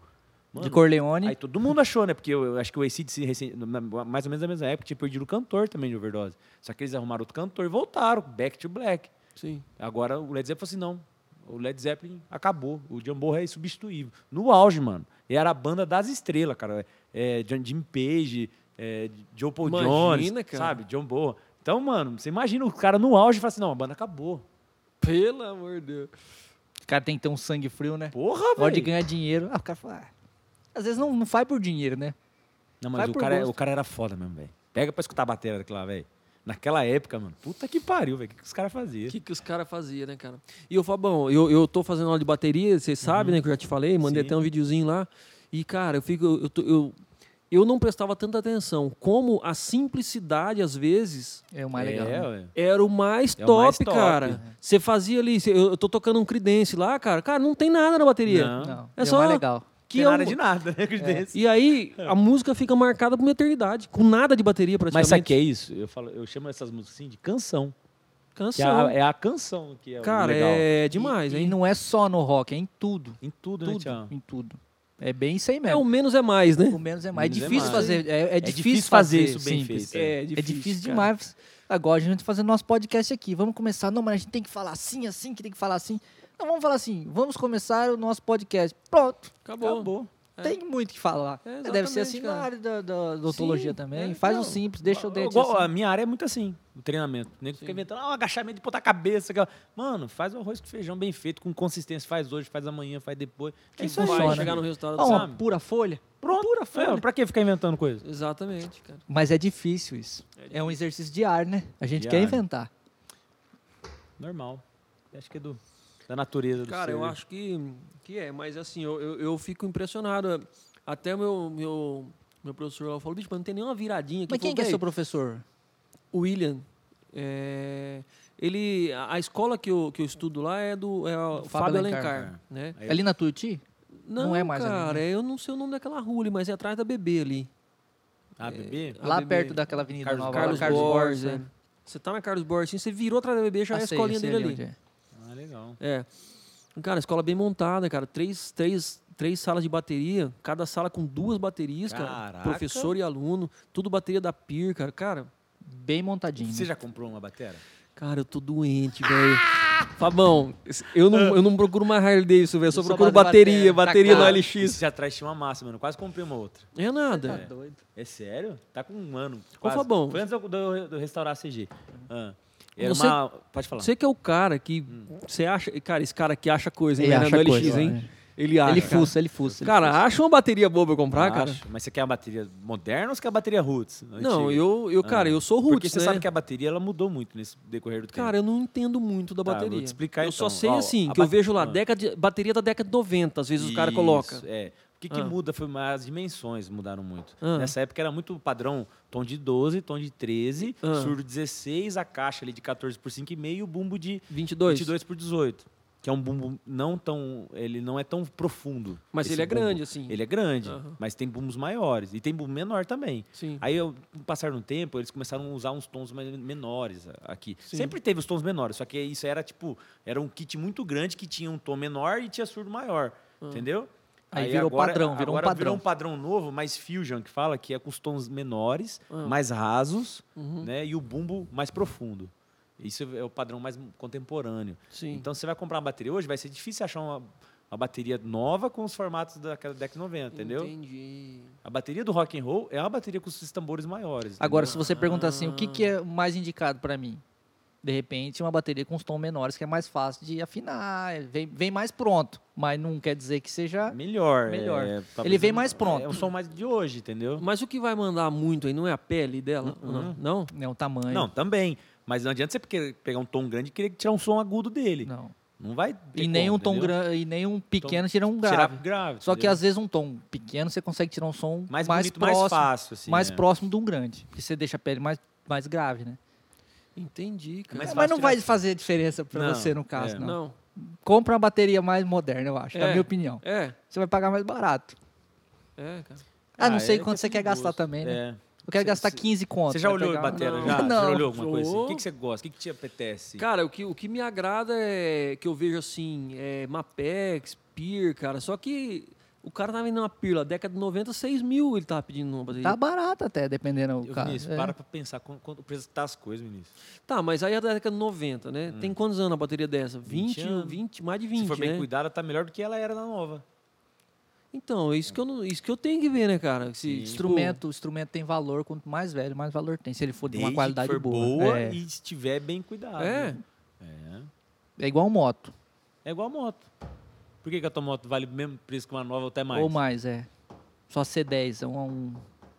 [SPEAKER 3] Mano,
[SPEAKER 1] de Corleone.
[SPEAKER 3] Aí todo mundo achou, né? Porque eu, eu acho que o AC/DC, recen- na- mais ou menos na mesma época, tinha perdido o cantor também de overdose. Só que eles arrumaram outro cantor e voltaram, back to black.
[SPEAKER 2] Sim.
[SPEAKER 3] Agora o Led Zeppelin falou assim: não, o Led Zeppelin acabou, o John Bonham é substituível. No auge, mano. E era a banda das estrelas, cara. É, John- Jim Page, é, Joe Paul
[SPEAKER 2] Imagina,
[SPEAKER 3] Jones,
[SPEAKER 2] cara.
[SPEAKER 3] sabe? John Bonham. Então, mano, você imagina o cara no auge e fala assim: não, a banda acabou.
[SPEAKER 2] Pelo amor de Deus.
[SPEAKER 1] O cara tem que ter um sangue frio, né?
[SPEAKER 3] Porra,
[SPEAKER 1] Pode
[SPEAKER 3] velho.
[SPEAKER 1] ganhar dinheiro. Ah, o cara fala. ah, Às vezes não, não faz por dinheiro, né?
[SPEAKER 3] Não,
[SPEAKER 1] Vai
[SPEAKER 3] mas o
[SPEAKER 1] por
[SPEAKER 3] cara, é-
[SPEAKER 1] gosto.
[SPEAKER 3] o cara era foda mesmo, velho. Pega pra escutar a bateria daquela, velho. Naquela época, mano. Puta que pariu, velho. O que, que os caras faziam?
[SPEAKER 2] O que, que os caras faziam, né, cara? E o Fabão, eu, eu tô fazendo aula de bateria, vocês sabem, né? Que eu já te falei, mandei
[SPEAKER 3] Sim.
[SPEAKER 2] até um videozinho lá. E, cara, eu fico. Eu, tô- eu, eu não prestava tanta atenção. Como a simplicidade, às vezes,
[SPEAKER 1] É o mais
[SPEAKER 3] é,
[SPEAKER 1] legal. né?
[SPEAKER 3] ué.
[SPEAKER 2] era o mais
[SPEAKER 3] É o
[SPEAKER 2] top,
[SPEAKER 3] mais top.
[SPEAKER 2] cara. Você fazia ali, cê- eu, eu tô tocando um credence lá, cara. Cara, não tem nada na bateria.
[SPEAKER 3] Não.
[SPEAKER 1] Não,
[SPEAKER 2] É
[SPEAKER 1] é,
[SPEAKER 2] só-
[SPEAKER 1] o mais legal.
[SPEAKER 3] Que
[SPEAKER 2] Que é
[SPEAKER 3] tem nada
[SPEAKER 2] um-
[SPEAKER 3] de nada, né? Credence?
[SPEAKER 2] E aí, a música fica marcada por uma eternidade, com nada de bateria
[SPEAKER 3] Mas
[SPEAKER 2] praticamente.
[SPEAKER 3] sabe o que é isso? Eu, falo, eu chamo essas músicas assim de canção. Que é,
[SPEAKER 2] Canção.
[SPEAKER 3] a, é a canção que é o
[SPEAKER 2] cara,
[SPEAKER 3] legal.
[SPEAKER 2] é demais,
[SPEAKER 1] e,
[SPEAKER 2] hein?
[SPEAKER 1] E não é só no rock, é em tudo.
[SPEAKER 3] Em tudo, né,
[SPEAKER 1] Tudo,
[SPEAKER 3] Tião?
[SPEAKER 1] em tudo. É bem isso aí
[SPEAKER 2] É o
[SPEAKER 1] mesmo.
[SPEAKER 2] menos é mais, né?
[SPEAKER 1] o menos é mais. É
[SPEAKER 3] menos é
[SPEAKER 1] difícil
[SPEAKER 3] mais.
[SPEAKER 1] fazer. É, é difícil,
[SPEAKER 3] difícil
[SPEAKER 1] fazer,
[SPEAKER 3] fazer isso bem
[SPEAKER 1] simples.
[SPEAKER 3] feito, é.
[SPEAKER 1] É difícil demais. Agora a gente vai fazer nosso podcast aqui. Vamos começar. Não, mas a gente tem que falar assim, assim, que tem que falar assim. Não, vamos falar assim. Vamos começar o nosso podcast. Pronto.
[SPEAKER 2] Acabou. É.
[SPEAKER 1] Tem muito o que falar.
[SPEAKER 2] É,
[SPEAKER 1] Deve ser assim
[SPEAKER 2] exatamente,
[SPEAKER 1] na
[SPEAKER 2] cara.
[SPEAKER 1] área da, da, da odontologia
[SPEAKER 2] Sim,
[SPEAKER 1] também.
[SPEAKER 2] é,
[SPEAKER 1] Faz
[SPEAKER 2] não.
[SPEAKER 1] o simples, deixa o dente
[SPEAKER 3] Igual,
[SPEAKER 1] assim.
[SPEAKER 3] A minha área é muito assim, o treinamento. O nego fica
[SPEAKER 2] Sim.
[SPEAKER 3] inventando ah, um agachamento de ponta cabeça. aquela- Mano, faz o arroz com feijão bem feito, com consistência. Faz hoje, faz amanhã, faz depois.
[SPEAKER 1] Que
[SPEAKER 3] É isso
[SPEAKER 2] Vai
[SPEAKER 3] aí.
[SPEAKER 1] funciona.
[SPEAKER 2] chegar no resultado,
[SPEAKER 1] Ó, uma
[SPEAKER 2] sabe?
[SPEAKER 1] pura folha.
[SPEAKER 3] Pronto. Pura
[SPEAKER 2] folha.
[SPEAKER 3] pra que ficar inventando coisa?
[SPEAKER 2] Exatamente, cara.
[SPEAKER 1] Mas é difícil isso. É um exercício diário, né? A gente quer
[SPEAKER 3] Diário.
[SPEAKER 1] inventar.
[SPEAKER 3] Normal. Acho que é do, da natureza do
[SPEAKER 2] Cara,
[SPEAKER 3] ser.
[SPEAKER 2] eu acho que, que é, mas assim, eu, eu, eu fico impressionado. Até o meu, meu, meu professor lá falou, bicho, mas não tem nenhuma viradinha aqui.
[SPEAKER 1] Mas quem
[SPEAKER 2] Falou,
[SPEAKER 1] que é
[SPEAKER 2] "Véi,
[SPEAKER 1] seu professor?
[SPEAKER 2] O William. é, ele, a a escola que eu, que eu estudo lá é do é o
[SPEAKER 1] Fábio
[SPEAKER 2] Fábio
[SPEAKER 1] Alencar.
[SPEAKER 2] Alencar, né?
[SPEAKER 3] Aí-
[SPEAKER 1] Ali na Tuiuti?
[SPEAKER 2] Não,
[SPEAKER 1] é mais ali,
[SPEAKER 2] cara, eu não sei o nome daquela rua ali, mas é atrás da BB ali.
[SPEAKER 3] Ah, bebê?
[SPEAKER 2] A
[SPEAKER 1] Lá
[SPEAKER 2] BB.
[SPEAKER 1] perto daquela avenida
[SPEAKER 3] Carlos-
[SPEAKER 1] nova. lá,
[SPEAKER 2] Carlos,
[SPEAKER 3] Carlos
[SPEAKER 2] Borges.
[SPEAKER 1] Borges,
[SPEAKER 2] é. Você tá na Carlos Borges, assim, você virou atrás da BB, já é a
[SPEAKER 1] Ah, sei,
[SPEAKER 2] escolinha
[SPEAKER 1] sei
[SPEAKER 2] dele ali.
[SPEAKER 1] onde é.
[SPEAKER 3] Ah, legal.
[SPEAKER 2] É. Cara, escola bem montada, cara. Três, três, três salas de bateria, cada sala com duas baterias, cara.
[SPEAKER 3] Caraca.
[SPEAKER 2] Professor e aluno, tudo bateria da PIR, cara. Cara,
[SPEAKER 1] Bem montadinho.
[SPEAKER 3] Você
[SPEAKER 1] né?
[SPEAKER 3] já comprou uma batera?
[SPEAKER 2] cara eu tô doente, velho. Fabão, eu não, eu não procuro mais Harley Davidson, velho. Eu só
[SPEAKER 1] Só
[SPEAKER 2] procuro
[SPEAKER 1] bate-
[SPEAKER 2] bateria, bateria
[SPEAKER 1] bateria,
[SPEAKER 2] no
[SPEAKER 1] tá
[SPEAKER 2] LX.
[SPEAKER 3] Ah, Isso já traz tinha uma massa, mano. Quase comprei uma outra.
[SPEAKER 2] É nada.
[SPEAKER 1] doido.
[SPEAKER 3] É sério? Tá com um ano.
[SPEAKER 2] Ô,
[SPEAKER 3] Quase.
[SPEAKER 2] Fabão.
[SPEAKER 3] Foi antes de eu, de eu restaurar a CG. Ah, era
[SPEAKER 2] Você-
[SPEAKER 3] uma- Pode falar.
[SPEAKER 2] Você que é o cara que.
[SPEAKER 3] Hum.
[SPEAKER 2] Você acha. Cara, esse cara aqui acha coisa, hein,
[SPEAKER 1] Ele
[SPEAKER 2] velho,
[SPEAKER 1] acha
[SPEAKER 2] no LX,
[SPEAKER 1] coisa,
[SPEAKER 2] hein?
[SPEAKER 1] né?
[SPEAKER 3] é.
[SPEAKER 2] Ele acha.
[SPEAKER 1] Ele
[SPEAKER 2] cara.
[SPEAKER 1] fuça, ele fuça. ele
[SPEAKER 2] Cara,
[SPEAKER 1] fuça.
[SPEAKER 2] acha uma bateria boa pra eu comprar, cara?
[SPEAKER 3] Acho, Mas você quer a bateria moderna ou você quer a bateria roots?
[SPEAKER 2] Não,
[SPEAKER 3] antiga?
[SPEAKER 2] eu, eu cara,
[SPEAKER 3] Ah,
[SPEAKER 2] eu sou
[SPEAKER 3] Porque
[SPEAKER 2] roots,
[SPEAKER 3] você
[SPEAKER 2] né?
[SPEAKER 3] sabe que a bateria ela mudou muito nesse decorrer do tempo.
[SPEAKER 2] Cara, eu não entendo muito da
[SPEAKER 3] Tá,
[SPEAKER 2] bateria.
[SPEAKER 3] vou te explicar,
[SPEAKER 2] eu só
[SPEAKER 3] então.
[SPEAKER 2] sei
[SPEAKER 3] Ó,
[SPEAKER 2] assim,
[SPEAKER 3] a
[SPEAKER 2] que eu
[SPEAKER 3] bate-
[SPEAKER 2] vejo lá,
[SPEAKER 3] Ah.
[SPEAKER 2] década de- bateria da década de 90, às vezes os caras
[SPEAKER 3] Isso,
[SPEAKER 2] colocam.
[SPEAKER 3] É. O que, que
[SPEAKER 2] Ah.
[SPEAKER 3] muda foi as dimensões mudaram muito.
[SPEAKER 2] Ah.
[SPEAKER 3] Nessa época era muito padrão tom de 12, tom de 13,
[SPEAKER 2] Ah.
[SPEAKER 3] surdo 16, a caixa ali de 14 por 5,5 e o bumbo de
[SPEAKER 2] 22.
[SPEAKER 3] 22 por 18. Que é um bumbo não tão. Ele não é tão profundo.
[SPEAKER 2] Mas
[SPEAKER 3] esse
[SPEAKER 2] ele é
[SPEAKER 3] bumbo.
[SPEAKER 2] grande, assim.
[SPEAKER 3] Ele é grande,
[SPEAKER 2] Aham.
[SPEAKER 3] mas tem bumbos maiores. E tem bumbo menor também.
[SPEAKER 2] Sim.
[SPEAKER 3] Aí, eu, com o passar no tempo, eles começaram a usar uns tons mais- menores a- aqui.
[SPEAKER 2] Sim.
[SPEAKER 3] Sempre teve os tons menores, só que isso era tipo. Era um kit muito grande que tinha um tom menor e tinha surdo maior. Entendeu?
[SPEAKER 1] Ah. Aí virou padrão, virou um
[SPEAKER 3] agora
[SPEAKER 1] padrão.
[SPEAKER 3] Virou um padrão novo, mais fusion, que fala que é com os tons menores,
[SPEAKER 2] Ah.
[SPEAKER 3] mais rasos,
[SPEAKER 2] Uhum.
[SPEAKER 3] né? E o bumbo mais profundo. Isso é o padrão mais contemporâneo.
[SPEAKER 2] Sim.
[SPEAKER 3] Então você vai comprar uma bateria hoje, vai ser difícil achar uma, uma bateria nova com os formatos daquela década de 90, entendeu?
[SPEAKER 2] Entendi.
[SPEAKER 3] A bateria do rock and roll é uma bateria com os tambores maiores.
[SPEAKER 1] Agora,
[SPEAKER 3] entendeu?
[SPEAKER 1] se você perguntar assim, o que, que é o mais indicado pra mim? de repente, uma bateria com os tons menores que é mais fácil de afinar, é, vem, vem mais pronto, mas não quer dizer que seja.
[SPEAKER 3] Melhor.
[SPEAKER 1] Melhor.
[SPEAKER 3] é, talvez
[SPEAKER 1] Ele vem
[SPEAKER 3] um-
[SPEAKER 1] mais pronto.
[SPEAKER 3] É o som mais de hoje, entendeu?
[SPEAKER 2] Mas o que vai mandar muito aí não é a pele dela? ou não? Não?
[SPEAKER 1] Né, o tamanho.
[SPEAKER 3] Não, também. Mas não adianta você porque- pegar um tom grande e querer tirar um som agudo dele. Não,
[SPEAKER 1] Não.
[SPEAKER 3] vai.
[SPEAKER 1] E nem um tom grande, e nem um pequeno tira um grave.
[SPEAKER 3] Tirar grave.
[SPEAKER 1] Só que
[SPEAKER 3] entendeu?
[SPEAKER 1] às vezes um tom pequeno você consegue tirar um som mais,
[SPEAKER 3] mais, bonito,
[SPEAKER 1] próximo,
[SPEAKER 3] mais
[SPEAKER 1] mais,
[SPEAKER 3] fácil, assim. é.
[SPEAKER 1] próximo de um grande. E você deixa a pele mais, mais grave, né?
[SPEAKER 2] Entendi, cara.
[SPEAKER 3] Mas
[SPEAKER 1] É,
[SPEAKER 3] fácil
[SPEAKER 1] mas não
[SPEAKER 3] tirar
[SPEAKER 1] vai
[SPEAKER 3] som.
[SPEAKER 1] fazer diferença pra
[SPEAKER 3] Não,
[SPEAKER 1] você no caso,
[SPEAKER 3] é,
[SPEAKER 1] não.
[SPEAKER 2] não.
[SPEAKER 1] Compra uma bateria mais moderna, eu acho, na
[SPEAKER 2] É.
[SPEAKER 1] minha opinião.
[SPEAKER 2] É,
[SPEAKER 1] Você vai pagar mais barato.
[SPEAKER 2] é, cara.
[SPEAKER 1] Ah, não
[SPEAKER 3] Ah,
[SPEAKER 1] sei
[SPEAKER 3] é
[SPEAKER 1] quanto
[SPEAKER 3] que é
[SPEAKER 1] você quer
[SPEAKER 3] perigoso.
[SPEAKER 1] gastar também, né?
[SPEAKER 3] É.
[SPEAKER 1] Eu quero
[SPEAKER 3] Cê-
[SPEAKER 1] gastar
[SPEAKER 3] cê-
[SPEAKER 1] 15 conto.
[SPEAKER 3] Você já
[SPEAKER 1] vai
[SPEAKER 3] olhou
[SPEAKER 1] pegar-
[SPEAKER 3] batera
[SPEAKER 2] Não.
[SPEAKER 3] já? Você já
[SPEAKER 1] Não.
[SPEAKER 3] olhou alguma coisa assim?
[SPEAKER 2] Ô.
[SPEAKER 3] O que, que você gosta? O que, que te apetece?
[SPEAKER 2] Cara, o que, o que me agrada é que eu vejo assim, é Mapex, Peer, cara. Só que o cara tava vendendo uma Pirla, década de 90, 6 mil ele tava pedindo numa bateria.
[SPEAKER 1] Tá barato até, dependendo do
[SPEAKER 3] Ô,
[SPEAKER 1] caso.
[SPEAKER 3] Vinícius,
[SPEAKER 1] É.
[SPEAKER 3] para pra pensar quanto, quanto o preço tá as coisas, Vinícius.
[SPEAKER 2] Tá, mas aí é da década de 90, né? Tem quantos anos a bateria dessa? 20,
[SPEAKER 3] 20
[SPEAKER 2] 20,
[SPEAKER 3] Hum. anos.
[SPEAKER 2] mais de
[SPEAKER 3] Se
[SPEAKER 2] 20,
[SPEAKER 3] for bem
[SPEAKER 2] né?
[SPEAKER 3] cuidada, tá melhor do que ela era na nova.
[SPEAKER 2] Então, é isso que eu não, isso que eu tenho que ver, né, cara? Se,
[SPEAKER 3] Sim.
[SPEAKER 2] tipo,
[SPEAKER 1] Instrumento, o instrumento tem valor, quanto mais velho, mais valor tem. Se ele for de uma
[SPEAKER 3] Desde que
[SPEAKER 1] qualidade
[SPEAKER 3] for
[SPEAKER 1] boa. é.
[SPEAKER 3] e estiver bem cuidado.
[SPEAKER 2] É.
[SPEAKER 3] né? É.
[SPEAKER 1] é igual moto.
[SPEAKER 3] É igual a moto. Por que, que a tua moto vale o mesmo preço que uma nova ou até mais?
[SPEAKER 1] Ou mais, é. Só C10, é um a um.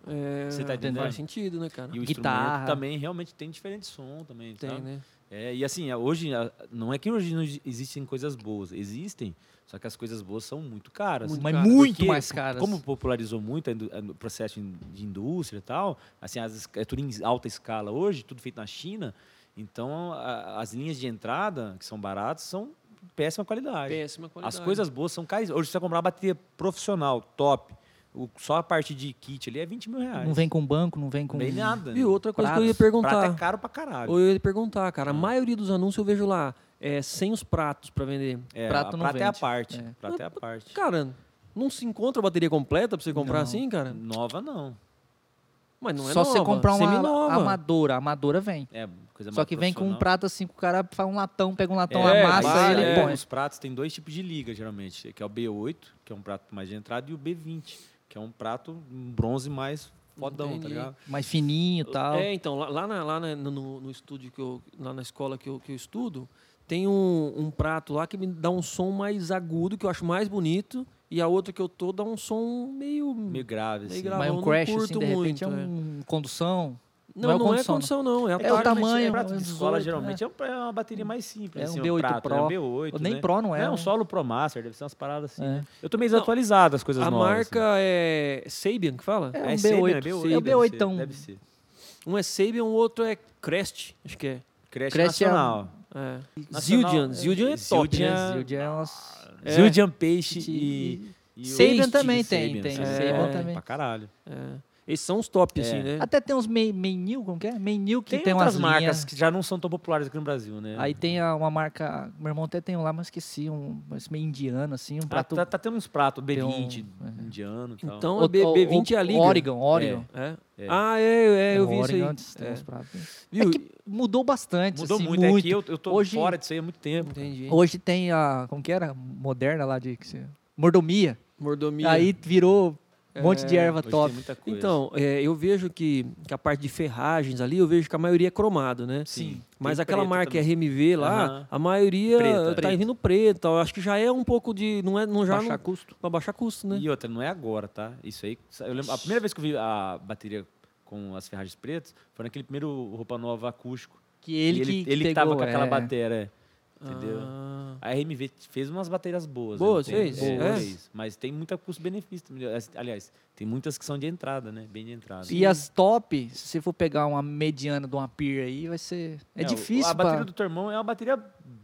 [SPEAKER 2] é,
[SPEAKER 3] Você tá entendendo?
[SPEAKER 2] Faz sentido, né, cara?
[SPEAKER 3] E o
[SPEAKER 1] Guitarra.
[SPEAKER 3] instrumento também realmente tem diferente som também.
[SPEAKER 2] Tem,
[SPEAKER 3] sabe?
[SPEAKER 2] né?
[SPEAKER 3] É, e assim, a- hoje, a- não é que hoje não existem coisas boas. Existem, só que as coisas boas são muito caras.
[SPEAKER 2] Muito
[SPEAKER 1] mas
[SPEAKER 2] caras.
[SPEAKER 1] muito
[SPEAKER 3] Porque,
[SPEAKER 1] mais caras.
[SPEAKER 3] Como popularizou muito a indu- a indu- o processo in- de indústria e tal, assim, as, es- é tudo em alta escala hoje, tudo feito na China, então a- as linhas de entrada, que são baratas, são péssima qualidade.
[SPEAKER 2] Péssima qualidade.
[SPEAKER 3] As coisas boas são caríssimas. Hoje, se você comprar uma bateria profissional, top, o- só a parte de kit ali é 20 mil reais.
[SPEAKER 1] Não vem com banco, não vem com.
[SPEAKER 3] Não vem nada.
[SPEAKER 2] E
[SPEAKER 3] né?
[SPEAKER 2] outra coisa que eu ia
[SPEAKER 1] Pratos.
[SPEAKER 2] perguntar.
[SPEAKER 3] Prata é caro pra caralho.
[SPEAKER 2] Ou eu ia perguntar, cara, a maioria dos anúncios eu vejo lá, é, sem os pratos pra vender.
[SPEAKER 3] É,
[SPEAKER 1] prato
[SPEAKER 3] a
[SPEAKER 1] não
[SPEAKER 3] prata é a
[SPEAKER 1] vende.
[SPEAKER 3] parte.
[SPEAKER 1] É.
[SPEAKER 3] Prata é a parte.
[SPEAKER 2] Cara, não se encontra a bateria completa pra você comprar
[SPEAKER 1] Não.
[SPEAKER 2] assim, cara?
[SPEAKER 3] Nova não.
[SPEAKER 2] Mas não é
[SPEAKER 1] Só
[SPEAKER 2] nova,
[SPEAKER 1] você comprar uma
[SPEAKER 2] seminova.
[SPEAKER 1] amadora. A amadora vem.
[SPEAKER 3] É coisa
[SPEAKER 1] Só
[SPEAKER 3] mais
[SPEAKER 1] que vem com um
[SPEAKER 3] profissional.
[SPEAKER 1] prato assim, que o cara faz um latão, pega um latão,
[SPEAKER 2] É,
[SPEAKER 1] amassa
[SPEAKER 2] claro,
[SPEAKER 1] ele
[SPEAKER 2] é.
[SPEAKER 1] e põe.
[SPEAKER 3] Os pratos tem dois tipos de liga, geralmente, que é o B8, que é um prato mais de entrada, e o B20, que é um prato um bronze mais fodão,
[SPEAKER 2] Entendi.
[SPEAKER 3] tá ligado?
[SPEAKER 1] Mais fininho e tal.
[SPEAKER 2] É, então, lá, lá na- lá na- no, no estúdio que eu. Lá na escola que eu, que eu estudo, tem um, um prato lá que me dá um som mais agudo, que eu acho mais bonito, e a outra que eu tô dá um som meio.
[SPEAKER 3] Meio grave,
[SPEAKER 2] Meio
[SPEAKER 3] assim.
[SPEAKER 2] grave.
[SPEAKER 1] Mas
[SPEAKER 2] eu
[SPEAKER 1] um
[SPEAKER 2] não
[SPEAKER 1] crash, assim,
[SPEAKER 2] curto
[SPEAKER 1] de repente, é
[SPEAKER 2] muito,
[SPEAKER 1] um condução.
[SPEAKER 2] não,
[SPEAKER 1] não é
[SPEAKER 2] não, é
[SPEAKER 1] condição,
[SPEAKER 2] condição, não. É, a
[SPEAKER 1] É
[SPEAKER 2] parte-
[SPEAKER 1] o tamanho,
[SPEAKER 3] é prato
[SPEAKER 1] é
[SPEAKER 3] de escola,
[SPEAKER 1] 18,
[SPEAKER 3] geralmente, é. um- é uma bateria mais simples.
[SPEAKER 1] É
[SPEAKER 3] assim,
[SPEAKER 1] um B8
[SPEAKER 3] prato, né?
[SPEAKER 1] Pro.
[SPEAKER 3] Um B8,
[SPEAKER 1] Nem
[SPEAKER 3] né?
[SPEAKER 1] Pro não é,
[SPEAKER 3] É um
[SPEAKER 1] né?
[SPEAKER 3] solo Pro Master, deve ser umas paradas assim.
[SPEAKER 1] É.
[SPEAKER 3] né? Eu tô meio desatualizado as coisas
[SPEAKER 2] A
[SPEAKER 3] novas.
[SPEAKER 2] marca é Sabian que fala?
[SPEAKER 1] né? É.
[SPEAKER 3] assim.
[SPEAKER 1] um
[SPEAKER 3] Sabian,
[SPEAKER 1] B8, é o
[SPEAKER 3] deve
[SPEAKER 1] B8,
[SPEAKER 3] ser,
[SPEAKER 1] então.
[SPEAKER 3] Deve ser.
[SPEAKER 2] Um é Sabian, o outro é Crest, acho que é.
[SPEAKER 3] Crash,
[SPEAKER 1] Crash é um-
[SPEAKER 3] Nacional.
[SPEAKER 2] É.
[SPEAKER 3] Nacional-
[SPEAKER 2] Zildjian. Zildjian é top,
[SPEAKER 3] Zildjian.
[SPEAKER 2] né?
[SPEAKER 1] Né? Zildjian é umas-
[SPEAKER 2] É.
[SPEAKER 3] Zildjian Peixe e... e o
[SPEAKER 1] Sabian
[SPEAKER 3] Steve
[SPEAKER 1] também tem,
[SPEAKER 3] Sabian,
[SPEAKER 1] tem.
[SPEAKER 3] Steve
[SPEAKER 2] Sabian
[SPEAKER 3] Sabian,
[SPEAKER 1] também.
[SPEAKER 3] assim. Pra caralho.
[SPEAKER 2] É. Esses são os top,
[SPEAKER 3] É.
[SPEAKER 2] assim, né?
[SPEAKER 1] Até tem uns mei- Meinil, como que é? Meinil que
[SPEAKER 3] Tem,
[SPEAKER 1] tem,
[SPEAKER 3] outras
[SPEAKER 1] umas
[SPEAKER 3] marcas
[SPEAKER 1] linhas.
[SPEAKER 3] que já não são tão populares aqui no Brasil, né?
[SPEAKER 1] Aí tem a- uma marca, meu irmão até tem um lá, mas esqueci, um esse meio indiano, assim, um
[SPEAKER 3] Ah,
[SPEAKER 1] prato...
[SPEAKER 3] tá, tá tendo uns pratos
[SPEAKER 1] Tem
[SPEAKER 3] B20
[SPEAKER 1] um- é.
[SPEAKER 3] indiano e tal.
[SPEAKER 2] Então,
[SPEAKER 1] O-
[SPEAKER 2] é B,
[SPEAKER 1] o-
[SPEAKER 2] B20 é a
[SPEAKER 1] o-
[SPEAKER 2] liga.
[SPEAKER 1] Oregon, Oregon.
[SPEAKER 2] É.
[SPEAKER 3] É.
[SPEAKER 2] Ah, é, é, eu vi isso aí.
[SPEAKER 1] Oregon, tem uns
[SPEAKER 2] É.
[SPEAKER 1] pratos.
[SPEAKER 2] Viu?
[SPEAKER 1] É que mudou bastante,
[SPEAKER 3] mudou
[SPEAKER 1] assim,
[SPEAKER 3] muito. É que eu, eu tô
[SPEAKER 1] Hoje-
[SPEAKER 3] fora disso aí há muito tempo.
[SPEAKER 2] Entendi.
[SPEAKER 1] Hoje tem a, como que era? Moderna lá de... que se- Mordomia.
[SPEAKER 2] Mordomia.
[SPEAKER 1] Aí virou um monte de
[SPEAKER 2] É,
[SPEAKER 1] erva
[SPEAKER 3] Hoje
[SPEAKER 1] top.
[SPEAKER 3] tem muita coisa.
[SPEAKER 2] então, é, eu vejo que, que a parte de ferragens ali, eu vejo que a maioria é cromado, né?
[SPEAKER 3] Sim.
[SPEAKER 2] Mas
[SPEAKER 3] Tem
[SPEAKER 2] aquela
[SPEAKER 3] preto
[SPEAKER 2] marca
[SPEAKER 3] também.
[SPEAKER 2] RMV lá,
[SPEAKER 3] Aham.
[SPEAKER 2] a maioria
[SPEAKER 3] Preta.
[SPEAKER 2] tá
[SPEAKER 3] Preto.
[SPEAKER 2] vindo preta. Eu acho que já é um pouco de. Não é, não já
[SPEAKER 1] Baixar
[SPEAKER 2] não,
[SPEAKER 1] custo.
[SPEAKER 2] Pra baixar custo, né?
[SPEAKER 3] E outra, não é agora, tá? Isso aí. Eu lembro, a primeira vez que eu vi a bateria com as ferragens pretas foi naquele primeiro roupa nova acústico.
[SPEAKER 1] Que ele,
[SPEAKER 3] E
[SPEAKER 1] que, que
[SPEAKER 3] ele
[SPEAKER 1] pegou,
[SPEAKER 3] tava com aquela
[SPEAKER 1] é.
[SPEAKER 3] bateria. é. Entendeu?
[SPEAKER 2] Ah,
[SPEAKER 3] A RMV fez umas baterias boas. né?
[SPEAKER 2] Boas,
[SPEAKER 3] Tem-
[SPEAKER 2] fez?
[SPEAKER 3] é,
[SPEAKER 2] Boas.
[SPEAKER 3] fez. Mas tem muita custo-benefício. também. Aliás, tem muitas que são de entrada, né? Bem de entrada.
[SPEAKER 1] E as top, se você for pegar uma mediana de uma peer aí, vai ser... É,
[SPEAKER 3] o-
[SPEAKER 1] difícil
[SPEAKER 3] A bateria
[SPEAKER 1] pra-
[SPEAKER 3] do teu irmão é uma bateria.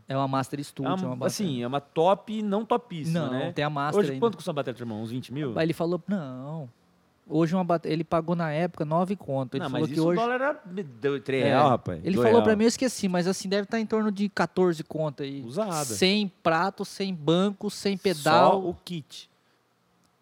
[SPEAKER 1] É uma Master
[SPEAKER 3] é
[SPEAKER 1] Studio,
[SPEAKER 3] uma-
[SPEAKER 1] uma bateria.
[SPEAKER 3] assim, é uma top, não topíssima,
[SPEAKER 1] Não,
[SPEAKER 3] né?
[SPEAKER 1] tem a Master
[SPEAKER 3] Hoje,
[SPEAKER 1] ainda.
[SPEAKER 3] quanto custa a bateria do teu irmão? Uns 20 mil?
[SPEAKER 1] Aí ele falou, não. Hoje uma bate- ele pagou na época 9 conto. Ele
[SPEAKER 3] não,
[SPEAKER 1] falou
[SPEAKER 3] mas
[SPEAKER 1] que
[SPEAKER 3] isso
[SPEAKER 1] hoje.
[SPEAKER 3] o dólar era 3
[SPEAKER 1] É,
[SPEAKER 3] real, rapaz.
[SPEAKER 1] Ele
[SPEAKER 3] dois
[SPEAKER 1] falou pra
[SPEAKER 3] real.
[SPEAKER 1] mim, eu esqueci, mas assim, deve estar em torno de 14 conto aí.
[SPEAKER 3] Usada.
[SPEAKER 1] Sem prato, sem banco, sem
[SPEAKER 3] Só
[SPEAKER 1] pedal.
[SPEAKER 3] o kit.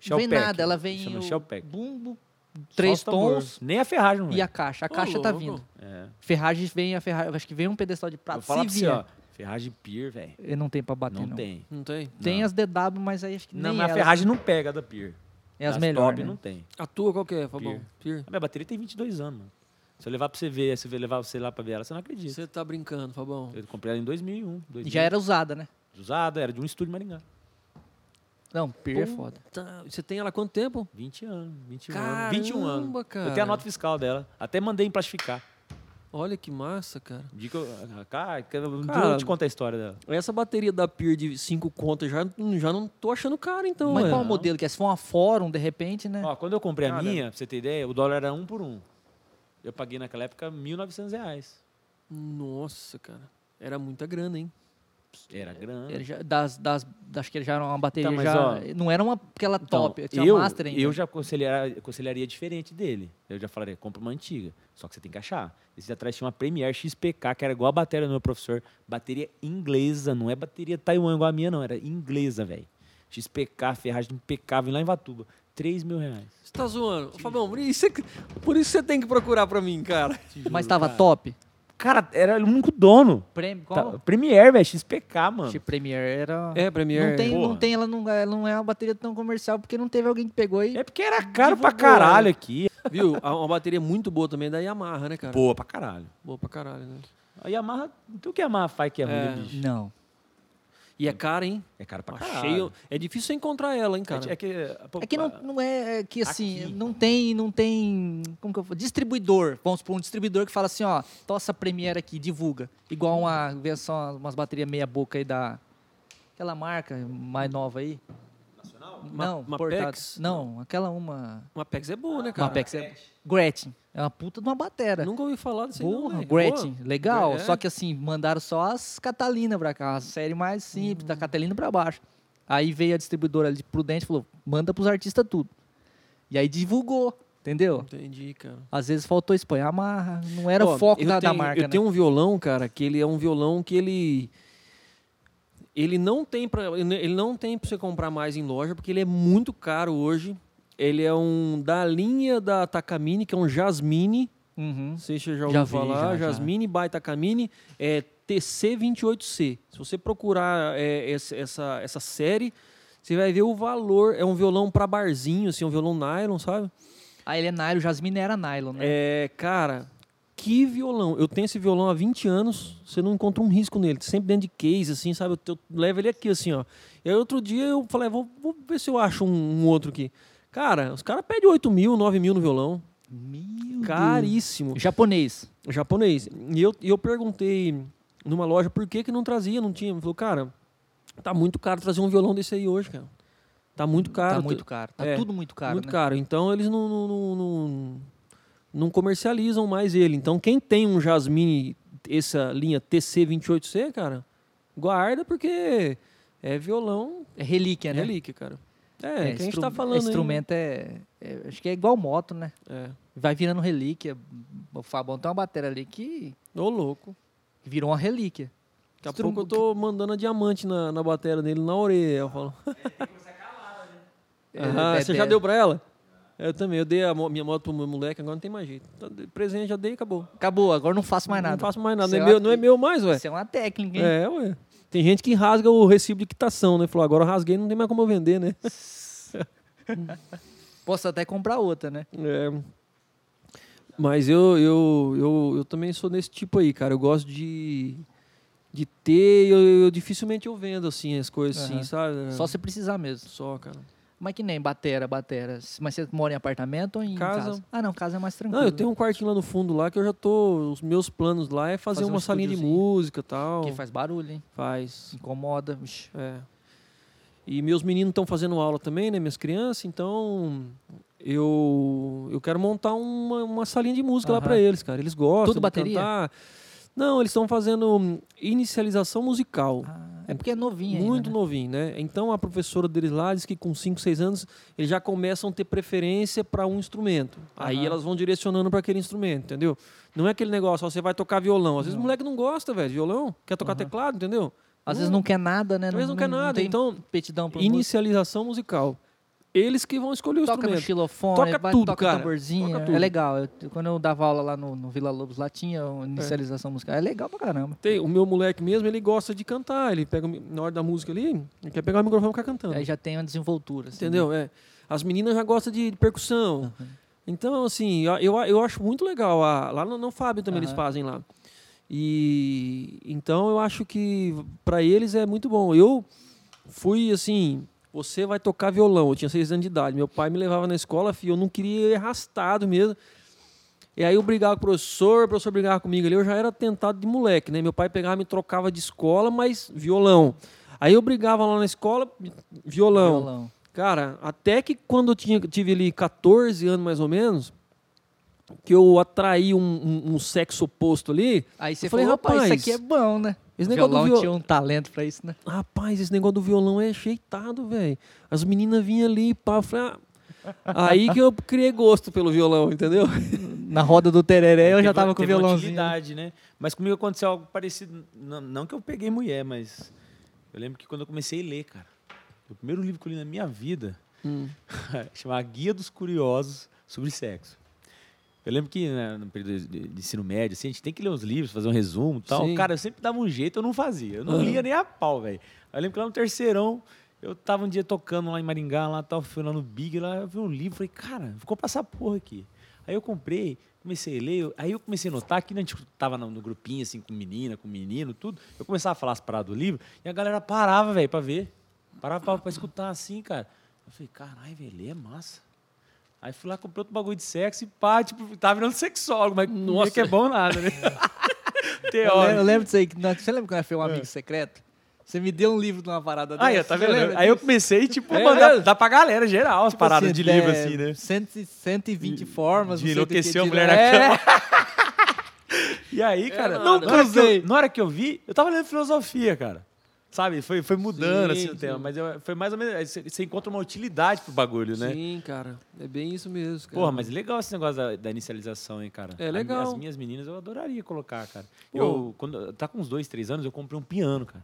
[SPEAKER 1] Não vem
[SPEAKER 3] Shell pack,
[SPEAKER 1] nada, ela vem
[SPEAKER 3] Chama
[SPEAKER 1] o
[SPEAKER 3] shell pack.
[SPEAKER 1] bumbo,
[SPEAKER 3] Só
[SPEAKER 1] três
[SPEAKER 3] os tambor.
[SPEAKER 1] tons
[SPEAKER 3] Nem a ferragem, não
[SPEAKER 1] e a
[SPEAKER 3] vem.
[SPEAKER 1] caixa. A
[SPEAKER 2] Ô,
[SPEAKER 1] caixa tá
[SPEAKER 2] louco.
[SPEAKER 1] vindo.
[SPEAKER 3] É.
[SPEAKER 1] Ferragem vem a ferragem, acho que vem um pedestal de
[SPEAKER 3] Vou
[SPEAKER 1] prato.
[SPEAKER 3] falar
[SPEAKER 1] Se
[SPEAKER 3] pra você, ó.
[SPEAKER 1] vier,
[SPEAKER 3] Ferragem pier, velho.
[SPEAKER 1] eu não tem pra bater
[SPEAKER 3] Não,
[SPEAKER 1] não.
[SPEAKER 3] tem.
[SPEAKER 2] não tem?
[SPEAKER 1] Tem
[SPEAKER 3] Não.
[SPEAKER 1] as DW, mas aí acho que
[SPEAKER 3] Não,
[SPEAKER 1] nem
[SPEAKER 3] mas a
[SPEAKER 1] elas-
[SPEAKER 3] ferragem não pega da pier.
[SPEAKER 1] é as
[SPEAKER 3] top
[SPEAKER 1] melhores.
[SPEAKER 3] não
[SPEAKER 1] Né?
[SPEAKER 3] tem.
[SPEAKER 2] A tua qual que é, Fabão?
[SPEAKER 3] A minha bateria tem 22 anos, mano. Se eu levar pra você ver, se eu levar você lá pra ver ela, você não acredita.
[SPEAKER 2] Você tá brincando, Fabão.
[SPEAKER 3] Eu comprei ela em 2001.
[SPEAKER 1] E
[SPEAKER 3] 2000.
[SPEAKER 1] já era usada, né?
[SPEAKER 3] Usada, um. era de um estúdio em Maringá.
[SPEAKER 1] Não, Pier é foda.
[SPEAKER 2] Puta, Você tem ela há quanto tempo?
[SPEAKER 3] 20 anos, 21
[SPEAKER 2] Caramba,
[SPEAKER 3] anos. 21 anos. Eu
[SPEAKER 2] cara.
[SPEAKER 3] tenho a nota fiscal dela. Até mandei em plastificar.
[SPEAKER 2] Olha que massa, cara.
[SPEAKER 3] Dica, ah, cara, cara,
[SPEAKER 2] Cara,
[SPEAKER 3] eu te conto a história dela.
[SPEAKER 2] Essa bateria da Pier de 5 contas já, já não tô achando cara, então.
[SPEAKER 1] Mas
[SPEAKER 2] ué.
[SPEAKER 1] qual o modelo que é? Se for uma Fórum, de repente, né?
[SPEAKER 3] Ó, quando eu comprei
[SPEAKER 2] Cara.
[SPEAKER 3] a minha, pra você ter ideia, o dólar era um por um. Eu paguei naquela época R$ 1.900 reais.
[SPEAKER 2] Nossa, cara. Era muita grana, hein?
[SPEAKER 3] Era grande.
[SPEAKER 1] Ele já- das, das, acho que ele já era uma bateria
[SPEAKER 3] Tá, mas,
[SPEAKER 1] já.
[SPEAKER 3] ó,
[SPEAKER 1] não era uma aquela
[SPEAKER 3] Então,
[SPEAKER 1] top, tinha
[SPEAKER 3] eu,
[SPEAKER 1] master ainda.
[SPEAKER 3] eu já aconselharia, aconselharia diferente dele. Eu já falaria, compra uma antiga. Só que você tem que achar. Esse atrás tinha uma Premier XPK, que era igual a bateria do meu professor. Bateria inglesa, não é bateria Taiwan igual a minha, não. Era inglesa, velho. XPK, ferragem impecável, lá em Vatuba. 3 mil reais.
[SPEAKER 2] Você tá zoando. Ô, Fabão, por isso, que- por isso você tem que procurar pra mim, cara.
[SPEAKER 1] mas tava top.
[SPEAKER 3] Cara, era o único dono.
[SPEAKER 1] Prêmio,
[SPEAKER 3] Tá,
[SPEAKER 1] qual?
[SPEAKER 3] Premier, velho, XPK, mano.
[SPEAKER 1] Tipo, Premiere era.
[SPEAKER 2] É, Premiere.
[SPEAKER 1] Não tem, não
[SPEAKER 3] Porra.
[SPEAKER 1] tem, ela não, ela não é uma bateria tão comercial porque não teve alguém que pegou e.
[SPEAKER 3] É porque era caro pra
[SPEAKER 1] né?
[SPEAKER 2] Divulgou,
[SPEAKER 3] caralho aqui.
[SPEAKER 2] Viu? A- Uma bateria muito boa também da Yamaha, né, cara?
[SPEAKER 3] Boa pra caralho.
[SPEAKER 2] Boa pra caralho, né?
[SPEAKER 3] A Yamaha, não tem o que a Yamaha faz que é ruim,
[SPEAKER 2] É.
[SPEAKER 3] né, bicho?
[SPEAKER 1] Não.
[SPEAKER 2] E é cara, hein?
[SPEAKER 3] É caro pra
[SPEAKER 2] Achei.
[SPEAKER 3] caralho.
[SPEAKER 2] É difícil você encontrar ela, hein, cara?
[SPEAKER 3] É, que,
[SPEAKER 1] É que não, não é é que assim,
[SPEAKER 3] Aqui.
[SPEAKER 1] não tem, não tem, como que eu falo? Distribuidor, vamos supor, um distribuidor que fala assim, ó, tossa a Premiere aqui, divulga. Igual uma, vê só umas baterias meia boca aí da, aquela marca mais nova aí.
[SPEAKER 2] Uma-
[SPEAKER 1] Não,
[SPEAKER 2] uma
[SPEAKER 1] portada.
[SPEAKER 2] Pex?
[SPEAKER 1] Não, aquela uma,
[SPEAKER 2] Uma Pex é boa, né, cara?
[SPEAKER 1] uma Pex, é, Gretchen, é uma puta de uma batera.
[SPEAKER 2] Nunca ouvi falar desse
[SPEAKER 1] Porra,
[SPEAKER 2] nome.
[SPEAKER 1] Gretchen, legal.
[SPEAKER 2] É.
[SPEAKER 1] Só que assim, mandaram só as Catalina pra cá, a série mais simples,
[SPEAKER 2] Hum.
[SPEAKER 1] da Catalina pra baixo. Aí veio a distribuidora ali de Prudente e falou: manda pros artistas tudo. E aí divulgou, entendeu?
[SPEAKER 2] Entendi, cara.
[SPEAKER 1] Às vezes faltou espanhar, mas não era
[SPEAKER 2] Ó,
[SPEAKER 1] o foco
[SPEAKER 2] eu
[SPEAKER 1] da, da
[SPEAKER 2] tenho,
[SPEAKER 1] marca.
[SPEAKER 2] Eu
[SPEAKER 1] né?
[SPEAKER 2] tenho um violão, cara, que ele é um violão que ele ele não tem para ele não tem para você comprar mais em loja porque ele é muito caro hoje. Ele é um da linha da Takamine, que é um Jasmine,
[SPEAKER 1] Uhum.
[SPEAKER 2] não sei se você já
[SPEAKER 1] Já
[SPEAKER 2] ouviu
[SPEAKER 1] vi,
[SPEAKER 2] falar,
[SPEAKER 1] já, já.
[SPEAKER 2] Jasmine by Takamine, é TC28C. Se você procurar é, esse- essa, essa série, você vai ver o valor. É um violão para barzinho, assim, um violão nylon, sabe? Ah,
[SPEAKER 1] Aí ele é nylon, Jasmine era nylon, né?
[SPEAKER 2] É, cara, que violão. Eu tenho esse violão há 20 anos, você não encontra um risco nele. Sempre dentro de case, assim, sabe? Eu, eu levo ele aqui, assim, ó. E aí outro dia eu falei, vou, vou ver se eu acho um, um outro aqui. Cara, os caras pedem 8 mil, 9 mil no violão.
[SPEAKER 1] Meu
[SPEAKER 2] Caríssimo.
[SPEAKER 1] Japonês.
[SPEAKER 2] Japonês. E eu, e eu perguntei numa loja por que que não trazia, não tinha. Ele falou, cara, tá muito caro trazer um violão desse aí hoje, cara. Tá muito caro.
[SPEAKER 1] tá muito caro. Tá
[SPEAKER 2] é,
[SPEAKER 1] tudo muito caro,
[SPEAKER 2] muito
[SPEAKER 1] né?
[SPEAKER 2] caro. Então eles não, não, não, não- não comercializam mais ele. Então quem tem um Jasmine, essa linha TC28C, cara, guarda porque é violão,
[SPEAKER 1] É relíquia,
[SPEAKER 2] é
[SPEAKER 1] né?
[SPEAKER 2] relíquia, cara. É, é que a gente
[SPEAKER 1] instru-
[SPEAKER 2] tá falando. aí, né?
[SPEAKER 1] Instrumento é, é. Acho que é igual moto, né?
[SPEAKER 2] É.
[SPEAKER 1] Vai virando relíquia. O Fabão tem uma bateria ali que
[SPEAKER 2] Ô, louco.
[SPEAKER 1] virou uma relíquia.
[SPEAKER 2] Daqui a
[SPEAKER 1] Estrum-
[SPEAKER 2] pouco eu tô mandando a diamante na, na bateria dele na orelha. Eu falo. <laughs> Ah,
[SPEAKER 1] <laughs> É,
[SPEAKER 2] você
[SPEAKER 1] é,
[SPEAKER 2] já
[SPEAKER 1] é.
[SPEAKER 2] deu pra ela? Eu também. Eu dei a mo- minha moto pro meu moleque, agora não tem mais jeito. Tá, de- Presente já dei e acabou.
[SPEAKER 1] Acabou, agora não faço mais nada.
[SPEAKER 2] Não faço mais nada.
[SPEAKER 1] Isso
[SPEAKER 2] Não é,
[SPEAKER 1] é
[SPEAKER 2] meu,
[SPEAKER 1] uma-
[SPEAKER 2] não é meu mais, ué.
[SPEAKER 1] Isso é uma técnica, hein?
[SPEAKER 2] É, ué. Tem gente que rasga o recibo de quitação, né? Falou, agora eu rasguei, não tem mais como eu
[SPEAKER 1] <laughs>
[SPEAKER 2] vender, né?
[SPEAKER 1] Posso até comprar outra, né?
[SPEAKER 2] É. Mas eu, eu, eu, eu também sou desse tipo aí, cara. Eu gosto de, de ter, eu, eu- eu dificilmente eu vendo, assim, as coisas assim,
[SPEAKER 1] Aham.
[SPEAKER 2] sabe?
[SPEAKER 1] Só se precisar mesmo.
[SPEAKER 2] Só, cara.
[SPEAKER 1] Mas que nem batera, batera. Mas você mora em apartamento ou em casa?
[SPEAKER 2] Casa.
[SPEAKER 1] Ah, não, casa é mais tranquilo.
[SPEAKER 2] Não, eu tenho um quartinho lá no fundo lá que eu já tô. Os meus planos lá é fazer,
[SPEAKER 1] Fazer um
[SPEAKER 2] uma salinha de
[SPEAKER 1] estúdiozinho.
[SPEAKER 2] música e tal.
[SPEAKER 1] Porque faz barulho, hein?
[SPEAKER 2] Faz.
[SPEAKER 1] Incomoda. Ixi.
[SPEAKER 2] É. E meus meninos estão fazendo aula também, né? Minhas crianças, então eu, eu quero montar uma, uma salinha de música lá
[SPEAKER 1] Aham.
[SPEAKER 2] pra eles, cara. Eles gostam
[SPEAKER 1] Tudo
[SPEAKER 2] de
[SPEAKER 1] bateria?
[SPEAKER 2] cantar. Não, eles estão fazendo hum, inicialização musical.
[SPEAKER 1] Ah, é porque é novinho
[SPEAKER 2] Muito
[SPEAKER 1] ainda, né?
[SPEAKER 2] novinho, né? Então a professora deles lá diz que com 5, 6 anos eles já começam a ter preferência para um instrumento. Aí
[SPEAKER 1] Aham.
[SPEAKER 2] elas vão direcionando para aquele instrumento, entendeu? Não é aquele negócio, ó, você vai tocar violão. Às vezes o moleque não gosta, velho, de violão, quer tocar teclado, entendeu?
[SPEAKER 1] Às vezes não quer nada, né?
[SPEAKER 2] Às vezes não quer nada.
[SPEAKER 1] tem
[SPEAKER 2] Então,
[SPEAKER 1] petidão pra música.
[SPEAKER 2] Inicialização musical. Eles que vão escolher o
[SPEAKER 1] Toca no
[SPEAKER 2] instrumento.
[SPEAKER 1] xilofone,
[SPEAKER 2] Toca
[SPEAKER 1] vai,
[SPEAKER 2] tudo,
[SPEAKER 1] toca
[SPEAKER 2] cara.
[SPEAKER 1] tamborzinho.
[SPEAKER 2] Toca
[SPEAKER 1] É
[SPEAKER 2] tudo.
[SPEAKER 1] legal. Eu- quando eu dava aula lá no, no Vila Lobos, lá tinha uma inicialização musical. É legal pra caramba.
[SPEAKER 2] Tem, o meu moleque mesmo, ele gosta de cantar. Ele pega o mi- na hora da música ali, ele quer pegar
[SPEAKER 1] Hum.
[SPEAKER 2] o
[SPEAKER 1] É,
[SPEAKER 2] microfone e ficar cantando.
[SPEAKER 1] Aí já tem uma desenvoltura. assim,
[SPEAKER 2] entendeu? É. As meninas já gostam de, de percussão. Então, assim, eu, eu, eu acho muito legal. a- lá no, no Fábio também eles
[SPEAKER 1] Aham.
[SPEAKER 2] fazem lá. E então eu acho que para eles é muito bom. Eu fui assim, você vai tocar violão. Eu tinha seis anos de idade. Meu pai me levava na escola, filho, eu não queria ir arrastado mesmo. E aí eu brigava com o professor, o professor brigava comigo ali. Eu já era tentado de moleque, né? Meu pai pegava, me trocava de escola, mas violão. Aí eu brigava lá na escola, violão.
[SPEAKER 1] Violão.
[SPEAKER 2] Cara, até que quando eu tinha, tive ali 14 anos mais ou menos, que eu atraí um, um- um sexo oposto ali,
[SPEAKER 1] Aí você
[SPEAKER 2] eu falei,
[SPEAKER 1] falou, rapaz,
[SPEAKER 2] rapaz,
[SPEAKER 1] isso aqui é bom, né?
[SPEAKER 2] esse negócio
[SPEAKER 1] violão
[SPEAKER 2] do viol-
[SPEAKER 1] tinha um talento pra isso, né?
[SPEAKER 2] rapaz, esse negócio do violão é ajeitado, velho. As meninas vinham ali, pá, eu falei, ah, Aí que eu criei gosto pelo violão, entendeu?
[SPEAKER 1] Na roda do tereré é, eu já tava com o
[SPEAKER 3] uma
[SPEAKER 1] violãozinho.
[SPEAKER 3] utilidade, né? Mas comigo aconteceu algo parecido. Não, não que eu peguei mulher, mas eu lembro que quando eu comecei a ler, cara, o primeiro livro que eu li na minha vida
[SPEAKER 1] Hum.
[SPEAKER 3] <laughs> chamava Guia dos Curiosos sobre Sexo. Eu lembro que né, no período de, de ensino médio, assim, a gente tem que ler uns livros, fazer um resumo e tal.
[SPEAKER 2] Sim.
[SPEAKER 3] Cara, eu sempre dava um jeito, eu não fazia. Eu não
[SPEAKER 2] Aham.
[SPEAKER 3] lia nem a pau, velho. Eu lembro que lá no terceirão, eu tava um dia tocando lá em Maringá, lá tal, fui lá no Big, lá eu vi um livro, falei, cara, ficou pra essa porra aqui. Aí eu comprei, comecei a ler, eu- aí eu comecei a notar que né, a gente tava no, no grupinho, assim, com menina, com menino, tudo. Eu começava a falar as paradas do livro e a galera parava, velho, pra ver. Parava pra, pra escutar assim, cara. Eu falei, caralho, velho, ler é massa. Aí fui lá, comprei outro bagulho de sexo e pá, tipo, tava virando sexólogo, mas
[SPEAKER 2] Nossa.
[SPEAKER 3] Nossa. que é bom nada, né?
[SPEAKER 1] Eu lembro, eu
[SPEAKER 3] Teórico.
[SPEAKER 1] lembro disso aí. que nós- Você lembra quando foi um amigo secreto? Você me deu um livro de uma parada dessa.
[SPEAKER 3] Aí, ó, tá
[SPEAKER 1] você
[SPEAKER 3] vendo?
[SPEAKER 1] lembra
[SPEAKER 3] Aí eu
[SPEAKER 1] disso?
[SPEAKER 3] comecei, tipo,
[SPEAKER 2] É,
[SPEAKER 3] mandar
[SPEAKER 2] né?
[SPEAKER 3] dar pra galera geral as
[SPEAKER 1] Tipo
[SPEAKER 3] paradas de livro,
[SPEAKER 1] é,
[SPEAKER 3] assim, né?
[SPEAKER 1] 100 e 120 formas.
[SPEAKER 3] de
[SPEAKER 1] não sei do que,
[SPEAKER 3] enlouquecer a
[SPEAKER 1] de-
[SPEAKER 3] mulher na
[SPEAKER 1] É,
[SPEAKER 3] cama. E aí, cara,
[SPEAKER 2] mano.
[SPEAKER 3] não, na, hora que
[SPEAKER 1] Cansei.
[SPEAKER 3] eu, na hora que eu vi, eu tava lendo filosofia, cara. Sabe? Foi, foi mudando
[SPEAKER 2] Sim,
[SPEAKER 3] assim, o
[SPEAKER 2] sim.
[SPEAKER 3] tema, mas eu- foi mais ou menos. aí Você você encontra uma utilidade pro bagulho, <laughs> né?
[SPEAKER 2] Sim, cara. É bem isso mesmo, cara.
[SPEAKER 3] Porra, mas legal esse negócio da, da inicialização, hein, cara?
[SPEAKER 2] É
[SPEAKER 3] A-
[SPEAKER 2] legal.
[SPEAKER 3] As minhas meninas eu adoraria colocar, cara.
[SPEAKER 2] Pô.
[SPEAKER 3] Eu, quando tá com uns dois, três anos, eu comprei um piano, cara.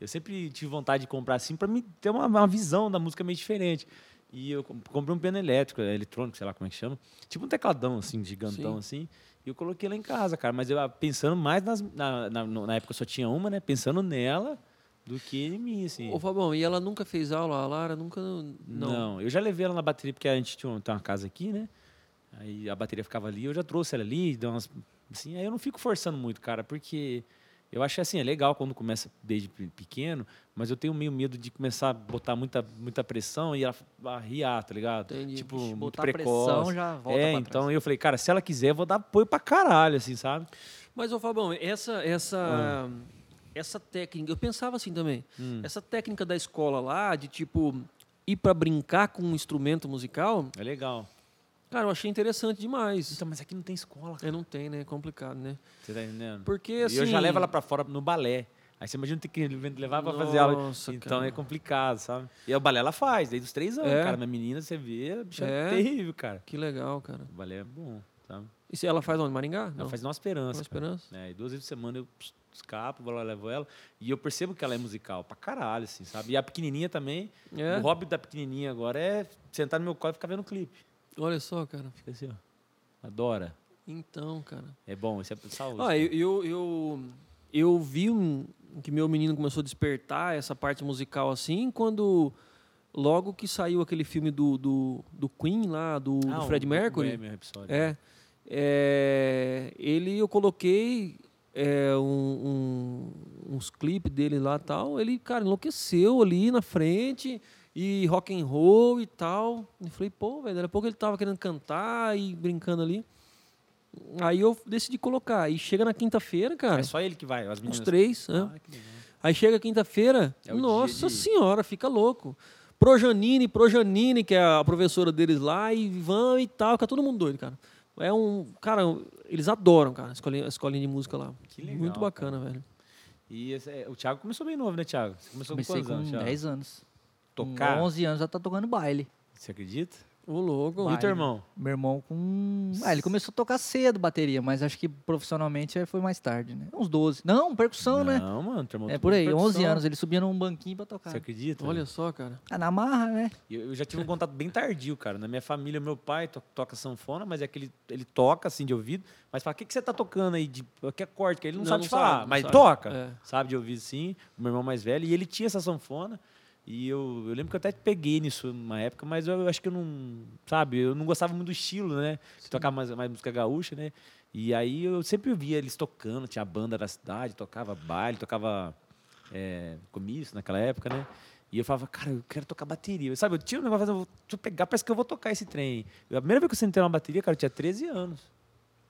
[SPEAKER 3] Eu sempre tive vontade de comprar assim pra mim ter uma, uma visão da música meio diferente. E eu com- comprei um piano elétrico, é, eletrônico, sei lá como é que chama. Tipo um tecladão, assim, gigantão,
[SPEAKER 2] Sim.
[SPEAKER 3] assim. E eu coloquei lá em casa, cara. Mas eu ah, pensando mais nas. Na, na, no- na época eu só tinha uma, né? Pensando nela do que em mim, assim.
[SPEAKER 2] Ô, Fabão, e ela nunca fez aula? A Lara nunca. Não.
[SPEAKER 3] Não. eu já levei ela na bateria, porque a gente tinha uma, tem uma casa aqui, né? Aí a bateria ficava ali, eu já trouxe ela ali, deu umas. Assim, aí eu não fico forçando muito, cara, porque eu acho assim, é legal quando começa desde pe- pequeno, mas eu tenho meio medo de começar a botar muita, muita pressão e ela f- arriar, tá ligado?
[SPEAKER 2] Entendi.
[SPEAKER 3] Tipo,
[SPEAKER 1] Ixi,
[SPEAKER 3] muito
[SPEAKER 1] botar
[SPEAKER 3] precoce.
[SPEAKER 1] pressão já volta
[SPEAKER 3] é,
[SPEAKER 1] pra trás.
[SPEAKER 3] então eu falei, cara, se ela quiser, eu vou dar apoio pra caralho, assim, sabe?
[SPEAKER 2] Mas, ô Fabão, essa, essa,
[SPEAKER 3] Ah.
[SPEAKER 2] essa técnica, eu pensava assim também,
[SPEAKER 3] Hum.
[SPEAKER 2] essa técnica da escola lá, de tipo, ir pra brincar com um instrumento musical,
[SPEAKER 3] É legal.
[SPEAKER 2] cara, eu achei interessante demais.
[SPEAKER 3] Então, mas aqui não tem escola, cara.
[SPEAKER 2] É, não tem, né? É complicado, né?
[SPEAKER 3] Você tá entendendo?
[SPEAKER 2] Porque,
[SPEAKER 3] E
[SPEAKER 2] assim...
[SPEAKER 3] eu já levo ela pra fora no balé. Aí você imagina ter que levar pra fazer aula.
[SPEAKER 2] Nossa,
[SPEAKER 3] Então
[SPEAKER 2] cara.
[SPEAKER 3] é complicado, sabe? E é o balé ela faz, desde os três anos,
[SPEAKER 2] É.
[SPEAKER 3] cara. Minha menina, você vê, a bicha
[SPEAKER 2] É.
[SPEAKER 3] é terrível, cara.
[SPEAKER 2] Que legal, cara.
[SPEAKER 3] O balé é bom, sabe?
[SPEAKER 2] E se ela faz onde? Maringá?
[SPEAKER 3] Ela
[SPEAKER 2] Não.
[SPEAKER 3] faz Nossa Esperança.
[SPEAKER 2] Nossa
[SPEAKER 3] cara.
[SPEAKER 2] Esperança.
[SPEAKER 3] É, e duas vezes por semana eu pss, escapo, vou lá, levo ela. E eu percebo que ela é musical pra caralho, assim, sabe? E a pequenininha também.
[SPEAKER 2] É?
[SPEAKER 3] O hobby da pequenininha agora é sentar no meu colo e ficar vendo um clipe.
[SPEAKER 2] Olha só, cara.
[SPEAKER 3] Fica assim, ó. Adora.
[SPEAKER 2] Então, cara.
[SPEAKER 3] É bom, isso é saúde.
[SPEAKER 2] Ah, eu, eu, eu, eu vi um- que meu menino começou a despertar essa parte musical assim, quando logo que saiu aquele filme do, do, do Queen lá, do, do
[SPEAKER 3] Ah,
[SPEAKER 2] Fred
[SPEAKER 3] o- o
[SPEAKER 2] Mercury.
[SPEAKER 3] Bohemian Rhapsody.
[SPEAKER 2] É, é, ele eu coloquei é, um- um- uns clipes dele lá e tal. Ele, cara, enlouqueceu ali na frente e rock and roll e tal. Eu falei, pô, velho, daqui a pouco ele tava querendo cantar e brincando ali. Aí eu decidi colocar. E chega na quinta-feira, cara.
[SPEAKER 3] É só ele que vai, as
[SPEAKER 2] Os
[SPEAKER 3] meninas.
[SPEAKER 2] três, né?
[SPEAKER 3] Ah, que legal.
[SPEAKER 2] Aí chega quinta-feira,
[SPEAKER 3] É o dia
[SPEAKER 2] nossa
[SPEAKER 3] de-
[SPEAKER 2] senhora, fica louco. Projanine, Projanine, que é a professora deles lá, e vão e tal, fica todo mundo doido, cara. É um. Cara, eles adoram, cara, a escolinha, a escolinha de música lá.
[SPEAKER 3] Que legal,
[SPEAKER 2] Muito bacana, velho.
[SPEAKER 3] E esse é- o Thiago começou bem novo, né, Thiago? Você começou
[SPEAKER 1] Comecei
[SPEAKER 3] com
[SPEAKER 1] com
[SPEAKER 3] quantos anos, Thiago?
[SPEAKER 1] 10 anos.
[SPEAKER 3] Tocar?
[SPEAKER 1] Com 11 anos já tá tocando baile.
[SPEAKER 3] Você acredita?
[SPEAKER 2] Ô, louco.
[SPEAKER 1] Vai.
[SPEAKER 3] E teu irmão?
[SPEAKER 1] Meu irmão com. Ah, ele começou a tocar cedo bateria, mas acho que profissionalmente é, foi mais tarde, né? Uns 12. Não, percussão, né?
[SPEAKER 3] Não, mano, teu irmão
[SPEAKER 1] É
[SPEAKER 3] tocou
[SPEAKER 1] por aí, 11
[SPEAKER 3] percussão.
[SPEAKER 1] anos. Ele subia num banquinho pra tocar.
[SPEAKER 3] Você acredita?
[SPEAKER 2] Olha só, cara.
[SPEAKER 1] Ah, na marra, né?
[SPEAKER 3] Eu, eu já tive um contato bem tardio, cara. Na minha família, meu pai to- toca sanfona, mas é aquele. Ele toca assim de ouvido, mas fala: o que, que você tá tocando aí? De, que acorde? Que ele não,
[SPEAKER 2] Não,
[SPEAKER 3] sabe
[SPEAKER 2] não
[SPEAKER 3] te falar,
[SPEAKER 2] sabe, não
[SPEAKER 3] mas
[SPEAKER 2] sabe.
[SPEAKER 3] toca.
[SPEAKER 2] É.
[SPEAKER 3] Sabe de ouvido sim, o meu irmão mais velho. E ele tinha essa sanfona. E eu, eu lembro que eu até peguei nisso numa época, mas eu, eu acho que eu não. Sabe, eu não gostava muito do estilo, né? De tocar mais, mais música gaúcha, né? E aí eu sempre via eles tocando, tinha a banda da cidade, tocava baile, tocava é, comício naquela época, né? E eu falava, cara, eu quero tocar bateria. Sabe, eu tinha um negócio, eu vou deixa eu pegar, parece que eu vou tocar esse trem. Eu- a primeira vez que eu sentei numa bateria, cara, eu tinha 13 anos.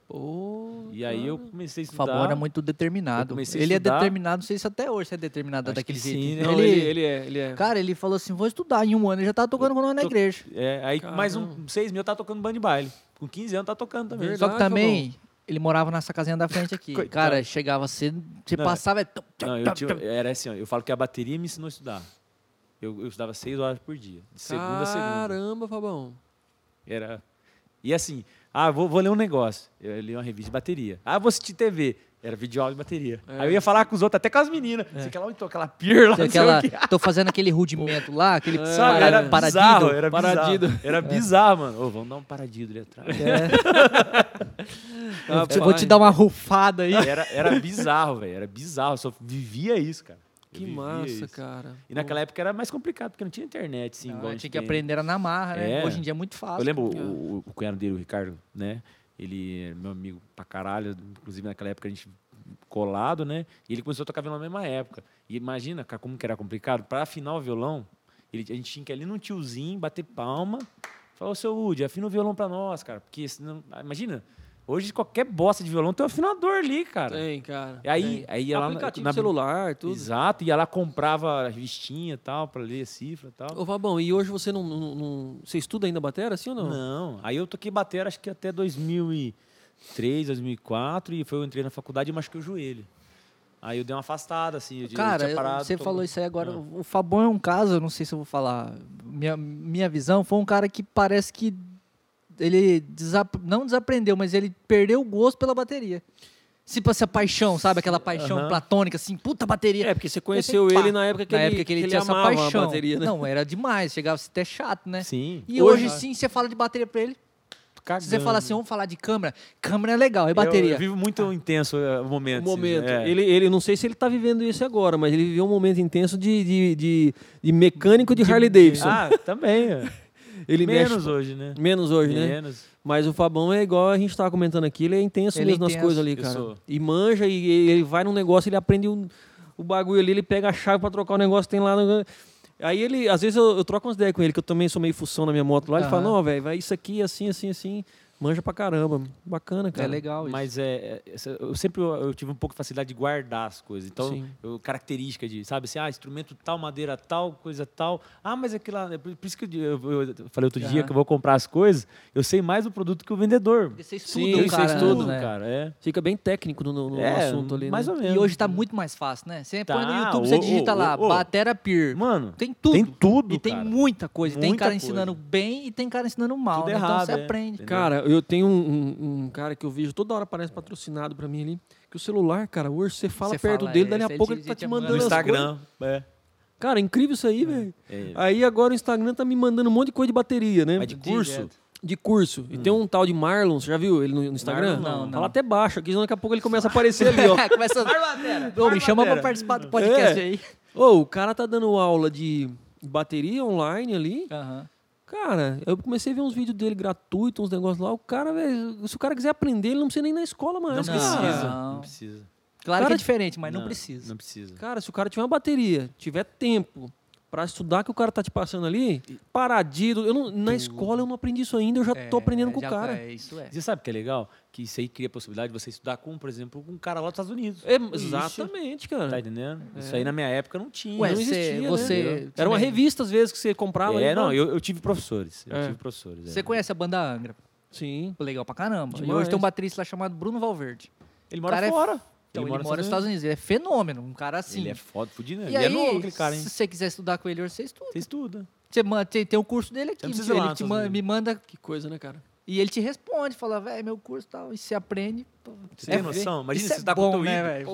[SPEAKER 1] Pô,
[SPEAKER 3] E aí eu
[SPEAKER 1] cara.
[SPEAKER 3] comecei a
[SPEAKER 1] Uhum. O
[SPEAKER 3] estudar.
[SPEAKER 1] Fabor era muito determinado.
[SPEAKER 3] Eu comecei a
[SPEAKER 1] Ele é
[SPEAKER 3] estudar.
[SPEAKER 1] determinado, não sei se até hoje você é determinado
[SPEAKER 3] Acho
[SPEAKER 1] daquele
[SPEAKER 3] que sim,
[SPEAKER 1] jeito.
[SPEAKER 3] né?
[SPEAKER 2] Não, ele, ele, é. Ele é.
[SPEAKER 1] Cara, ele falou assim: vou estudar. Em um ano ele já tava tocando com nós na
[SPEAKER 3] Tô-
[SPEAKER 1] igreja.
[SPEAKER 3] É, aí
[SPEAKER 2] Caramba.
[SPEAKER 3] mais um, seis mil, eu tava tocando band de baile. Com 15 anos, tá tocando também.
[SPEAKER 2] Verdade.
[SPEAKER 3] Só
[SPEAKER 1] Só que também, ele morava nessa casinha da frente aqui.
[SPEAKER 3] <laughs> Coitado.
[SPEAKER 1] Cara, chegava cedo, você
[SPEAKER 3] Não,
[SPEAKER 1] passava. é tum,
[SPEAKER 3] que-
[SPEAKER 1] tum,
[SPEAKER 3] Não, eu
[SPEAKER 1] tum,
[SPEAKER 3] tinha-
[SPEAKER 1] tum.
[SPEAKER 3] era assim, ó, eu falo que a bateria me ensinou a estudar. Eu, eu estudava seis horas por dia, de segunda a segunda.
[SPEAKER 2] Caramba, Fabão.
[SPEAKER 3] Era... E assim, ah, vou, vou ler um negócio. Eu li uma revista de bateria. Ah, vou assistir TV. Era videoaula de bateria.
[SPEAKER 2] É.
[SPEAKER 3] Aí eu ia falar com os outros, até com as meninas. Você quer lá, então, aquela pirla, não sei o
[SPEAKER 1] Aquela,
[SPEAKER 3] quê.
[SPEAKER 1] tô fazendo aquele rudimento lá, aquele
[SPEAKER 2] É,
[SPEAKER 3] Sabe, era
[SPEAKER 1] para,
[SPEAKER 3] bizarro,
[SPEAKER 1] paradido.
[SPEAKER 3] era bizarro.
[SPEAKER 2] Paradido.
[SPEAKER 3] Era bizarro, mano. Ô, vamos dar um paradido ali
[SPEAKER 2] <laughs>
[SPEAKER 3] atrás.
[SPEAKER 2] Ah,
[SPEAKER 1] Eu te- vou te
[SPEAKER 3] um
[SPEAKER 1] dar uma rufada aí.
[SPEAKER 3] Era, era bizarro, velho. Era bizarro. Eu só vivia isso, cara. Eu
[SPEAKER 2] Que
[SPEAKER 3] vivia
[SPEAKER 2] massa,
[SPEAKER 3] isso.
[SPEAKER 2] cara.
[SPEAKER 3] E naquela época era mais complicado, porque não tinha internet, assim.
[SPEAKER 1] Não,
[SPEAKER 3] igual a gente
[SPEAKER 1] tinha que
[SPEAKER 3] tem.
[SPEAKER 1] aprender a na marra, né?
[SPEAKER 3] É.
[SPEAKER 1] Hoje em dia é muito fácil.
[SPEAKER 3] Eu lembro o-
[SPEAKER 2] É.
[SPEAKER 3] o, o cunhado dele, o Ricardo, né? Ele é meu amigo pra caralho. Inclusive, naquela época a gente colado, né? E ele começou a tocar violão na mesma época. E imagina, cara, como que era complicado. Pra afinar o violão, ele, a gente tinha que ir ali num tiozinho, bater palma. Falar, ô, seu Woody, afina o violão pra nós, cara. Porque, senão, ah, imagina, hoje qualquer bosta de violão tem um afinador ali, cara.
[SPEAKER 2] Tem, cara.
[SPEAKER 3] E aí, aí ia lá na-
[SPEAKER 2] Aplicativo
[SPEAKER 3] na-
[SPEAKER 2] de celular, tudo.
[SPEAKER 3] Exato, ia lá, comprava a revistinha e tal, pra ler a cifra e tal.
[SPEAKER 2] Ô, Fabão, e hoje você não, não- não- Você estuda ainda batera, assim ou não?
[SPEAKER 3] Não, aí eu toquei bater acho que até 2003, 2004, e foi eu entrei na faculdade e machuquei o joelho. Aí eu dei uma afastada, assim. Eu tinha- eu
[SPEAKER 1] Cara,
[SPEAKER 3] tinha
[SPEAKER 1] eu-
[SPEAKER 3] parado,
[SPEAKER 1] você
[SPEAKER 3] tô-
[SPEAKER 1] falou isso aí agora.
[SPEAKER 3] Ah.
[SPEAKER 1] O Fabão é um caso, eu não sei se eu vou falar. Minha, minha visão foi um cara que parece que ele desap- não desaprendeu, mas ele perdeu o gosto pela bateria. Tipo essa paixão, sabe? Aquela paixão
[SPEAKER 3] Aham.
[SPEAKER 1] platônica, assim, puta bateria.
[SPEAKER 2] É, porque você conheceu
[SPEAKER 1] Pá.
[SPEAKER 2] ele na época que
[SPEAKER 1] Na
[SPEAKER 2] ele,
[SPEAKER 1] época que ele, tinha
[SPEAKER 2] amava
[SPEAKER 1] essa paixão.
[SPEAKER 2] a bateria, né?
[SPEAKER 1] Não, era demais, chegava a ser até chato, né?
[SPEAKER 3] Sim.
[SPEAKER 1] E hoje,
[SPEAKER 2] Hoje-
[SPEAKER 1] sim, você fala de bateria pra ele. Se
[SPEAKER 3] cagando.
[SPEAKER 1] você fala assim, vamos falar de câmera, câmera é legal, é
[SPEAKER 3] Eu-
[SPEAKER 1] bateria.
[SPEAKER 3] Eu, vivo muito intenso é, o momento.
[SPEAKER 2] Um
[SPEAKER 3] assim,
[SPEAKER 2] momento.
[SPEAKER 3] é.
[SPEAKER 2] Ele, ele, não sei se ele tá vivendo isso agora, mas ele viveu um momento intenso de, de, de, de mecânico de, Harley Davidson.
[SPEAKER 3] Ah, também. é.
[SPEAKER 2] ele
[SPEAKER 3] Menos
[SPEAKER 2] mexe-
[SPEAKER 3] hoje, né?
[SPEAKER 2] menos hoje, né?
[SPEAKER 3] Menos.
[SPEAKER 2] Mas o Fabão é igual a gente tava comentando aqui, ele é intenso
[SPEAKER 1] Ele é
[SPEAKER 2] mesmo nas
[SPEAKER 1] intenso.
[SPEAKER 2] coisas ali,
[SPEAKER 3] Eu
[SPEAKER 2] cara.
[SPEAKER 3] sou.
[SPEAKER 2] E manja, e ele vai num negócio, ele aprende um- o bagulho ali, ele pega a chave pra trocar o negócio que tem lá no. Aí ele, às vezes eu, eu troco umas ideias com ele, que eu também sou meio fução na minha moto lá. Ele fala,
[SPEAKER 1] Aham.
[SPEAKER 2] não, velho, vai isso aqui, assim, assim, assim. Manja pra caramba. Bacana, cara.
[SPEAKER 1] É legal isso.
[SPEAKER 3] Mas é, é, essa- eu sempre eu, eu tive um pouco de facilidade de guardar as coisas. Então,
[SPEAKER 2] Sim.
[SPEAKER 3] eu, característica de, sabe assim, ah, instrumento tal, madeira tal, coisa tal. Ah, mas aquilo lá, é por por isso que eu, eu- eu falei outro dia
[SPEAKER 1] Aham.
[SPEAKER 3] que eu vou comprar as coisas, eu sei mais do produto que o vendedor.
[SPEAKER 1] Porque vocês
[SPEAKER 2] Sim,
[SPEAKER 1] estudam,
[SPEAKER 3] eu
[SPEAKER 1] cara,
[SPEAKER 3] sei tudo,
[SPEAKER 1] né?
[SPEAKER 3] cara. É,
[SPEAKER 2] Fica bem técnico no, no- no
[SPEAKER 3] É,
[SPEAKER 2] assunto ali.
[SPEAKER 3] mais
[SPEAKER 2] né?
[SPEAKER 3] ou menos.
[SPEAKER 1] E hoje tá muito mais fácil, né? Você põe no
[SPEAKER 3] Tá,
[SPEAKER 1] YouTube, você
[SPEAKER 3] ô,
[SPEAKER 1] digita
[SPEAKER 3] ô,
[SPEAKER 1] lá,
[SPEAKER 3] ô, ô.
[SPEAKER 1] Batera Peer.
[SPEAKER 3] Mano,
[SPEAKER 1] Tem tudo.
[SPEAKER 3] tem tudo,
[SPEAKER 1] E tem
[SPEAKER 3] cara.
[SPEAKER 1] muita coisa. tem
[SPEAKER 3] Muita
[SPEAKER 1] cara
[SPEAKER 3] coisa.
[SPEAKER 1] ensinando bem e tem cara ensinando mal.
[SPEAKER 3] Tudo
[SPEAKER 1] né? então
[SPEAKER 3] errado,
[SPEAKER 1] você
[SPEAKER 3] é.
[SPEAKER 1] aprende.
[SPEAKER 3] Entendeu?
[SPEAKER 2] Cara, eu tenho um, um- um cara que eu vejo toda hora parece patrocinado pra mim ali. Que o celular, cara, hoje você fala
[SPEAKER 1] Você
[SPEAKER 2] perto
[SPEAKER 1] fala,
[SPEAKER 2] dele,
[SPEAKER 1] é,
[SPEAKER 2] dali a
[SPEAKER 1] você
[SPEAKER 2] pouco
[SPEAKER 1] te-
[SPEAKER 2] ele tá
[SPEAKER 1] te
[SPEAKER 2] te
[SPEAKER 1] manda.
[SPEAKER 2] mandando.
[SPEAKER 3] no
[SPEAKER 2] as
[SPEAKER 3] Instagram. É.
[SPEAKER 2] coisas. Cara, incrível isso aí, velho.
[SPEAKER 3] É.
[SPEAKER 2] Aí agora o Instagram tá me mandando um monte de coisa de bateria, né?
[SPEAKER 3] Mas de curso?
[SPEAKER 1] Direto.
[SPEAKER 2] De curso. E tem um tal de Marlon, você já viu ele no, no Instagram?
[SPEAKER 1] Marlon, não, não.
[SPEAKER 2] Fala até baixo, aqui senão daqui a pouco ele começa a aparecer ali,
[SPEAKER 3] <laughs>
[SPEAKER 2] ó.
[SPEAKER 1] <laughs> Começa. Ô, me chama pra
[SPEAKER 3] Batera. É.
[SPEAKER 1] participar do podcast aí.
[SPEAKER 3] <laughs>
[SPEAKER 2] Ô, o cara tá dando aula de bateria online ali.
[SPEAKER 1] Aham.
[SPEAKER 2] Cara, eu comecei a ver uns vídeos dele gratuitos, uns negócios lá. O cara, velho, se o cara quiser aprender, ele não precisa nem ir na escola mais,
[SPEAKER 3] Não
[SPEAKER 1] Mas,
[SPEAKER 2] cara.
[SPEAKER 3] precisa,
[SPEAKER 1] não.
[SPEAKER 3] não precisa.
[SPEAKER 1] Claro que
[SPEAKER 2] Cara,
[SPEAKER 1] é diferente, mas não, precisa.
[SPEAKER 3] Não precisa.
[SPEAKER 2] Cara, se o cara tiver uma bateria, tiver tempo pra estudar que o cara tá te passando ali, paradido. Eu não- na escola eu não aprendi isso ainda, eu já tô
[SPEAKER 1] É,
[SPEAKER 2] aprendendo com
[SPEAKER 1] já-
[SPEAKER 2] o cara.
[SPEAKER 1] É, isso é.
[SPEAKER 3] Você sabe o que é legal? Que isso aí cria a possibilidade de você estudar com, por exemplo, com um cara lá dos Estados Unidos.
[SPEAKER 2] É, exatamente, cara.
[SPEAKER 3] Tá entendendo? Isso aí na minha época não tinha.
[SPEAKER 1] É. Ué,
[SPEAKER 2] não
[SPEAKER 1] cê-
[SPEAKER 2] existia, né?
[SPEAKER 1] você.
[SPEAKER 2] Era uma
[SPEAKER 1] também-
[SPEAKER 2] revista, às vezes, que você comprava.
[SPEAKER 3] É,
[SPEAKER 2] ali,
[SPEAKER 3] não,
[SPEAKER 2] tá?
[SPEAKER 3] eu, eu tive professores. Eu
[SPEAKER 2] É.
[SPEAKER 3] tive professores.
[SPEAKER 1] Você
[SPEAKER 3] é.
[SPEAKER 1] conhece a banda Angra?
[SPEAKER 2] Sim.
[SPEAKER 1] Legal pra caramba. E
[SPEAKER 2] Demais.
[SPEAKER 1] hoje tem um baterista lá chamado Bruno Valverde.
[SPEAKER 3] Ele mora
[SPEAKER 1] cara é-
[SPEAKER 3] fora.
[SPEAKER 1] Então, ele, mora nos Estados Unidos. Ele é fenômeno. Um cara assim.
[SPEAKER 3] Ele é foda, fudido.
[SPEAKER 1] E
[SPEAKER 3] né? Ele é
[SPEAKER 1] aí,
[SPEAKER 3] novo, aquele cara, hein?
[SPEAKER 1] se você quiser estudar com ele hoje, você estuda.
[SPEAKER 3] Você estuda.
[SPEAKER 1] Você man- tem, tem o curso dele aqui.
[SPEAKER 3] Você não precisa ir
[SPEAKER 1] Ele
[SPEAKER 3] lá,
[SPEAKER 1] te
[SPEAKER 3] Estados
[SPEAKER 1] man-
[SPEAKER 3] Unidos.
[SPEAKER 1] me manda
[SPEAKER 2] Que coisa, né, cara?
[SPEAKER 1] e ele te responde, fala, velho, meu curso e tal. E você aprende. pô,
[SPEAKER 3] Você
[SPEAKER 1] é
[SPEAKER 3] tem noção?
[SPEAKER 1] ver.
[SPEAKER 3] Imagina
[SPEAKER 1] Isso
[SPEAKER 3] se
[SPEAKER 1] é
[SPEAKER 3] você tá com
[SPEAKER 1] bom,
[SPEAKER 3] o teu
[SPEAKER 1] né,
[SPEAKER 3] ídolo.
[SPEAKER 1] velho?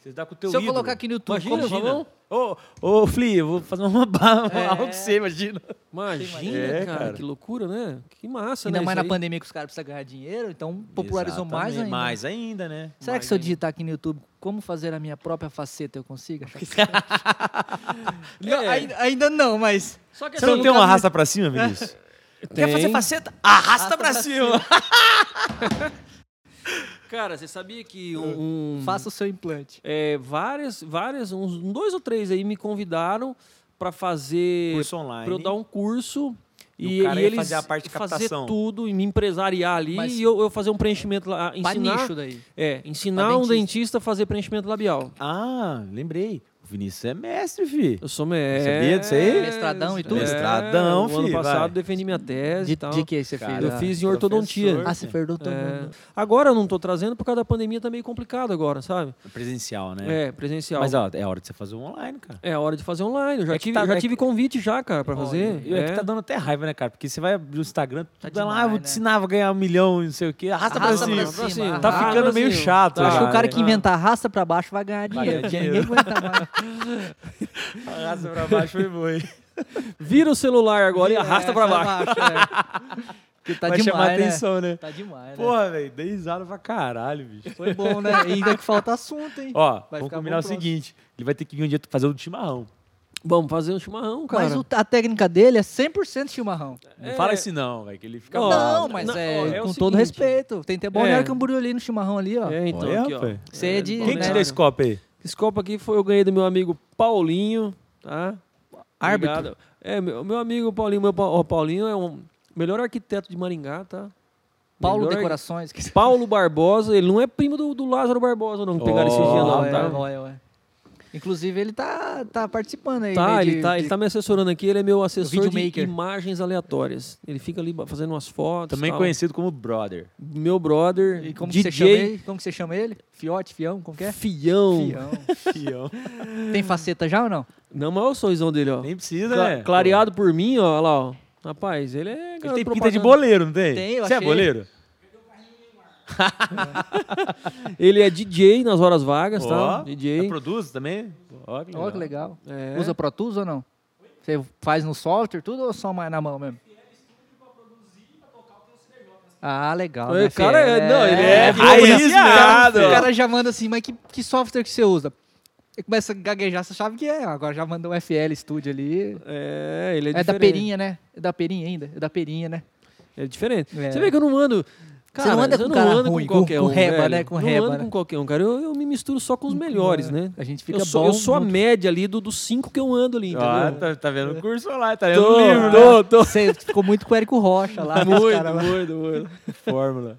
[SPEAKER 3] Você tá com o teu
[SPEAKER 1] Se eu
[SPEAKER 3] ídolo.
[SPEAKER 1] colocar aqui no YouTube,
[SPEAKER 2] Imagina,
[SPEAKER 1] como-
[SPEAKER 3] imagina.
[SPEAKER 2] Fabão.
[SPEAKER 3] Ô, ô, Fli, eu vou fazer uma barra
[SPEAKER 1] <laughs> É.
[SPEAKER 3] algo que você, imagina.
[SPEAKER 2] Imagina,
[SPEAKER 3] É,
[SPEAKER 2] cara,
[SPEAKER 3] cara.
[SPEAKER 2] que loucura, né? Que massa,
[SPEAKER 1] Ainda
[SPEAKER 2] né?
[SPEAKER 1] mais
[SPEAKER 2] isso
[SPEAKER 1] na
[SPEAKER 2] aí?
[SPEAKER 1] pandemia que os caras precisam ganhar dinheiro, então popularizou mais
[SPEAKER 3] Exatamente,
[SPEAKER 1] ainda.
[SPEAKER 3] Mais ainda, né?
[SPEAKER 1] Será que
[SPEAKER 2] mais
[SPEAKER 1] se eu
[SPEAKER 2] ainda.
[SPEAKER 1] digitar aqui no YouTube como fazer a minha própria faceta eu consigo?
[SPEAKER 3] <laughs>
[SPEAKER 1] achar?
[SPEAKER 2] É.
[SPEAKER 1] Não, ainda, ainda não, mas.
[SPEAKER 2] Só que
[SPEAKER 3] Você não
[SPEAKER 2] assim,
[SPEAKER 3] tem
[SPEAKER 2] o
[SPEAKER 3] uma
[SPEAKER 2] caminho-
[SPEAKER 3] arrasta pra
[SPEAKER 1] <laughs>
[SPEAKER 3] cima, Vinícius? Quer fazer
[SPEAKER 2] Tem.
[SPEAKER 3] faceta? Arrasta, pra cima.
[SPEAKER 2] Cara, você sabia que um, um-
[SPEAKER 1] Faça o seu implante.
[SPEAKER 2] é, várias, várias, uns dois ou três aí me convidaram para fazer,
[SPEAKER 3] Curso online.
[SPEAKER 2] para eu dar um curso
[SPEAKER 3] E
[SPEAKER 2] e,
[SPEAKER 3] o cara
[SPEAKER 2] e
[SPEAKER 3] ia
[SPEAKER 2] eles
[SPEAKER 3] fazer a parte de
[SPEAKER 2] fazer
[SPEAKER 3] captação.
[SPEAKER 2] tudo e me empresariar ali
[SPEAKER 1] Mas-
[SPEAKER 2] e eu, eu fazer um preenchimento lá,
[SPEAKER 1] Pra
[SPEAKER 2] ensinar,
[SPEAKER 1] nicho daí.
[SPEAKER 2] é, ensinar
[SPEAKER 1] Pra
[SPEAKER 2] um
[SPEAKER 1] dentista.
[SPEAKER 2] dentista a fazer preenchimento labial.
[SPEAKER 3] Ah, lembrei. O Vinícius é mestre, fi.
[SPEAKER 2] Eu sou mestre.
[SPEAKER 3] Sabia disso aí?
[SPEAKER 1] Mestradão e tudo?
[SPEAKER 3] Mestradão,
[SPEAKER 2] é, o ano
[SPEAKER 3] filho,
[SPEAKER 2] passado
[SPEAKER 3] vai.
[SPEAKER 2] defendi minha tese
[SPEAKER 1] De,
[SPEAKER 2] e tal.
[SPEAKER 1] de que você
[SPEAKER 3] Cara,
[SPEAKER 1] fez?
[SPEAKER 2] eu
[SPEAKER 1] Ah.
[SPEAKER 2] fiz em
[SPEAKER 3] professor.
[SPEAKER 2] ortodontia.
[SPEAKER 1] Ah, você fez doutor.
[SPEAKER 3] então,
[SPEAKER 2] É.
[SPEAKER 3] né?
[SPEAKER 2] Agora eu não tô trazendo por causa da pandemia tá meio complicado agora, sabe?
[SPEAKER 3] Presencial, né?
[SPEAKER 2] É,
[SPEAKER 1] então.
[SPEAKER 2] presencial.
[SPEAKER 3] Mas ó, é hora de você fazer um online, cara.
[SPEAKER 2] É hora de fazer online. Eu já
[SPEAKER 3] É que
[SPEAKER 2] tive,
[SPEAKER 3] tá-
[SPEAKER 2] já
[SPEAKER 3] é
[SPEAKER 2] tive convite já, cara, pra fazer.
[SPEAKER 3] É. que tá dando até raiva, né, cara? Porque você vai no Instagram,
[SPEAKER 1] Tá
[SPEAKER 3] tudo lá, ah, eu vou
[SPEAKER 1] demais, né?
[SPEAKER 3] te ensinar, vou ganhar um milhão, e não sei o quê. Arrasta,
[SPEAKER 1] Arrasta
[SPEAKER 3] pra
[SPEAKER 1] pra
[SPEAKER 3] cima.
[SPEAKER 1] cima.
[SPEAKER 3] Tá
[SPEAKER 1] Ah,
[SPEAKER 3] ficando meio chato.
[SPEAKER 2] Tá.
[SPEAKER 1] Acho que o cara
[SPEAKER 2] é.
[SPEAKER 1] que inventar raça pra baixo vai ganhar
[SPEAKER 3] Vai
[SPEAKER 1] dinheiro.
[SPEAKER 3] ganhar
[SPEAKER 1] porque
[SPEAKER 3] dinheiro.
[SPEAKER 1] Ninguém aguenta mais.
[SPEAKER 3] Arrasta pra baixo foi boi.
[SPEAKER 2] Vira o celular agora e arrasta
[SPEAKER 1] É,
[SPEAKER 2] pra baixo.
[SPEAKER 1] é.
[SPEAKER 2] <laughs>
[SPEAKER 1] Porque <laughs> tá
[SPEAKER 3] vai
[SPEAKER 1] demais,
[SPEAKER 3] chamar
[SPEAKER 1] né?
[SPEAKER 3] atenção, né?
[SPEAKER 1] Tá demais, né?
[SPEAKER 3] Porra, velho, dei risada pra caralho,
[SPEAKER 1] <laughs>
[SPEAKER 3] bicho.
[SPEAKER 1] Foi bom, né? Ainda que falta assunto, hein?
[SPEAKER 3] Ó,
[SPEAKER 1] Vai
[SPEAKER 3] vamos
[SPEAKER 1] ficar
[SPEAKER 3] combinar
[SPEAKER 1] bom
[SPEAKER 3] o
[SPEAKER 1] próximo.
[SPEAKER 3] seguinte: ele vai ter que vir um dia fazer o chimarrão.
[SPEAKER 2] Vamos fazer um chimarrão, cara.
[SPEAKER 1] Mas o- a técnica dele é 100% chimarrão.
[SPEAKER 3] Não
[SPEAKER 2] É.
[SPEAKER 3] fala isso, não, velho, que ele fica.
[SPEAKER 2] Ó,
[SPEAKER 1] não,
[SPEAKER 2] não,
[SPEAKER 1] mas
[SPEAKER 2] não,
[SPEAKER 1] é,
[SPEAKER 2] ó, é o
[SPEAKER 1] com todo
[SPEAKER 2] seguinte.
[SPEAKER 1] respeito. Tem até Balneário
[SPEAKER 2] É.
[SPEAKER 1] Camboriú um ali no chimarrão ali, ó.
[SPEAKER 2] É, então,
[SPEAKER 3] Olha,
[SPEAKER 2] aqui, ó. então,
[SPEAKER 3] rapaz.
[SPEAKER 1] Você é de-
[SPEAKER 3] Quem que te
[SPEAKER 1] né?
[SPEAKER 3] deu esse copo aí?
[SPEAKER 2] Esse copo aqui foi eu ganhei do meu amigo Paulinho, tá?
[SPEAKER 1] Árbitro.
[SPEAKER 2] Obrigado. É, meu, meu amigo Paulinho, meu Pa- ó, Paulinho é um melhor arquiteto de Maringá, tá?
[SPEAKER 1] Paulo
[SPEAKER 2] Melhor arqu-
[SPEAKER 1] Decorações. Que...
[SPEAKER 2] Paulo Barbosa, ele não é primo do, do Lázaro Barbosa, não, que pegaram
[SPEAKER 1] <laughs>
[SPEAKER 2] esses
[SPEAKER 3] Ó,
[SPEAKER 2] dias
[SPEAKER 1] Ó,
[SPEAKER 2] lá,
[SPEAKER 1] é,
[SPEAKER 2] tá?
[SPEAKER 1] ó, é, ó, é. Inclusive, ele tá, tá participando aí. né,
[SPEAKER 2] Tá,
[SPEAKER 1] de-
[SPEAKER 2] ele tá, ele
[SPEAKER 1] de-
[SPEAKER 2] tá me assessorando aqui, ele é meu assessor de
[SPEAKER 1] videomaker.
[SPEAKER 2] imagens aleatórias. Ele fica ali ba- fazendo umas fotos.
[SPEAKER 3] Também
[SPEAKER 2] tal.
[SPEAKER 3] conhecido como Brother.
[SPEAKER 1] <laughs>
[SPEAKER 2] Meu brother,
[SPEAKER 1] E como, que você chama
[SPEAKER 2] DJ
[SPEAKER 1] ele? como que você chama ele? Fiote, Fião, como que é?
[SPEAKER 2] Fião.
[SPEAKER 1] Fião.
[SPEAKER 3] Fião.
[SPEAKER 1] Tem faceta já ou não?
[SPEAKER 2] Não, mas olha o sorrisão dele, ó.
[SPEAKER 3] Nem precisa,
[SPEAKER 2] Cla-
[SPEAKER 3] né?
[SPEAKER 2] clareado por mim, ó, olha lá, ó. Rapaz, ele é.
[SPEAKER 3] Ele
[SPEAKER 2] garoto
[SPEAKER 3] tem pinta
[SPEAKER 2] propaganda.
[SPEAKER 3] de boleiro, não tem?
[SPEAKER 1] Tem, eu
[SPEAKER 3] Você é
[SPEAKER 1] achei.
[SPEAKER 3] boleiro?
[SPEAKER 2] Ele é DJ nas horas vagas, tá?
[SPEAKER 3] Ó,
[SPEAKER 2] DJ.
[SPEAKER 3] é Produz também? Ó, que
[SPEAKER 1] Ó, que legal.
[SPEAKER 2] É.
[SPEAKER 1] Usa Pro Tools ou não? Você faz no software tudo ou só mais na mão mesmo? Ah, legal.
[SPEAKER 2] É,
[SPEAKER 1] né,
[SPEAKER 2] o cara é-
[SPEAKER 1] Fê?
[SPEAKER 2] não, ele é
[SPEAKER 3] raiz
[SPEAKER 1] policiado.
[SPEAKER 3] mesmo.
[SPEAKER 1] O cara já manda assim, mas que, que software que você usa? Ele começa a gaguejar, você sabe que é. Agora já manda um FL Studio ali.
[SPEAKER 2] É, ele é,
[SPEAKER 1] É, da
[SPEAKER 2] diferente.
[SPEAKER 1] Perinha, né? É da Perinha ainda? É da Perinha, né?
[SPEAKER 2] É diferente.
[SPEAKER 1] É.
[SPEAKER 2] Você vê que eu não ando. Cara,
[SPEAKER 1] não anda
[SPEAKER 2] eu
[SPEAKER 1] com
[SPEAKER 2] não
[SPEAKER 1] cara
[SPEAKER 2] ando
[SPEAKER 1] ruim,
[SPEAKER 2] com
[SPEAKER 1] com-
[SPEAKER 2] qualquer
[SPEAKER 1] com
[SPEAKER 2] um.
[SPEAKER 1] reba,
[SPEAKER 2] velho.
[SPEAKER 1] né? Com
[SPEAKER 2] não
[SPEAKER 1] reba,
[SPEAKER 2] ando
[SPEAKER 1] né?
[SPEAKER 2] com qualquer um, cara. Eu, eu me misturo só com os melhores, né?
[SPEAKER 1] A gente fica
[SPEAKER 2] eu sou,
[SPEAKER 1] bom.
[SPEAKER 2] eu sou a
[SPEAKER 1] no-
[SPEAKER 2] média ali do- dos cinco que eu ando ali, entendeu?
[SPEAKER 3] Ah, tá, tá vendo o curso lá, tá vendo
[SPEAKER 2] Tô,
[SPEAKER 3] o livro, né?
[SPEAKER 2] tô, tô.
[SPEAKER 1] Você ficou muito com o Érico Rocha
[SPEAKER 2] <laughs>
[SPEAKER 1] lá. com Ah, os
[SPEAKER 2] Muito,
[SPEAKER 1] caras lá.
[SPEAKER 2] muito, muito.
[SPEAKER 3] Fórmula.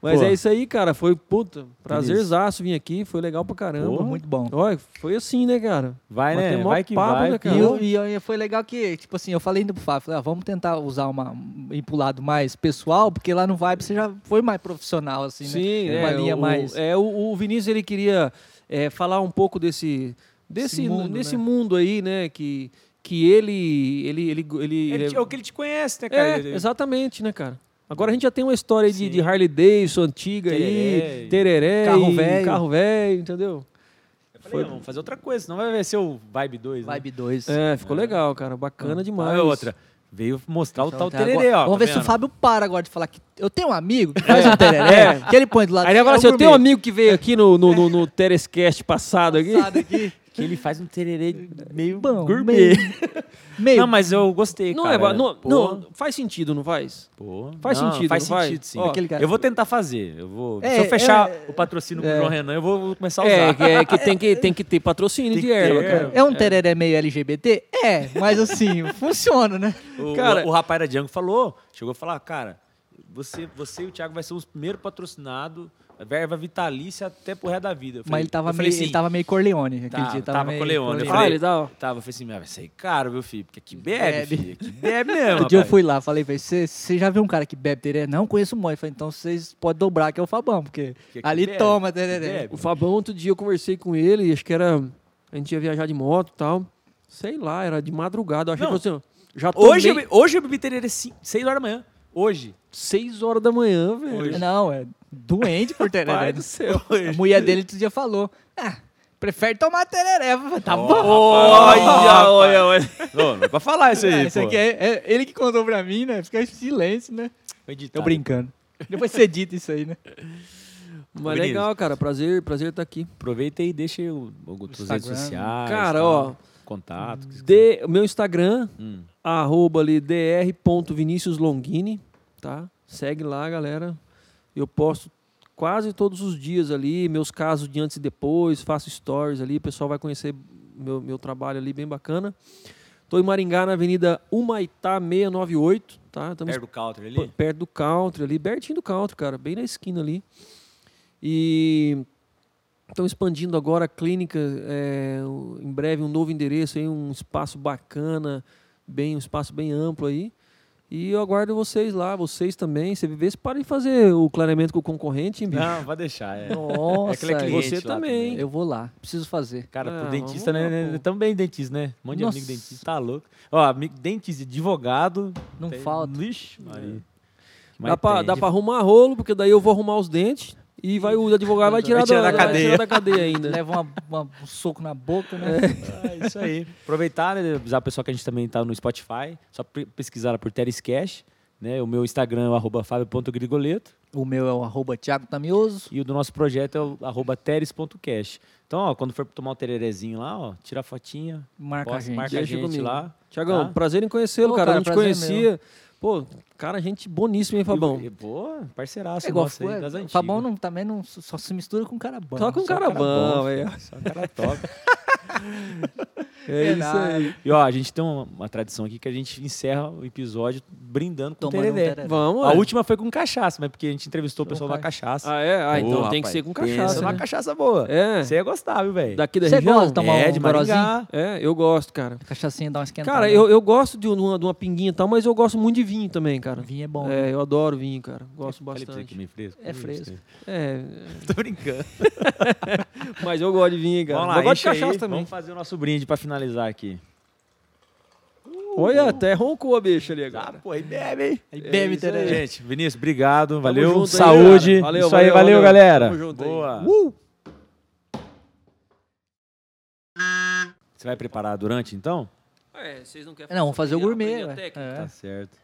[SPEAKER 2] Mas
[SPEAKER 3] Pô.
[SPEAKER 2] é isso aí, cara. Foi, puta, prazerzaço vir aqui. Foi legal pra caramba.
[SPEAKER 1] Pô, muito
[SPEAKER 3] Então,
[SPEAKER 1] bom.
[SPEAKER 2] Olha, foi assim, né, cara?
[SPEAKER 3] Vai,
[SPEAKER 2] Mas
[SPEAKER 3] né?
[SPEAKER 2] tem mó
[SPEAKER 3] Vai que
[SPEAKER 2] papo,
[SPEAKER 3] vai.
[SPEAKER 2] né,
[SPEAKER 1] E,
[SPEAKER 2] cara?
[SPEAKER 1] eu- e eu- e foi legal que, tipo assim, eu falei indo pro Fábio, falei, ah, vamos tentar usar uma, ir pro lado mais pessoal, porque lá no Vibe você já foi mais profissional, assim,
[SPEAKER 2] Sim,
[SPEAKER 1] né?
[SPEAKER 2] é,
[SPEAKER 1] Uma linha
[SPEAKER 2] o,
[SPEAKER 1] mais...
[SPEAKER 2] é, o, o Vinícius ele queria é, falar um pouco desse desse
[SPEAKER 1] Esse mundo,
[SPEAKER 2] nesse
[SPEAKER 1] né?
[SPEAKER 2] mundo aí, né, que que ele ele ele, ele,
[SPEAKER 3] Ele te-
[SPEAKER 2] ele-
[SPEAKER 3] é o que ele te conhece, né, cara?
[SPEAKER 2] é,
[SPEAKER 3] Ele-
[SPEAKER 2] exatamente, né, cara? Agora a gente já tem uma história aí de,
[SPEAKER 3] Sim.
[SPEAKER 2] de Harley Davidson antiga aí,
[SPEAKER 3] Tereré.
[SPEAKER 2] tereré,
[SPEAKER 1] Carro
[SPEAKER 2] e
[SPEAKER 1] velho.
[SPEAKER 2] carro velho, entendeu?
[SPEAKER 3] Eu falei, "Ah, vamos fazer outra coisa, senão vai ser o Vibe 2, né?
[SPEAKER 1] Vibe 2.
[SPEAKER 2] É, ficou legal, cara, bacana demais.
[SPEAKER 3] Ah, é outra. Veio mostrar o
[SPEAKER 1] Então,
[SPEAKER 3] tal
[SPEAKER 1] tá,
[SPEAKER 3] tereré,
[SPEAKER 1] agora-
[SPEAKER 3] ó.
[SPEAKER 1] Vamos
[SPEAKER 3] tá
[SPEAKER 1] ver se o
[SPEAKER 3] vendo? É.
[SPEAKER 1] Fábio para agora de falar que eu tenho um amigo que faz um tereré, que ele põe do lado
[SPEAKER 2] Aí agora,
[SPEAKER 1] é o
[SPEAKER 3] assim,
[SPEAKER 2] se eu tenho um
[SPEAKER 1] gourmet.
[SPEAKER 2] amigo que veio aqui no, no, no, no Terescast passado aqui,
[SPEAKER 1] Passado
[SPEAKER 3] <laughs>
[SPEAKER 1] aqui.
[SPEAKER 3] Que ele faz um tereré meio
[SPEAKER 1] Bom,
[SPEAKER 3] gourmet.
[SPEAKER 1] Meio.
[SPEAKER 3] Não, mas eu gostei,
[SPEAKER 2] não
[SPEAKER 3] cara.
[SPEAKER 2] é, ba- não,
[SPEAKER 3] Pô.
[SPEAKER 2] não, faz sentido, não faz?
[SPEAKER 3] Pô,
[SPEAKER 2] Faz sentido,
[SPEAKER 3] Faz
[SPEAKER 2] não faz?
[SPEAKER 3] sentido, sim.
[SPEAKER 2] Ó,
[SPEAKER 1] Aquele cara-
[SPEAKER 3] Eu vou tentar fazer. Eu vou.
[SPEAKER 1] É,
[SPEAKER 3] Se eu fechar
[SPEAKER 1] é-
[SPEAKER 3] o patrocínio com o João Renan, eu vou começar a usar.
[SPEAKER 2] É, que, é que tem
[SPEAKER 3] <laughs>
[SPEAKER 2] que tem que ter patrocínio
[SPEAKER 3] Tem
[SPEAKER 2] de
[SPEAKER 3] que ter,
[SPEAKER 2] erva,
[SPEAKER 3] é.
[SPEAKER 2] cara.
[SPEAKER 1] É um tereré meio LGBT? É, mas assim,
[SPEAKER 3] <laughs>
[SPEAKER 1] funciona, né?
[SPEAKER 3] O,
[SPEAKER 2] Cara-
[SPEAKER 3] o, rapaz da Django falou, chegou a falar, cara, você, você e o Thiago vai ser os primeiros patrocinados, verba vitalícia até pro resto da vida. Eu
[SPEAKER 1] Mas ele tava,
[SPEAKER 3] eu falei assim,
[SPEAKER 1] meio, ele tava meio Corleone,
[SPEAKER 3] Tá,
[SPEAKER 1] aquele dia.
[SPEAKER 3] tava
[SPEAKER 1] meio
[SPEAKER 3] Corleone, eu
[SPEAKER 2] Ah,
[SPEAKER 3] É, falei-
[SPEAKER 2] ele dá, ó.
[SPEAKER 3] Tava, eu falei assim, "Mas vai sair caro, meu filho, porque aqui bebe,
[SPEAKER 1] Bebe.
[SPEAKER 3] filho, aqui <laughs> bebe É mesmo,
[SPEAKER 1] Outro dia eu
[SPEAKER 3] rapaz."
[SPEAKER 1] fui lá, falei, velho, você já viu um cara que bebe tereré? Não, conheço um monte. Falei, então vocês podem dobrar que é o Fabão, porque
[SPEAKER 3] Que aqui
[SPEAKER 1] ali
[SPEAKER 3] bebe,
[SPEAKER 1] toma
[SPEAKER 3] aqui
[SPEAKER 1] tereré.
[SPEAKER 3] bebe.
[SPEAKER 2] O Fabão, outro dia eu conversei com ele, acho que era. A gente ia viajar de moto e tal. Sei lá, era de madrugada. Eu achei
[SPEAKER 3] Não.
[SPEAKER 2] que você. Já tomei
[SPEAKER 3] Hoje, eu, be- hoje eu bebi tererê 6 horas da manhã, hoje.
[SPEAKER 2] 6 horas da manhã, velho.
[SPEAKER 3] Hoje. <laughs>
[SPEAKER 1] Não, é doente por tereré.
[SPEAKER 2] Pai do céu.
[SPEAKER 1] a mulher dele outro dia falou, ah, Prefere tomar tereré. Eu falei, Tá
[SPEAKER 3] Ó,
[SPEAKER 1] bom.
[SPEAKER 3] rapaz, ó,
[SPEAKER 1] <laughs>
[SPEAKER 2] Olha,
[SPEAKER 3] rapaz.
[SPEAKER 2] olha, olha.
[SPEAKER 3] Não, não <laughs> é pra falar isso aí,
[SPEAKER 1] Ah, isso
[SPEAKER 3] pô.
[SPEAKER 1] aqui é, é ele que contou pra mim, né? Fica em silêncio, né?
[SPEAKER 3] Foi editado.
[SPEAKER 1] Tô brincando. Depois você edita isso
[SPEAKER 3] <laughs>
[SPEAKER 1] aí, né?
[SPEAKER 2] Mas
[SPEAKER 3] Vinícius.
[SPEAKER 2] legal, cara. Prazer, prazer estar aqui.
[SPEAKER 3] Aproveita e deixa o, o, suas redes
[SPEAKER 1] Instagram.
[SPEAKER 3] sociais.
[SPEAKER 2] Cara, ó,
[SPEAKER 3] tal, Contato. que-
[SPEAKER 2] De, o meu Instagram,
[SPEAKER 3] Hum.
[SPEAKER 2] arroba ali, dr.viniciuslongini, tá? Segue lá, galera. Eu posto quase todos os dias ali, meus casos de antes e depois, faço stories ali, o pessoal vai conhecer meu, meu trabalho ali, bem bacana. Tô em Maringá, na Avenida Humaitá 698, tá? Estamos
[SPEAKER 3] Perto do counter
[SPEAKER 2] Pô,
[SPEAKER 3] ali.
[SPEAKER 2] Perto do country ali, pertinho do country, cara, bem na esquina ali. E estão expandindo agora a clínica, é, o- em breve um novo endereço, aí, um espaço bacana, bem um espaço bem amplo aí. E eu aguardo vocês lá, vocês também, CVVs, parem de fazer o clareamento com o concorrente, hein, bicho?
[SPEAKER 3] Não, vai deixar. É.
[SPEAKER 1] Nossa,
[SPEAKER 3] aquele cliente
[SPEAKER 2] você
[SPEAKER 3] lá
[SPEAKER 2] também,
[SPEAKER 1] eu vou lá. Preciso fazer.
[SPEAKER 3] Cara, pro
[SPEAKER 2] Ah,
[SPEAKER 3] dentista,
[SPEAKER 2] vamos
[SPEAKER 3] né?
[SPEAKER 2] lá,
[SPEAKER 3] né,
[SPEAKER 2] pô.
[SPEAKER 3] Também dentista, né? Um monte de
[SPEAKER 1] Nossa.
[SPEAKER 3] amigo dentista, tá louco. Ó, amigo dentista, advogado.
[SPEAKER 1] Não
[SPEAKER 3] tem-
[SPEAKER 1] falta.
[SPEAKER 3] Vixe, Maria. Mas
[SPEAKER 2] Dá pra,
[SPEAKER 3] tem,
[SPEAKER 2] dá
[SPEAKER 3] de-
[SPEAKER 2] pra arrumar rolo, porque daí eu vou arrumar os dentes e vai o advogado vai tirar,
[SPEAKER 3] Vai tirar da cadeia. Né?
[SPEAKER 2] tirar da cadeia
[SPEAKER 3] <laughs>
[SPEAKER 2] ainda.
[SPEAKER 1] Leva uma- uma- um soco na boca, né?
[SPEAKER 2] <laughs>
[SPEAKER 3] É isso aí. Aproveitar, né, avisar o pessoal que a gente também tá no Spotify. Só pre- pesquisar lá por Teres Cash, né? O meu Instagram é o arroba fabio.grigoleto.
[SPEAKER 1] O meu é o arroba Thiago Tamioso.
[SPEAKER 3] E o do nosso projeto é o arroba teres.cash. Então, ó, quando for tomar o tererezinho lá, ó, tira a fotinha,
[SPEAKER 1] Marca a
[SPEAKER 3] posta,
[SPEAKER 1] gente.
[SPEAKER 3] marca a
[SPEAKER 2] Deixa
[SPEAKER 3] gente
[SPEAKER 2] comigo.
[SPEAKER 3] lá.
[SPEAKER 2] Tiagão,
[SPEAKER 3] Tá.
[SPEAKER 2] prazer em conhecê-lo,
[SPEAKER 1] Ô,
[SPEAKER 2] cara. Eu
[SPEAKER 1] cara,
[SPEAKER 2] não te
[SPEAKER 1] prazer é
[SPEAKER 2] conhecia. Pô, cara, gente boníssima, hein, Fabão?
[SPEAKER 3] E, boa, parceiraço
[SPEAKER 1] É igual
[SPEAKER 3] nosso aí, das
[SPEAKER 1] é,
[SPEAKER 3] antigas.
[SPEAKER 1] Fabão não, também não, só se mistura com um cara bom.
[SPEAKER 2] tá Só com um cara
[SPEAKER 3] Cara
[SPEAKER 2] bom,
[SPEAKER 3] bom,
[SPEAKER 2] velho.
[SPEAKER 3] Só cara top.
[SPEAKER 2] É isso
[SPEAKER 1] Verdade.
[SPEAKER 2] aí.
[SPEAKER 3] E ó, a gente tem uma, uma tradição aqui que a gente encerra o episódio brindando com
[SPEAKER 1] Tomando um
[SPEAKER 3] tereré.
[SPEAKER 1] tereré.
[SPEAKER 2] Vamos,
[SPEAKER 3] A
[SPEAKER 2] ué.
[SPEAKER 3] última foi com cachaça, mas porque a gente entrevistou o pessoal da
[SPEAKER 1] Opa.
[SPEAKER 3] cachaça.
[SPEAKER 2] Ah, é? Ah,
[SPEAKER 3] Ô,
[SPEAKER 2] então tem
[SPEAKER 3] rapaz,
[SPEAKER 2] que ser com
[SPEAKER 3] pensa
[SPEAKER 2] cachaça.
[SPEAKER 3] numa
[SPEAKER 2] né?
[SPEAKER 3] cachaça boa.
[SPEAKER 2] É.
[SPEAKER 3] Você ia gostar, viu, velho?
[SPEAKER 2] Daqui da
[SPEAKER 1] Você
[SPEAKER 2] região?
[SPEAKER 1] gosta de tomar
[SPEAKER 3] é,
[SPEAKER 1] um
[SPEAKER 3] de
[SPEAKER 1] borozinho?
[SPEAKER 3] Maringá.
[SPEAKER 2] É, eu gosto, cara.
[SPEAKER 1] Cachaçinha dá uma esquentada.
[SPEAKER 2] Cara,
[SPEAKER 1] né?
[SPEAKER 2] eu, eu gosto de uma, de uma pinguinha e tal, mas eu gosto muito de vinho também, cara.
[SPEAKER 1] Vinho é bom. né?
[SPEAKER 2] É, eu adoro vinho, cara. Gosto
[SPEAKER 3] Falei pra você que
[SPEAKER 2] bastante.
[SPEAKER 3] meio fresco.
[SPEAKER 1] É fresco.
[SPEAKER 2] É,
[SPEAKER 3] Tô brincando.
[SPEAKER 2] mas eu gosto de vinho, cara.
[SPEAKER 3] Vamos lá,
[SPEAKER 2] eu gosto de
[SPEAKER 3] enche aí.
[SPEAKER 2] cachaça também.
[SPEAKER 3] Vamos fazer o nosso brinde pra finalizar aqui.
[SPEAKER 2] Olha, até roncou a bicha ali
[SPEAKER 3] Tá,
[SPEAKER 2] agora.
[SPEAKER 3] pô, aí bebe, hein?
[SPEAKER 1] Aí
[SPEAKER 2] é
[SPEAKER 1] bebe,
[SPEAKER 2] isso aí.
[SPEAKER 1] tereré.
[SPEAKER 3] Gente, Vinícius, obrigado. Valeu.
[SPEAKER 2] junto aí,
[SPEAKER 3] Saúde.
[SPEAKER 2] galera. Valeu,
[SPEAKER 3] Isso aí,
[SPEAKER 2] valeu, valeu.
[SPEAKER 3] valeu, galera.
[SPEAKER 2] Tamo junto aí.
[SPEAKER 3] Boa.
[SPEAKER 2] Uh!
[SPEAKER 3] Você vai preparar durante, então?
[SPEAKER 2] É, vocês não querem né?
[SPEAKER 1] Não, vamos fazer o gourmet.
[SPEAKER 2] aprender a
[SPEAKER 1] ué.
[SPEAKER 2] técnica.
[SPEAKER 1] É.
[SPEAKER 3] Tá certo.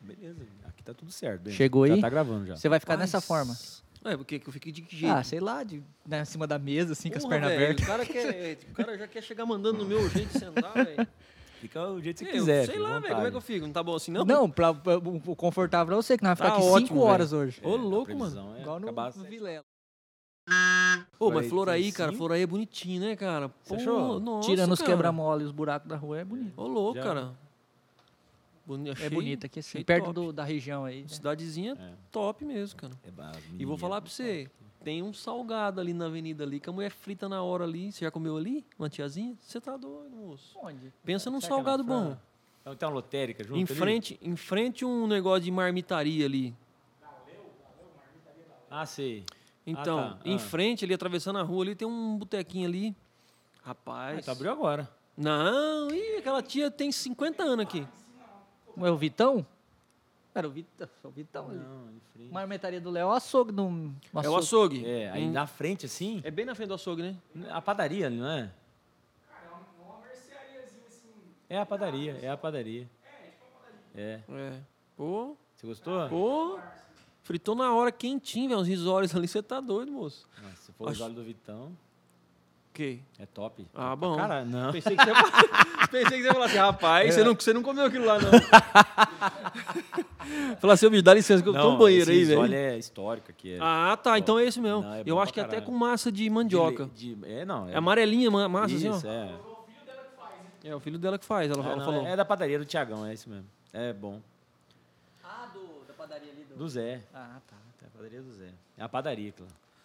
[SPEAKER 3] Beleza, aqui tá tudo certo. Bento.
[SPEAKER 1] Chegou
[SPEAKER 3] já
[SPEAKER 1] aí?
[SPEAKER 3] Tá gravando já.
[SPEAKER 1] Você vai ficar dessa forma.
[SPEAKER 2] É, porque que eu fiquei de que jeito?
[SPEAKER 1] Ah, sei lá, de, né, em cima da mesa, assim, com as
[SPEAKER 2] Porra,
[SPEAKER 1] pernas
[SPEAKER 2] velho,
[SPEAKER 1] abertas.
[SPEAKER 2] O cara, quer, o cara já quer chegar mandando no meu jeito de sentar,
[SPEAKER 1] <laughs>
[SPEAKER 2] velho.
[SPEAKER 3] Fica o jeito que
[SPEAKER 2] Eu
[SPEAKER 3] você quiser.
[SPEAKER 2] Sei
[SPEAKER 3] fica à
[SPEAKER 2] lá, velho, como é que eu
[SPEAKER 3] vontade.
[SPEAKER 2] fico? Não tá bom assim, não?
[SPEAKER 1] Não, pra, pra- o confortável pra você, que nós vamos
[SPEAKER 2] Tá
[SPEAKER 1] ficar aqui 5
[SPEAKER 2] ótimo,
[SPEAKER 1] horas hoje.
[SPEAKER 2] Ô,
[SPEAKER 3] É, a
[SPEAKER 2] louco,
[SPEAKER 3] previsão é
[SPEAKER 1] Igual no,
[SPEAKER 3] acabar
[SPEAKER 1] no
[SPEAKER 3] às sete.
[SPEAKER 1] Vilela.
[SPEAKER 2] Ô, mas
[SPEAKER 3] Vai,
[SPEAKER 2] Floraí,
[SPEAKER 3] tem
[SPEAKER 2] cara,
[SPEAKER 3] sim.
[SPEAKER 2] Floraí é bonitinho, né, cara? Pô,
[SPEAKER 3] achou?
[SPEAKER 2] Nossa,
[SPEAKER 1] Tirando os
[SPEAKER 2] cara.
[SPEAKER 1] quebra-mola e os buracos da rua, é bonito.
[SPEAKER 2] Ô, louco,
[SPEAKER 3] Já.
[SPEAKER 2] cara. Boni- achei-
[SPEAKER 1] é bonito aqui, assim,
[SPEAKER 2] achei
[SPEAKER 1] perto
[SPEAKER 2] top.
[SPEAKER 1] do- da região aí. né?
[SPEAKER 2] Cidadezinha
[SPEAKER 3] É.
[SPEAKER 2] top mesmo, cara.
[SPEAKER 3] É ba-
[SPEAKER 2] E vou
[SPEAKER 3] menina,
[SPEAKER 2] falar pra você, tem um salgado ali na avenida ali, que a mulher frita na hora ali. Você já comeu ali? Uma tiazinha? Você tá doido, moço.
[SPEAKER 1] Onde?
[SPEAKER 2] Pensa num
[SPEAKER 3] Será que é na
[SPEAKER 2] salgado
[SPEAKER 3] Fran?
[SPEAKER 2] bom.
[SPEAKER 3] Então, tem uma lotérica junto
[SPEAKER 2] Em
[SPEAKER 3] ali?
[SPEAKER 2] frente, em frente um negócio de marmitaria ali.
[SPEAKER 3] Ah, sei.
[SPEAKER 2] Então,
[SPEAKER 3] Ah, tá.
[SPEAKER 2] em
[SPEAKER 3] Ah.
[SPEAKER 2] frente ali, atravessando a rua ali, tem um botequinho ali.
[SPEAKER 3] Ah,
[SPEAKER 2] Rapaz.
[SPEAKER 3] então abriu agora.
[SPEAKER 2] Não, ih, aquela tia tem 50 anos aqui.
[SPEAKER 1] É o Vitão? Era o Vitão. O Vitão né? ali.
[SPEAKER 3] Não, em frente.
[SPEAKER 1] Marmetaria do Léo, açougue do. um
[SPEAKER 2] É o açougue.
[SPEAKER 3] É, aí na frente, assim,
[SPEAKER 2] É bem na frente do açougue, né?
[SPEAKER 3] a padaria, não é? É a padaria, é a padaria. É.
[SPEAKER 2] É. Pô,
[SPEAKER 3] Você gostou?
[SPEAKER 2] pô. Fritou na hora quentinho, velho. Uns risoles ali, você tá doido, moço.
[SPEAKER 3] Nossa, Ah, se for os olhos do Vitão,
[SPEAKER 2] Ok.
[SPEAKER 3] é top.
[SPEAKER 2] Ah, bom.
[SPEAKER 3] Cara,
[SPEAKER 2] <laughs>
[SPEAKER 3] não.
[SPEAKER 2] Pensei
[SPEAKER 3] <laughs>
[SPEAKER 2] que você ia falar, <laughs> pensei que você ia falar assim,
[SPEAKER 3] É.
[SPEAKER 2] rapaz, você, não, você não comeu aquilo lá, não. <laughs> falar assim, ô, bicho, dá licença que eu tô
[SPEAKER 3] Não,
[SPEAKER 2] no banheiro
[SPEAKER 3] esse
[SPEAKER 2] aí, velho.
[SPEAKER 3] Olha, é histórico aqui. É
[SPEAKER 2] Ah, tá. Então é esse mesmo.
[SPEAKER 3] Não, é bom
[SPEAKER 2] eu acho que
[SPEAKER 3] pra
[SPEAKER 2] até
[SPEAKER 3] caralho.
[SPEAKER 2] com massa de mandioca.
[SPEAKER 3] De, de- é, não.
[SPEAKER 2] É amarelinha, ma- massa
[SPEAKER 3] isso,
[SPEAKER 2] assim, ó.
[SPEAKER 3] é.
[SPEAKER 2] É. o filho dela que faz, ela,
[SPEAKER 3] É,
[SPEAKER 2] ela
[SPEAKER 3] não,
[SPEAKER 2] falou.
[SPEAKER 3] é da padaria do Tiagão, é isso mesmo. É bom.
[SPEAKER 1] Ah, do, da padaria ali do.
[SPEAKER 3] Do Zé.
[SPEAKER 1] Ah, tá.
[SPEAKER 3] É a padaria do Zé. É a padaria, claro.